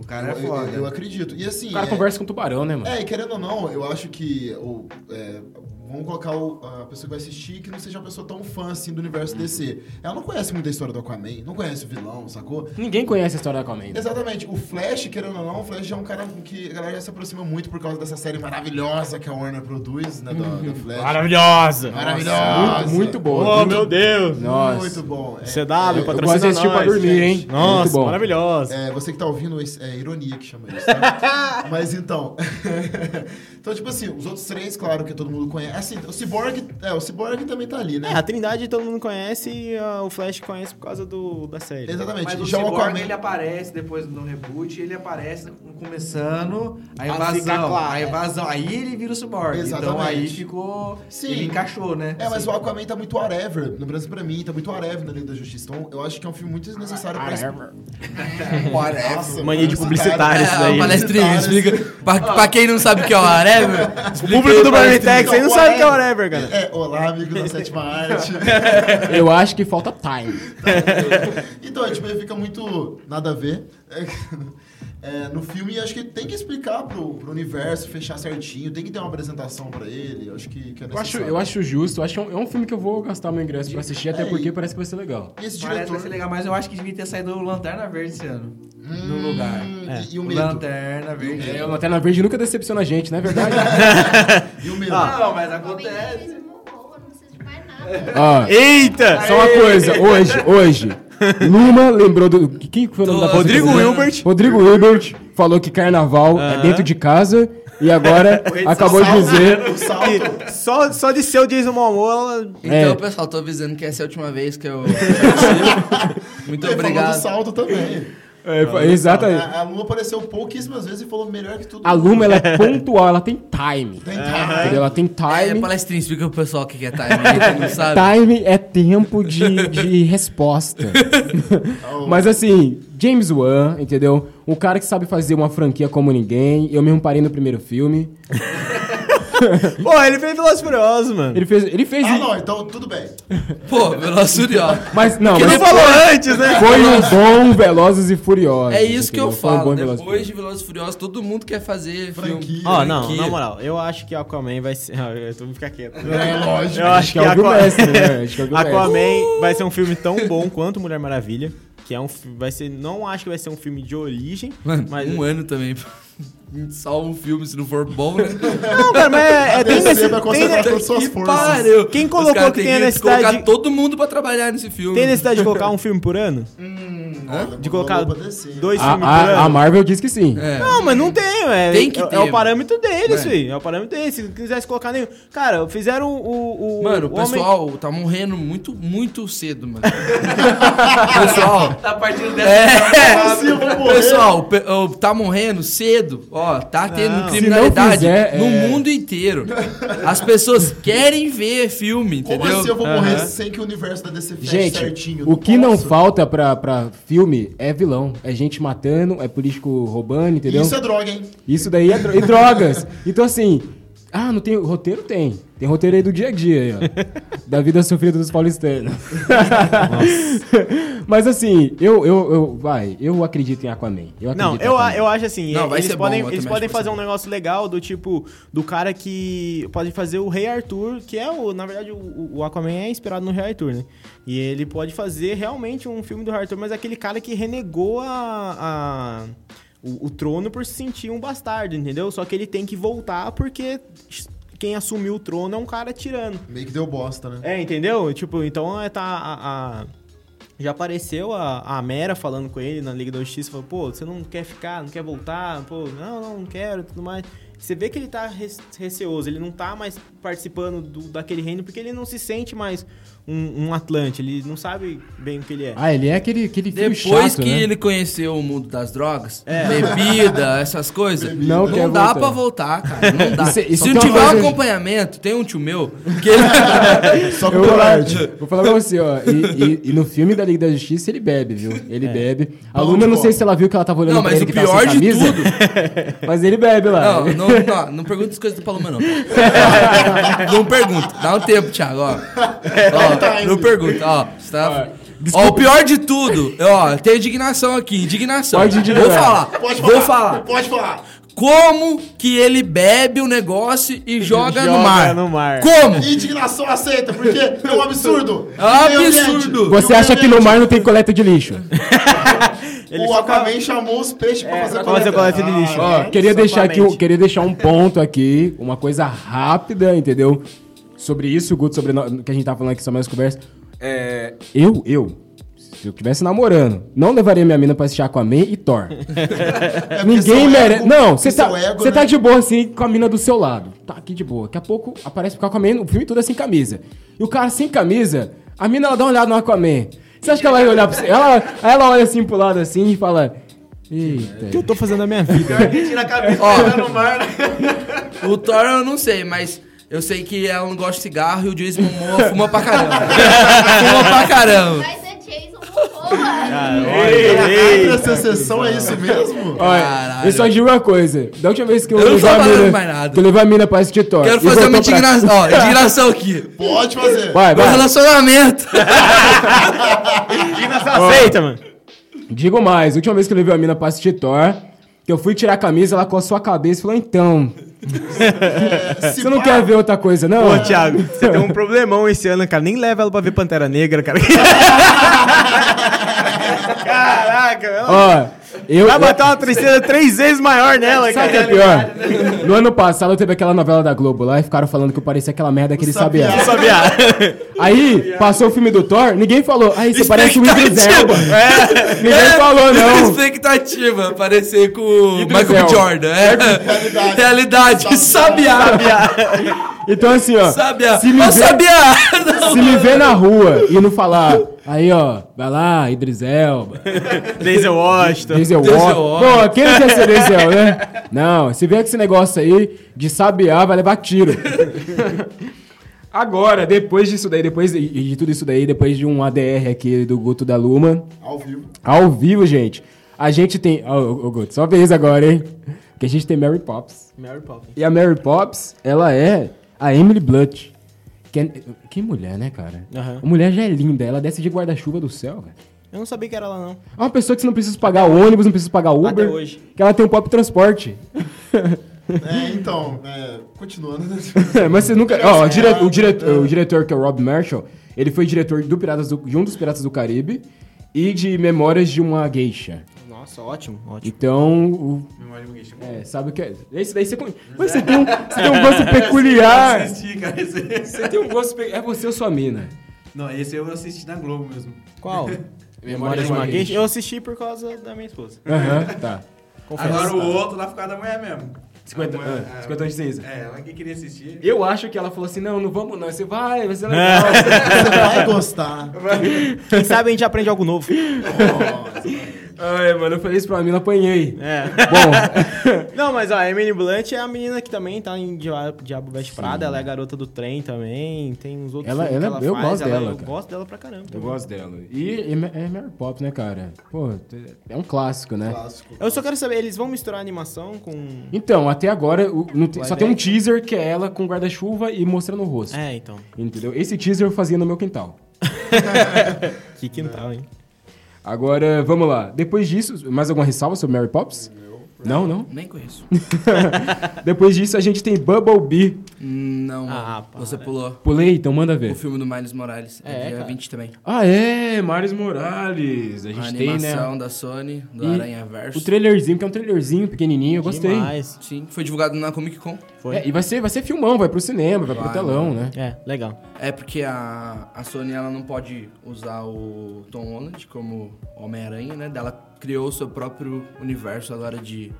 Speaker 6: O cara é
Speaker 3: eu, eu,
Speaker 6: foda.
Speaker 3: eu acredito. E assim.
Speaker 1: O cara
Speaker 3: é-
Speaker 1: conversa com o tubarão, né, mano?
Speaker 3: É, e querendo ou não, eu acho que o, é, vamos colocar o- a pessoa que vai assistir que não seja uma pessoa tão fã assim do universo
Speaker 1: Uhum.
Speaker 3: DC. Ela não conhece muito a história do Aquaman, não conhece o vilão, sacou?
Speaker 1: Ninguém conhece a história da Aquaman. né?
Speaker 3: Exatamente, o Flash, querendo ou não, o Flash já é um cara que a galera já se aproxima muito por causa dessa série maravilhosa que a Warner produz, né? Do, do Flash.
Speaker 2: Maravilhosa!
Speaker 3: Maravilhosa!
Speaker 1: Muito, muito
Speaker 3: bom.
Speaker 1: boa.
Speaker 2: Oh, meu Deus!
Speaker 1: Nossa.
Speaker 3: Muito bom. É,
Speaker 2: CW,
Speaker 1: Eu
Speaker 2: patrocina
Speaker 1: gosto de assistir
Speaker 2: nós,
Speaker 1: pra dormir,
Speaker 2: gente.
Speaker 1: hein? Muito
Speaker 2: Nossa,
Speaker 1: bom.
Speaker 2: maravilhosa.
Speaker 3: É, você que tá ouvindo, isso é ironia que chama isso, tá? Mas então. então, tipo assim, os outros três, claro, que todo mundo conhece. Assim, o Cyborg, é, o Cyborg também tá ali,
Speaker 2: É, a
Speaker 3: né?
Speaker 2: Trindade todo mundo conhece e ah, o Flash conhece por causa do, da série.
Speaker 3: Exatamente.
Speaker 6: Mas o
Speaker 3: Já é o Aquaman,
Speaker 6: Cyborg, ele é aparece depois no reboot, ele aparece começando a
Speaker 2: A
Speaker 6: invasão,
Speaker 2: ficar é.
Speaker 6: a,
Speaker 2: claro.
Speaker 6: invasão. Aí ele vira o Cyborg. Então
Speaker 3: Exatamente.
Speaker 6: aí ficou...
Speaker 3: Sim.
Speaker 6: Ele encaixou, né?
Speaker 3: É, mas
Speaker 6: Assim.
Speaker 3: o Aquaman tá muito whatever, no Brasil pra mim, tá muito whatever na Liga da Justiça. Então, eu acho que é um filme muito desnecessário
Speaker 6: Ah,
Speaker 3: pra...
Speaker 1: Whatever.
Speaker 3: Whatever.
Speaker 2: Mania de
Speaker 3: Ah,
Speaker 2: publicitário isso
Speaker 4: É,
Speaker 2: daí.
Speaker 4: o palestrinho, explica. Pra, pra quem não sabe o que é o Areva,
Speaker 2: O público do Burning Tex aí não
Speaker 3: Então,
Speaker 2: sabe o que é whatever, cara.
Speaker 3: É, olá, amigo da sétima arte.
Speaker 1: Eu acho que falta time.
Speaker 3: então, é, tipo, ele fica muito nada a ver é, no filme e acho que tem que explicar pro, pro universo, fechar certinho, tem que ter uma apresentação pra ele, eu acho que, que é
Speaker 1: Eu acho,
Speaker 3: necessário.
Speaker 1: eu acho justo, eu acho que é um, é um filme que eu vou gastar meu ingresso pra assistir, até
Speaker 3: É,
Speaker 1: porque
Speaker 3: e-
Speaker 1: parece que vai ser legal.
Speaker 3: E esse
Speaker 6: Parece que vai ser
Speaker 3: diretor...
Speaker 6: legal, mas eu acho que devia ter saído o Lanterna Verde esse ano.
Speaker 3: Hum,
Speaker 6: no lugar.
Speaker 2: é.
Speaker 3: E, e o
Speaker 6: O
Speaker 3: medo.
Speaker 6: Lanterna Verde.
Speaker 1: É, o Lanterna Verde nunca decepciona a gente, não é verdade?
Speaker 3: E o medo.
Speaker 2: Ah,
Speaker 6: Não, mas
Speaker 5: O Homem
Speaker 6: acontece.
Speaker 5: fez uma boa, é não precisa de mais nada.
Speaker 1: Ó,
Speaker 2: Eita!
Speaker 1: só uma coisa, hoje, hoje, Luma lembrou do... Quem que foi o nome da pessoa
Speaker 2: Rodrigo
Speaker 1: que lembrou?
Speaker 2: Hilbert.
Speaker 1: Rodrigo Hilbert falou que carnaval é dentro de casa e agora acabou de dizer...
Speaker 3: O salto.
Speaker 2: E Só, só de ser o Jason Momoa,
Speaker 4: Então,
Speaker 1: É.
Speaker 4: pessoal, tô avisando que essa é a última vez que eu. Muito
Speaker 3: Ele falou do
Speaker 4: obrigado.
Speaker 3: salto também.
Speaker 1: É, fa- exatamente.
Speaker 3: A, a Lua apareceu pouquíssimas vezes e falou melhor que tudo.
Speaker 1: A Luma, ela é pontual, ela tem time.
Speaker 3: Tem
Speaker 1: Entendeu? Ela tem
Speaker 4: É,
Speaker 1: time.
Speaker 4: palestrinho, explica pro pessoal o que que é time, aí, quem não sabe.
Speaker 1: Time é tempo de, de resposta. Mas assim, James Wan, entendeu? Um cara que sabe fazer uma franquia como ninguém. Eu mesmo parei no primeiro filme.
Speaker 2: pô, ele fez Velozes e Furiosos, mano.
Speaker 1: Ele fez. Ele fez. um-
Speaker 3: Ah, não, então tudo bem.
Speaker 2: É.
Speaker 4: Pô, Velocirioso.
Speaker 1: Mas não,
Speaker 4: Que
Speaker 1: mas
Speaker 2: Ele falou antes, né?
Speaker 1: foi um bom Velozes e Furiosos.
Speaker 4: É isso que eu
Speaker 1: entendeu? Foi um
Speaker 4: falo.
Speaker 1: bom Velozes e
Speaker 4: Depois de Velozes e Furiosos, todo mundo quer fazer filme.
Speaker 3: Franquia.
Speaker 2: Ó, não,
Speaker 4: Franquia.
Speaker 2: na moral, eu acho que Aquaman vai ser. Ah, eu tô vou ficar quieto.
Speaker 3: É lógico.
Speaker 2: Eu acho
Speaker 1: Acho
Speaker 2: que
Speaker 1: que é o do
Speaker 2: Aqua-
Speaker 1: mestre, né? Acho que é o do
Speaker 2: Aquaman vai ser um filme tão bom quanto Mulher Maravilha. Que é um fi- vai ser. Não acho que vai ser um filme de origem,
Speaker 4: Mano,
Speaker 2: mas.
Speaker 4: um ano também. Só um filme, se não for bom, né?
Speaker 2: Não, cara, mas é, é, tem,
Speaker 3: DC
Speaker 2: nesse-
Speaker 3: vai
Speaker 2: tem,
Speaker 3: concentrar todas as suas
Speaker 4: Que
Speaker 3: forças.
Speaker 4: pariu.
Speaker 2: Quem
Speaker 4: Os
Speaker 2: colocou
Speaker 4: caras
Speaker 2: que
Speaker 4: têm
Speaker 2: tem a necessidade-
Speaker 4: colocar todo mundo pra trabalhar nesse filme.
Speaker 2: tem necessidade de colocar um filme por ano?
Speaker 3: Olha,
Speaker 2: De
Speaker 3: mudou
Speaker 2: colocar
Speaker 3: pra descer.
Speaker 2: dois
Speaker 1: A,
Speaker 2: filmes por
Speaker 1: a- a
Speaker 2: ano?
Speaker 1: Marvel diz que sim.
Speaker 3: Tá
Speaker 4: É.
Speaker 2: Não, mas não tem, é,
Speaker 4: Tem que
Speaker 2: é,
Speaker 4: ter,
Speaker 2: é o
Speaker 4: mano.
Speaker 2: parâmetro deles,
Speaker 4: É.
Speaker 2: filho. É o parâmetro deles. Se não quisesse colocar nenhum. Cara, fizeram o. o
Speaker 4: Mano,
Speaker 2: o
Speaker 4: o
Speaker 2: Homem-
Speaker 4: pessoal tá morrendo muito, muito cedo, mano. pessoal.
Speaker 6: Tá partindo dessa...
Speaker 4: É.
Speaker 3: Assim, eu vou morrer.
Speaker 4: Pessoal, pe- ó, tá morrendo cedo, ó, tá tendo
Speaker 2: Não.
Speaker 4: criminalidade
Speaker 1: Se não fizer,
Speaker 4: no
Speaker 1: é.
Speaker 4: mundo inteiro. As pessoas querem ver filme,
Speaker 3: Como
Speaker 4: entendeu?
Speaker 1: um
Speaker 3: assim eu vou morrer
Speaker 2: Aham.
Speaker 3: sem que o universo da DC feche
Speaker 1: Gente,
Speaker 3: certinho?
Speaker 1: o que não
Speaker 3: posso.
Speaker 1: falta pra, pra filme é vilão. É gente matando, é político roubando, entendeu?
Speaker 3: Isso é droga, hein?
Speaker 1: Isso daí é dro- e drogas. Então assim, ah, não tem roteiro tem. Tem roteiro aí do dia a dia aí, ó. da vida sofrida dos paulistanos. Mas assim, eu, eu, eu, vai, eu acredito em Aquaman. Eu acredito
Speaker 2: Não,
Speaker 1: em
Speaker 2: eu, a-
Speaker 1: Aquaman.
Speaker 2: eu acho assim,
Speaker 4: Não, vai
Speaker 2: eles
Speaker 4: ser bom,
Speaker 2: podem,
Speaker 4: eu
Speaker 2: eles
Speaker 4: também
Speaker 2: podem
Speaker 4: acho que vai
Speaker 2: fazer
Speaker 4: ser
Speaker 2: um negócio legal do tipo, do cara que pode fazer o Rei Arthur, que é o, na verdade, o, o Aquaman é inspirado no Rei Arthur, né? E ele pode fazer realmente um filme do Rei Arthur, mas aquele cara que renegou a... a- o, o trono por se sentir um bastardo, entendeu? Só que ele tem que voltar porque quem assumiu o trono é um cara tirano.
Speaker 3: Meio que deu bosta, né?
Speaker 2: É, entendeu? Tipo, então é, tá a, a- Já apareceu a, a Mera falando com ele na Liga da Justiça, falou, pô, você não quer ficar, não quer voltar, pô, não, não, não quero e tudo mais. Você vê que ele tá res- receoso, ele não tá mais participando do- daquele reino porque ele não se sente mais um, um Atlante, ele não sabe bem o que ele é.
Speaker 1: Ah, ele é aquele, aquele filho
Speaker 4: Depois
Speaker 1: chato,
Speaker 4: que
Speaker 1: né? É.
Speaker 4: ele conheceu o mundo das drogas, bebida, essas coisas,
Speaker 3: Bebida.
Speaker 1: Não
Speaker 4: não,
Speaker 1: quer
Speaker 4: dá
Speaker 1: voltar.
Speaker 4: pra voltar, cara. Não dá.
Speaker 1: Isso é- isso
Speaker 4: Se
Speaker 1: é
Speaker 4: não
Speaker 1: uma
Speaker 4: tiver um
Speaker 1: coisa-
Speaker 4: acompanhamento, tem um tio meu que ele.
Speaker 2: É
Speaker 3: Só com
Speaker 1: Eu vou, falar,
Speaker 3: covarde.
Speaker 1: vou falar pra você, ó. E, e- e no filme da Liga da Justiça ele bebe, viu? Ele bebe. A
Speaker 3: Pão
Speaker 1: Luma,
Speaker 3: de
Speaker 1: eu não sei
Speaker 3: bola.
Speaker 1: se ela viu que ela tava olhando
Speaker 4: Não,
Speaker 1: pra
Speaker 4: mas
Speaker 1: ele
Speaker 4: o
Speaker 1: que tava
Speaker 4: pior
Speaker 1: sem
Speaker 4: de
Speaker 1: camisa.
Speaker 4: tudo.
Speaker 1: Mas ele bebe lá.
Speaker 4: Não, não, não, não pergunta as coisas do Paloma, não. tá? não pergunta. Dá um tempo, Thiago, ó. Ó, não pergunta, ó. Você tá- Ó, o pior de tudo, ó, tem indignação aqui, indignação.
Speaker 1: Pode indignar.
Speaker 4: Vou falar,
Speaker 3: Pode falar.
Speaker 4: vou falar.
Speaker 3: Pode falar.
Speaker 4: Como que ele bebe o negócio e joga, no
Speaker 2: Joga
Speaker 4: mar?
Speaker 2: no mar.
Speaker 4: Como?
Speaker 3: Indignação aceita, porque é um absurdo.
Speaker 4: É um absurdo.
Speaker 3: E o
Speaker 1: Você acha que no
Speaker 3: ambiente?
Speaker 1: mar não tem coleta de lixo?
Speaker 2: Ele
Speaker 3: o
Speaker 2: só É,
Speaker 3: Aquaman chamou os peixes pra fazer
Speaker 2: pra fazer coleta de lixo.
Speaker 1: Ó,
Speaker 3: é.
Speaker 1: queria, deixar aqui, um-
Speaker 2: Somente.
Speaker 1: queria deixar um ponto aqui, uma coisa rápida, entendeu? Sobre isso, Guto, sobre no- que a gente tá falando aqui, só mais conversa. É, eu, eu, se eu estivesse namorando, não levaria minha mina pra assistir Aquaman e Thor.
Speaker 3: É porque seu
Speaker 1: Ninguém
Speaker 3: ego-
Speaker 1: merece. Não, você
Speaker 3: porque
Speaker 1: tá,
Speaker 3: seu ego,
Speaker 1: você
Speaker 3: né?
Speaker 1: tá de boa assim com a mina do seu lado. Tá aqui de boa. Daqui a pouco aparece o Aquaman, o filme todo é sem camisa. E o cara sem camisa, a mina ela dá uma olhada no Aquaman. Você acha que ela vai olhar pra você? Ela, aí ela olha assim pro lado assim e fala.
Speaker 2: O que
Speaker 1: Eita.
Speaker 2: eu tô fazendo na minha vida?
Speaker 6: Tira a cabeça
Speaker 4: Ó.
Speaker 6: joga no mar, né?
Speaker 4: O Thor eu não sei, mas eu sei que ela não gosta de cigarro e o Jason Momoa fuma pra caramba. fuma pra caramba.
Speaker 5: Mas é Jason Momoa.
Speaker 1: é
Speaker 3: Ei, Essa sessão é isso mesmo?
Speaker 1: Olha,
Speaker 4: Caralho.
Speaker 1: eu só digo uma coisa. Da última vez que eu,
Speaker 4: Eu não
Speaker 1: levei
Speaker 4: tô
Speaker 1: a
Speaker 4: falando
Speaker 1: mina,
Speaker 4: mais nada.
Speaker 1: que eu levei a mina pra assistir Thor.
Speaker 4: Quero
Speaker 1: e
Speaker 4: fazer uma
Speaker 1: voltou pra-
Speaker 4: indignação, ó, indignação aqui.
Speaker 3: Pode fazer.
Speaker 1: Vai,
Speaker 4: Meu
Speaker 1: vai.
Speaker 4: relacionamento.
Speaker 2: Aceita, mano.
Speaker 1: Digo mais, a última vez que eu levei a mina pra assistir Thor, que eu fui tirar a camisa, ela coçou a cabeça e falou, então,
Speaker 3: Se
Speaker 1: você não
Speaker 3: pá,
Speaker 1: quer ver outra coisa, não?
Speaker 2: Ô, Thiago, você tem um problemão esse ano, cara. Nem leva ela pra ver Pantera Negra, cara. Caraca, mano.
Speaker 1: Ó, eu...
Speaker 2: Vai botar uma tristeza três vezes maior nela,
Speaker 1: Sabe o que é
Speaker 2: cara.
Speaker 1: pior? No ano passado teve aquela novela da Globo lá e ficaram falando que eu parecia aquela merda que ele sabia.
Speaker 3: Sabiá.
Speaker 2: Sabiá.
Speaker 1: Aí passou o filme do Thor, ninguém falou. Aí você parece o Idris Elba.
Speaker 4: Expectativa. É.
Speaker 1: Ninguém falou, não.
Speaker 4: Expectativa, parecer com o
Speaker 1: Idris
Speaker 4: Michael B.
Speaker 1: Elba.
Speaker 4: Jordan. É.
Speaker 3: Realidade.
Speaker 4: Realidade. Sabiá. Sabiá.
Speaker 1: Então assim, ó.
Speaker 4: Sabiá.
Speaker 1: Se me,
Speaker 4: Ô,
Speaker 1: ver,
Speaker 4: Sabiá. Não.
Speaker 1: se me ver na rua e não falar, aí ó, vai lá, Idris Elba,
Speaker 2: Denzel Washington.
Speaker 1: Denzel
Speaker 4: Denzel
Speaker 1: Washington.
Speaker 4: Washington.
Speaker 1: Pô, quem não quer ser Denzel, né? Não, se vier com esse negócio aí de sabiá, vai levar tiro. Agora, depois disso daí, depois de, de tudo isso daí, depois de um ADR aqui do Guto da Luma,
Speaker 3: Ao vivo.
Speaker 1: Ao vivo, gente. A gente tem. Ó, ô, ô, Guto, só vez agora, hein? Que a gente tem Mary Poppins.
Speaker 2: Mary Poppins.
Speaker 1: E a Mary Poppins, ela é a Emily Blunt. Que, é- que mulher, né, cara?
Speaker 2: Aham.
Speaker 1: A mulher já é linda. Ela desce de guarda-chuva do céu, velho.
Speaker 2: Eu não sabia que era lá, não.
Speaker 1: É uma pessoa que você não precisa pagar ônibus, não precisa pagar Uber.
Speaker 2: Até hoje.
Speaker 1: Que ela tem um pop transporte.
Speaker 3: É, então, é, continuando. né?
Speaker 1: Mas você nunca. Ó, o, dire- o dire- o diretor, que é o Rob Marshall, ele foi diretor do Piratas do- de um dos Piratas do Caribe e de Memórias de uma Geisha.
Speaker 2: Nossa, ótimo, ótimo.
Speaker 1: Então, o
Speaker 6: Memória de um guicho.
Speaker 1: É, sabe o que é? Esse daí você conhece. Mas você tem um, você tem um gosto peculiar.
Speaker 6: Assisti, cara, esse-
Speaker 1: Você tem um gosto peculiar. É você ou sua mina?
Speaker 6: Não, esse eu assisti na Globo mesmo.
Speaker 2: Qual?
Speaker 1: Memória
Speaker 2: de é uma Geisha. Eu assisti por causa da minha esposa.
Speaker 1: Aham, tá.
Speaker 6: Agora o outro lá ficava da Tá mulher mesmo.
Speaker 1: 50,
Speaker 6: A mulher-
Speaker 1: ah,
Speaker 6: a-
Speaker 1: 50 anos de cinza.
Speaker 6: É, ela que queria assistir.
Speaker 1: Eu acho que ela falou assim, não, não vamos não. Você vai, vai ser legal.
Speaker 3: Você vai gostar.
Speaker 2: Quem sabe a gente aprende algo novo.
Speaker 1: Ai, mano, eu falei isso pra mim, não apanhei.
Speaker 2: É.
Speaker 1: Bom,
Speaker 2: Não, mas ó, a Emily Blunt é a menina que também tá em Dia- Diabo Veste Prada, ela é a garota do trem também, tem uns outros
Speaker 1: Ela-
Speaker 2: filmes que
Speaker 1: ela- é eu gosto dela,
Speaker 2: é- eu
Speaker 1: cara.
Speaker 2: gosto dela pra caramba.
Speaker 1: eu
Speaker 2: também.
Speaker 1: gosto dela. E é Ma- é Mary Poppins, né, cara? Pô, é um clássico, né?
Speaker 3: Clássico.
Speaker 2: Eu só quero saber, eles vão misturar animação com...
Speaker 1: Então, até agora, o- não tem- só
Speaker 2: Live
Speaker 1: tem um
Speaker 2: action.
Speaker 1: teaser que é ela com guarda-chuva e mostrando o rosto.
Speaker 2: É, então.
Speaker 1: Entendeu? Esse teaser eu fazia no meu quintal.
Speaker 2: Que quintal, hein?
Speaker 1: Agora, vamos lá. Depois disso, mais alguma ressalva sobre Mary Poppins? Não, não.
Speaker 4: Nem conheço.
Speaker 1: Depois disso, a gente tem Bubble Bee.
Speaker 4: Não.
Speaker 2: Ah, para.
Speaker 4: você pulou.
Speaker 1: Pulei, então manda
Speaker 4: O
Speaker 1: ver.
Speaker 4: filme do Miles Morales. É,
Speaker 2: É,
Speaker 4: dia
Speaker 2: cara.
Speaker 4: 20 também.
Speaker 1: Ah, é, Marius Morales. A
Speaker 4: A,
Speaker 1: gente tem,
Speaker 4: animação
Speaker 1: né?
Speaker 4: da Sony, do
Speaker 1: E
Speaker 4: Aranha Verso.
Speaker 1: O trailerzinho, que é um trailerzinho pequenininho, eu gostei.
Speaker 2: Demais.
Speaker 4: Sim, foi divulgado na Comic Con.
Speaker 2: Foi.
Speaker 1: É, e vai ser, vai ser filmão, vai pro cinema, vai, pro
Speaker 4: Vai,
Speaker 1: telão, né?
Speaker 2: É, legal.
Speaker 4: É porque a, a Sony ela não pode usar o Tom Holland como Homem-Aranha, né? Ela criou o seu próprio universo agora de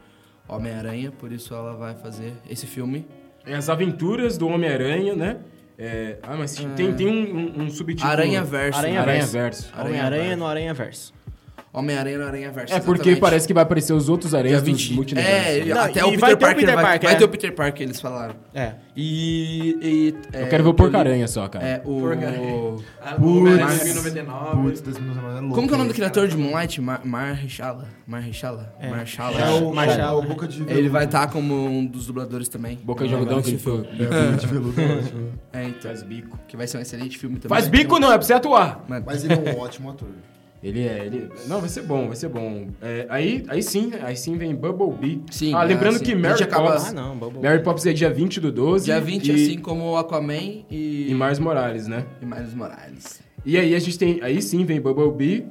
Speaker 4: Homem-Aranha, por isso ela vai fazer esse filme.
Speaker 1: É as aventuras do Homem-Aranha, né? É, ah, mas tem, tem um, um, um subtítulo.
Speaker 4: Aranha Verso. né?
Speaker 2: Aranha
Speaker 1: Aranha Verso.
Speaker 2: Homem-Aranha no Aranha Verso.
Speaker 4: Homem-Aranha no Aranha Verso.
Speaker 1: É porque parece que vai aparecer os outros aranhas dos
Speaker 4: É,
Speaker 1: multiversos. né?
Speaker 4: e
Speaker 2: Não,
Speaker 4: até
Speaker 2: e
Speaker 4: o Peter,
Speaker 2: vai ter o
Speaker 4: Parker,
Speaker 2: Peter
Speaker 4: vai,
Speaker 2: Parker,
Speaker 4: vai
Speaker 2: é.
Speaker 4: ter o Peter Parker, eles falaram.
Speaker 2: É.
Speaker 4: E. e, é,
Speaker 1: eu quero ver o
Speaker 4: que li-
Speaker 1: Porco-Aranha só, cara.
Speaker 4: É, o.
Speaker 6: Porco-Aranha. Ah,
Speaker 3: Putz.
Speaker 6: o Homem-Aranha 2099.
Speaker 3: Putz, 2019 é louco.
Speaker 4: Como que é o nome do criador de Moonlight? Mar Marrechala? Marrechala?
Speaker 2: É.
Speaker 4: Marrechala?
Speaker 3: É
Speaker 2: Marshall.
Speaker 3: o Marshall. Boca de
Speaker 4: Ele vai estar como um dos dubladores também.
Speaker 1: Boca de algodão que ele foi.
Speaker 3: Boca de veludo, eu acho.
Speaker 4: É, então.
Speaker 1: bico.
Speaker 4: Que vai ser um excelente filme também.
Speaker 1: né? Faz bico não, é pra é você atuar.
Speaker 4: Mano,
Speaker 3: Mas ele é um ótimo ator.
Speaker 1: Ele é, ele... Não, vai ser bom, vai ser bom. É, aí, aí sim, aí sim vem Bumblebee.
Speaker 4: Sim,
Speaker 1: Ah,
Speaker 4: é,
Speaker 1: lembrando
Speaker 4: sim.
Speaker 1: que
Speaker 4: A gente
Speaker 1: Mary
Speaker 4: acaba-
Speaker 1: Poppins...
Speaker 2: Ah, não, Bubble.
Speaker 1: Mary Poppins é dia 20 do 12.
Speaker 4: Dia 20,
Speaker 1: e,
Speaker 4: assim como Aquaman e.
Speaker 1: E Mars Morales, né?
Speaker 4: e Miles Morales.
Speaker 1: E aí a gente tem... Aí sim vem Bumblebee.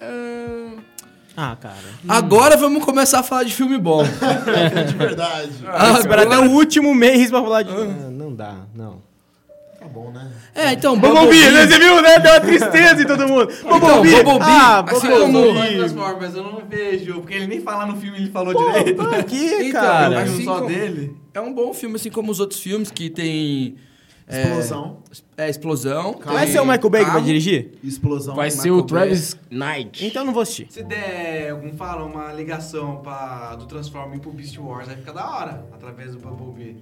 Speaker 1: Ah,
Speaker 2: Ah, cara.
Speaker 1: Hum.
Speaker 4: Agora vamos começar a falar de filme bom.
Speaker 3: É de verdade.
Speaker 4: Ah,
Speaker 2: Esperar até
Speaker 4: agora-
Speaker 2: o último mês pra falar de. Ah, não dá, não.
Speaker 3: Tá bom, né?
Speaker 4: É, então,
Speaker 2: Bumblebee, né?
Speaker 4: Bumblebee.
Speaker 2: Você
Speaker 4: Então,
Speaker 2: viu, né? Deu uma tristeza em todo mundo. Bumblebee.
Speaker 4: Bumblebee,
Speaker 2: Ah,
Speaker 4: assim
Speaker 2: Bumblebee.
Speaker 4: como-
Speaker 6: Eu gosto de Transformers, eu não vejo, porque ele nem fala no filme, ele falou direito.
Speaker 2: Tá aqui,
Speaker 4: Então,
Speaker 2: cara.
Speaker 4: mas-
Speaker 6: Eu vi um só
Speaker 4: Assim como-
Speaker 6: dele.
Speaker 4: É um bom filme, assim como os outros filmes que tem. é,
Speaker 3: Explosão.
Speaker 4: É, explosão.
Speaker 2: Vai
Speaker 4: tem
Speaker 2: ser o Michael Bay que vai
Speaker 4: carro.
Speaker 2: dirigir?
Speaker 3: Explosão.
Speaker 1: vai ser
Speaker 4: Michael
Speaker 1: o Travis Knight.
Speaker 2: Então eu não vou assistir.
Speaker 6: Se der, algum fala, uma ligação pra, do Transformers pro Beast Wars, aí fica da hora, através do Bumblebee.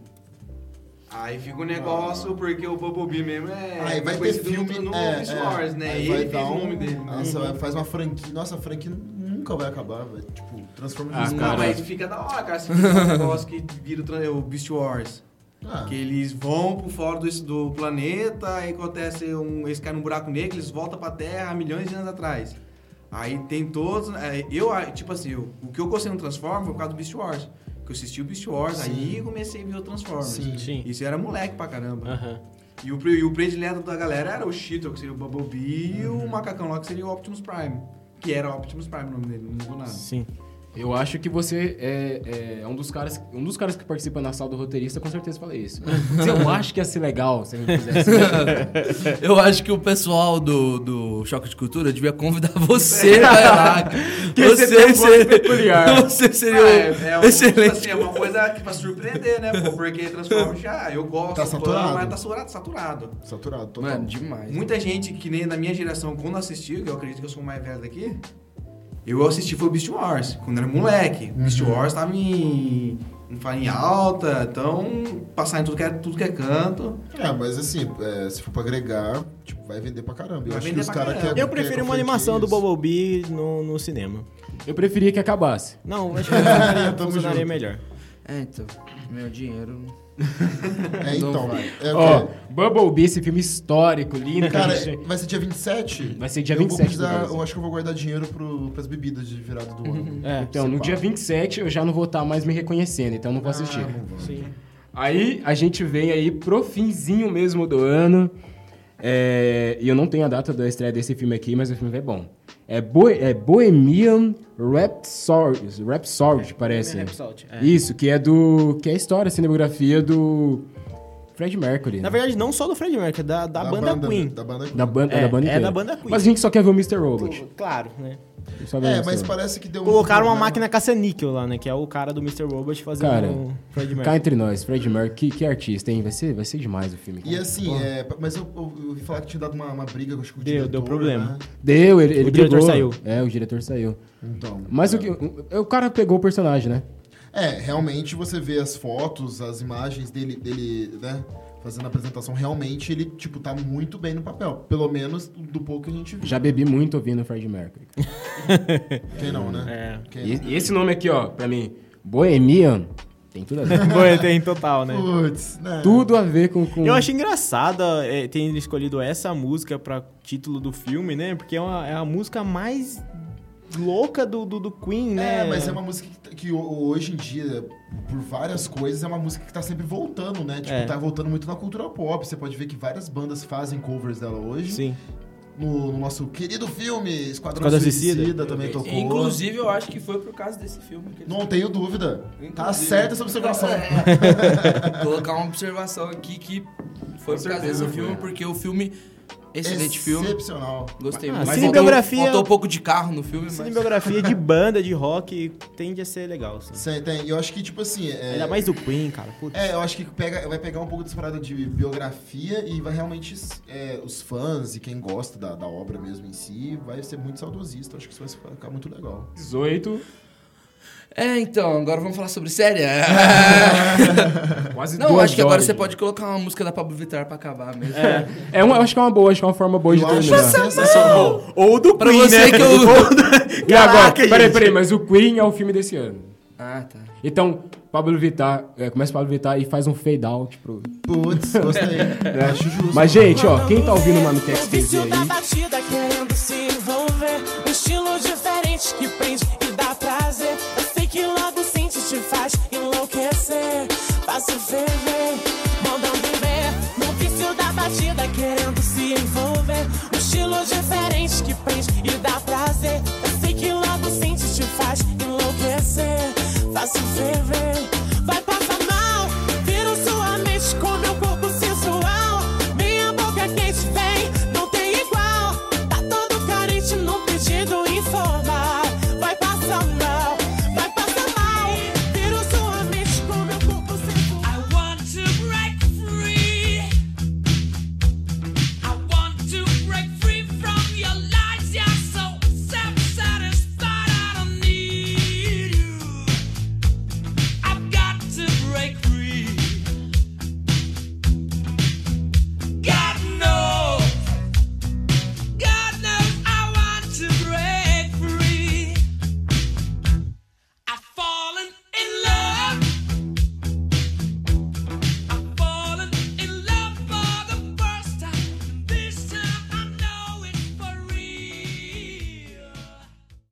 Speaker 6: Aí fica um negócio, porque o Bumblebee mesmo é
Speaker 3: Ah. Aí vai ter
Speaker 6: conhecido
Speaker 3: filme
Speaker 6: no, no
Speaker 3: é,
Speaker 6: Beast
Speaker 3: é.
Speaker 6: Wars, né?
Speaker 3: Aí
Speaker 6: E
Speaker 3: vai
Speaker 6: ele
Speaker 3: dar
Speaker 6: fez o nome
Speaker 3: um-
Speaker 6: dele. né?
Speaker 3: Nossa, vai- faz uma franquia. Nossa, a franquia nunca vai acabar, velho. Tipo, transforma
Speaker 1: Ah,
Speaker 3: em
Speaker 6: Não,
Speaker 1: cara.
Speaker 6: mas fica da hora, cara, se fizer um negócio que vira o tran- o Beast Wars.
Speaker 3: Ah,
Speaker 6: Que eles vão pro fora do, do planeta, aí acontece um. Eles caem num buraco negro, eles voltam pra Terra há milhões de anos atrás. Aí tem todos. é, eu, ah, tipo assim, eu- o que eu gostei no Transformers foi por causa do Beast Wars. Que eu assisti o Beast Wars, aí eu comecei a ver o Transformers.
Speaker 3: Sim.
Speaker 2: Sim.
Speaker 6: Isso era moleque pra caramba.
Speaker 2: Aham.
Speaker 6: E, o, pre- e o predileto da galera era o Cheetor, que seria o Bumblebee,
Speaker 3: Uhum.
Speaker 6: e o macacão lá, que seria o Optimus Prime. Que era o Optimus Prime o nome dele, não mudou nada.
Speaker 2: Sim.
Speaker 1: Eu acho que você é, é um dos caras, um dos caras que participa na sala do roteirista, com certeza falei isso. Mas eu acho que ia ser legal se a gente fizesse.
Speaker 4: Eu acho que o pessoal do, do Choque de Cultura devia convidar você pra ir lá.
Speaker 1: Que você tem um gosto peculiar.
Speaker 4: Você seria um
Speaker 6: É, é, um- tipo
Speaker 4: excelente.
Speaker 6: assim, é uma coisa que pra surpreender, né? pô? porque Transformers já, eu gosto,
Speaker 3: Tá
Speaker 6: pô,
Speaker 3: saturado.
Speaker 6: mas tá saturado, saturado.
Speaker 3: Saturado, total.
Speaker 4: Mano, demais.
Speaker 6: Muita gente que nem na minha geração, quando assistiu, que eu acredito que eu sou o mais velho daqui, eu assisti foi o Beast Wars, quando era moleque. O
Speaker 3: Uhum.
Speaker 6: Beast Wars tava em, em farinha alta, então passar em tudo que é, tudo que é canto.
Speaker 3: É, mas assim, é, se for pra agregar, tipo, vai vender pra caramba. Eu
Speaker 6: Vai
Speaker 3: acho que
Speaker 6: vender
Speaker 3: os
Speaker 6: pra
Speaker 3: caras
Speaker 6: caramba.
Speaker 3: querem.
Speaker 2: Eu prefiro uma animação do Bumblebee no, no cinema.
Speaker 1: Eu preferia que acabasse.
Speaker 2: Não, acho que funcionaria,
Speaker 3: Tamo
Speaker 2: funcionaria
Speaker 3: junto.
Speaker 2: melhor.
Speaker 4: É, então, meu dinheiro.
Speaker 3: É, então, vai. É,
Speaker 1: Ó,
Speaker 3: ok.
Speaker 1: Bumblebee, esse filme histórico, lindo. que a
Speaker 3: Cara,
Speaker 1: gente-
Speaker 3: vai ser dia 27?
Speaker 1: Vai ser dia 27
Speaker 3: eu
Speaker 1: do
Speaker 3: Vou precisar,
Speaker 1: mês.
Speaker 3: eu acho que eu vou guardar dinheiro pro, pras bebidas de virada do ano.
Speaker 2: É,
Speaker 1: então, no dia 27 eu já não vou estar mais me reconhecendo, então não vou assistir.
Speaker 2: Sim.
Speaker 1: Aí a gente vem aí pro finzinho mesmo do ano. É, e eu não tenho a data da estreia desse filme aqui, mas o filme é bom. É, Bo é Bohemian Rhapsody, Rhapsody parece.
Speaker 2: É, Bohemian Rhapsody, é.
Speaker 1: Isso, que é do que é a história, a cinematografia do Fred Mercury. né?
Speaker 2: Na verdade, não só do Fred Mercury, é da, da, banda, Queen.
Speaker 3: Da banda Queen.
Speaker 1: da banda,
Speaker 2: é,
Speaker 1: da banda
Speaker 2: é
Speaker 1: inteira.
Speaker 2: da banda Queen.
Speaker 1: Mas a gente só quer ver o Mr. Robot.
Speaker 2: Claro, né?
Speaker 1: Só ver o
Speaker 3: É,
Speaker 1: Mr.
Speaker 3: mas
Speaker 1: Robot.
Speaker 3: parece que deu um
Speaker 2: Colocaram uma
Speaker 3: problema.
Speaker 2: máquina caça-níquel lá, né? Que é o cara do Mr. Robot fazendo
Speaker 1: Cara,
Speaker 2: o Fred
Speaker 1: Cá
Speaker 2: Mercury.
Speaker 1: entre nós, Fred Mercury, que, que artista, hein? Vai ser, vai ser demais o filme.
Speaker 3: E assim, é, mas eu, eu, eu ouvi falar que tinha dado uma, uma briga com acho que o
Speaker 2: Deu-
Speaker 3: diretor,
Speaker 2: deu problema.
Speaker 3: né?
Speaker 1: Deu, ele, ele
Speaker 2: O diretor
Speaker 1: brigou.
Speaker 2: saiu.
Speaker 1: É, o diretor saiu.
Speaker 3: Então.
Speaker 1: Mas
Speaker 3: é.
Speaker 1: o que. O, o cara pegou o personagem, né?
Speaker 3: É, realmente você vê as fotos, as imagens dele, dele, né? Fazendo a apresentação, realmente ele, tipo, tá muito bem no papel. Pelo menos do pouco que a gente viu.
Speaker 1: Já bebi muito ouvindo o Fred Mercury.
Speaker 3: Quem não, né?
Speaker 2: É.
Speaker 3: Quem não?
Speaker 1: E, e esse nome aqui, ó, pra mim, Bohemian, tem tudo a ver.
Speaker 2: Foi, tem total, né?
Speaker 3: Putz, né?
Speaker 1: tudo a ver com. com...
Speaker 2: Eu achei engraçada é, ter escolhido essa música pra título do filme, né? Porque é, uma- é a música mais louca do, do, do Queen, né?
Speaker 3: É, mas é uma música que, t- que ho- hoje em dia, por várias coisas, é uma música que tá sempre voltando, né? Tipo,
Speaker 2: É.
Speaker 3: tá voltando muito na cultura pop. Você pode ver que várias bandas fazem covers dela hoje.
Speaker 2: Sim.
Speaker 3: No, no nosso querido filme Esquadrão,
Speaker 2: Esquadrão
Speaker 3: Suicida,
Speaker 2: Suicida.
Speaker 3: também tocou.
Speaker 4: Inclusive, eu acho que foi por causa desse filme. Que eles-
Speaker 3: Não tenho dúvida. Tá
Speaker 4: Inclusive.
Speaker 3: certa essa observação.
Speaker 4: É. Colocar uma observação aqui que foi por causa
Speaker 3: certeza,
Speaker 4: desse filme,
Speaker 3: foi.
Speaker 4: porque o filme. Excelente filme.
Speaker 3: Excepcional.
Speaker 4: Gostei
Speaker 2: Ah,
Speaker 4: muito.
Speaker 2: cinebiografia-
Speaker 4: Faltou, faltou um pouco de carro no filme, mas.
Speaker 2: Cinebiografia de banda, de rock, tende a ser legal, assim.
Speaker 3: Cê Tem, eu acho que, tipo assim. É,
Speaker 2: Ainda mais do Queen, cara. Putz.
Speaker 3: É, eu acho que pega, vai pegar um pouco dessa parada de biografia e vai realmente é, os fãs e quem gosta da, da obra mesmo em si vai ser muito saudosista. Eu Acho que isso vai ficar muito legal.
Speaker 1: 18,
Speaker 4: É, então, agora vamos falar sobre série. É.
Speaker 1: quase
Speaker 4: Não,
Speaker 1: duas
Speaker 4: acho que agora
Speaker 1: horas.
Speaker 4: você pode colocar uma música da Pablo Vittar pra acabar mesmo.
Speaker 1: É uma, eu acho que é uma boa, acho que é uma forma boa de
Speaker 3: eu acho é
Speaker 1: terminar.
Speaker 3: sensacional.
Speaker 2: Ou do
Speaker 4: Pra você que eu.
Speaker 1: né? E agora? Peraí, peraí, mas o Queen é o filme desse ano.
Speaker 4: Ah, tá.
Speaker 1: Então, Pablo Vittar, é, começa o Pablo Vittar e faz um fade out pro.
Speaker 3: Putz, gostei. Acho justo.
Speaker 1: Mas, gente, ó, quem tá ouvindo o Mano Tex TV aí,
Speaker 7: batida querendo se envolver. Um Divertida querendo se envolver Um estilo diferente que prende e dá prazer Eu sei que logo sente te faz enlouquecer Faço ferver Tá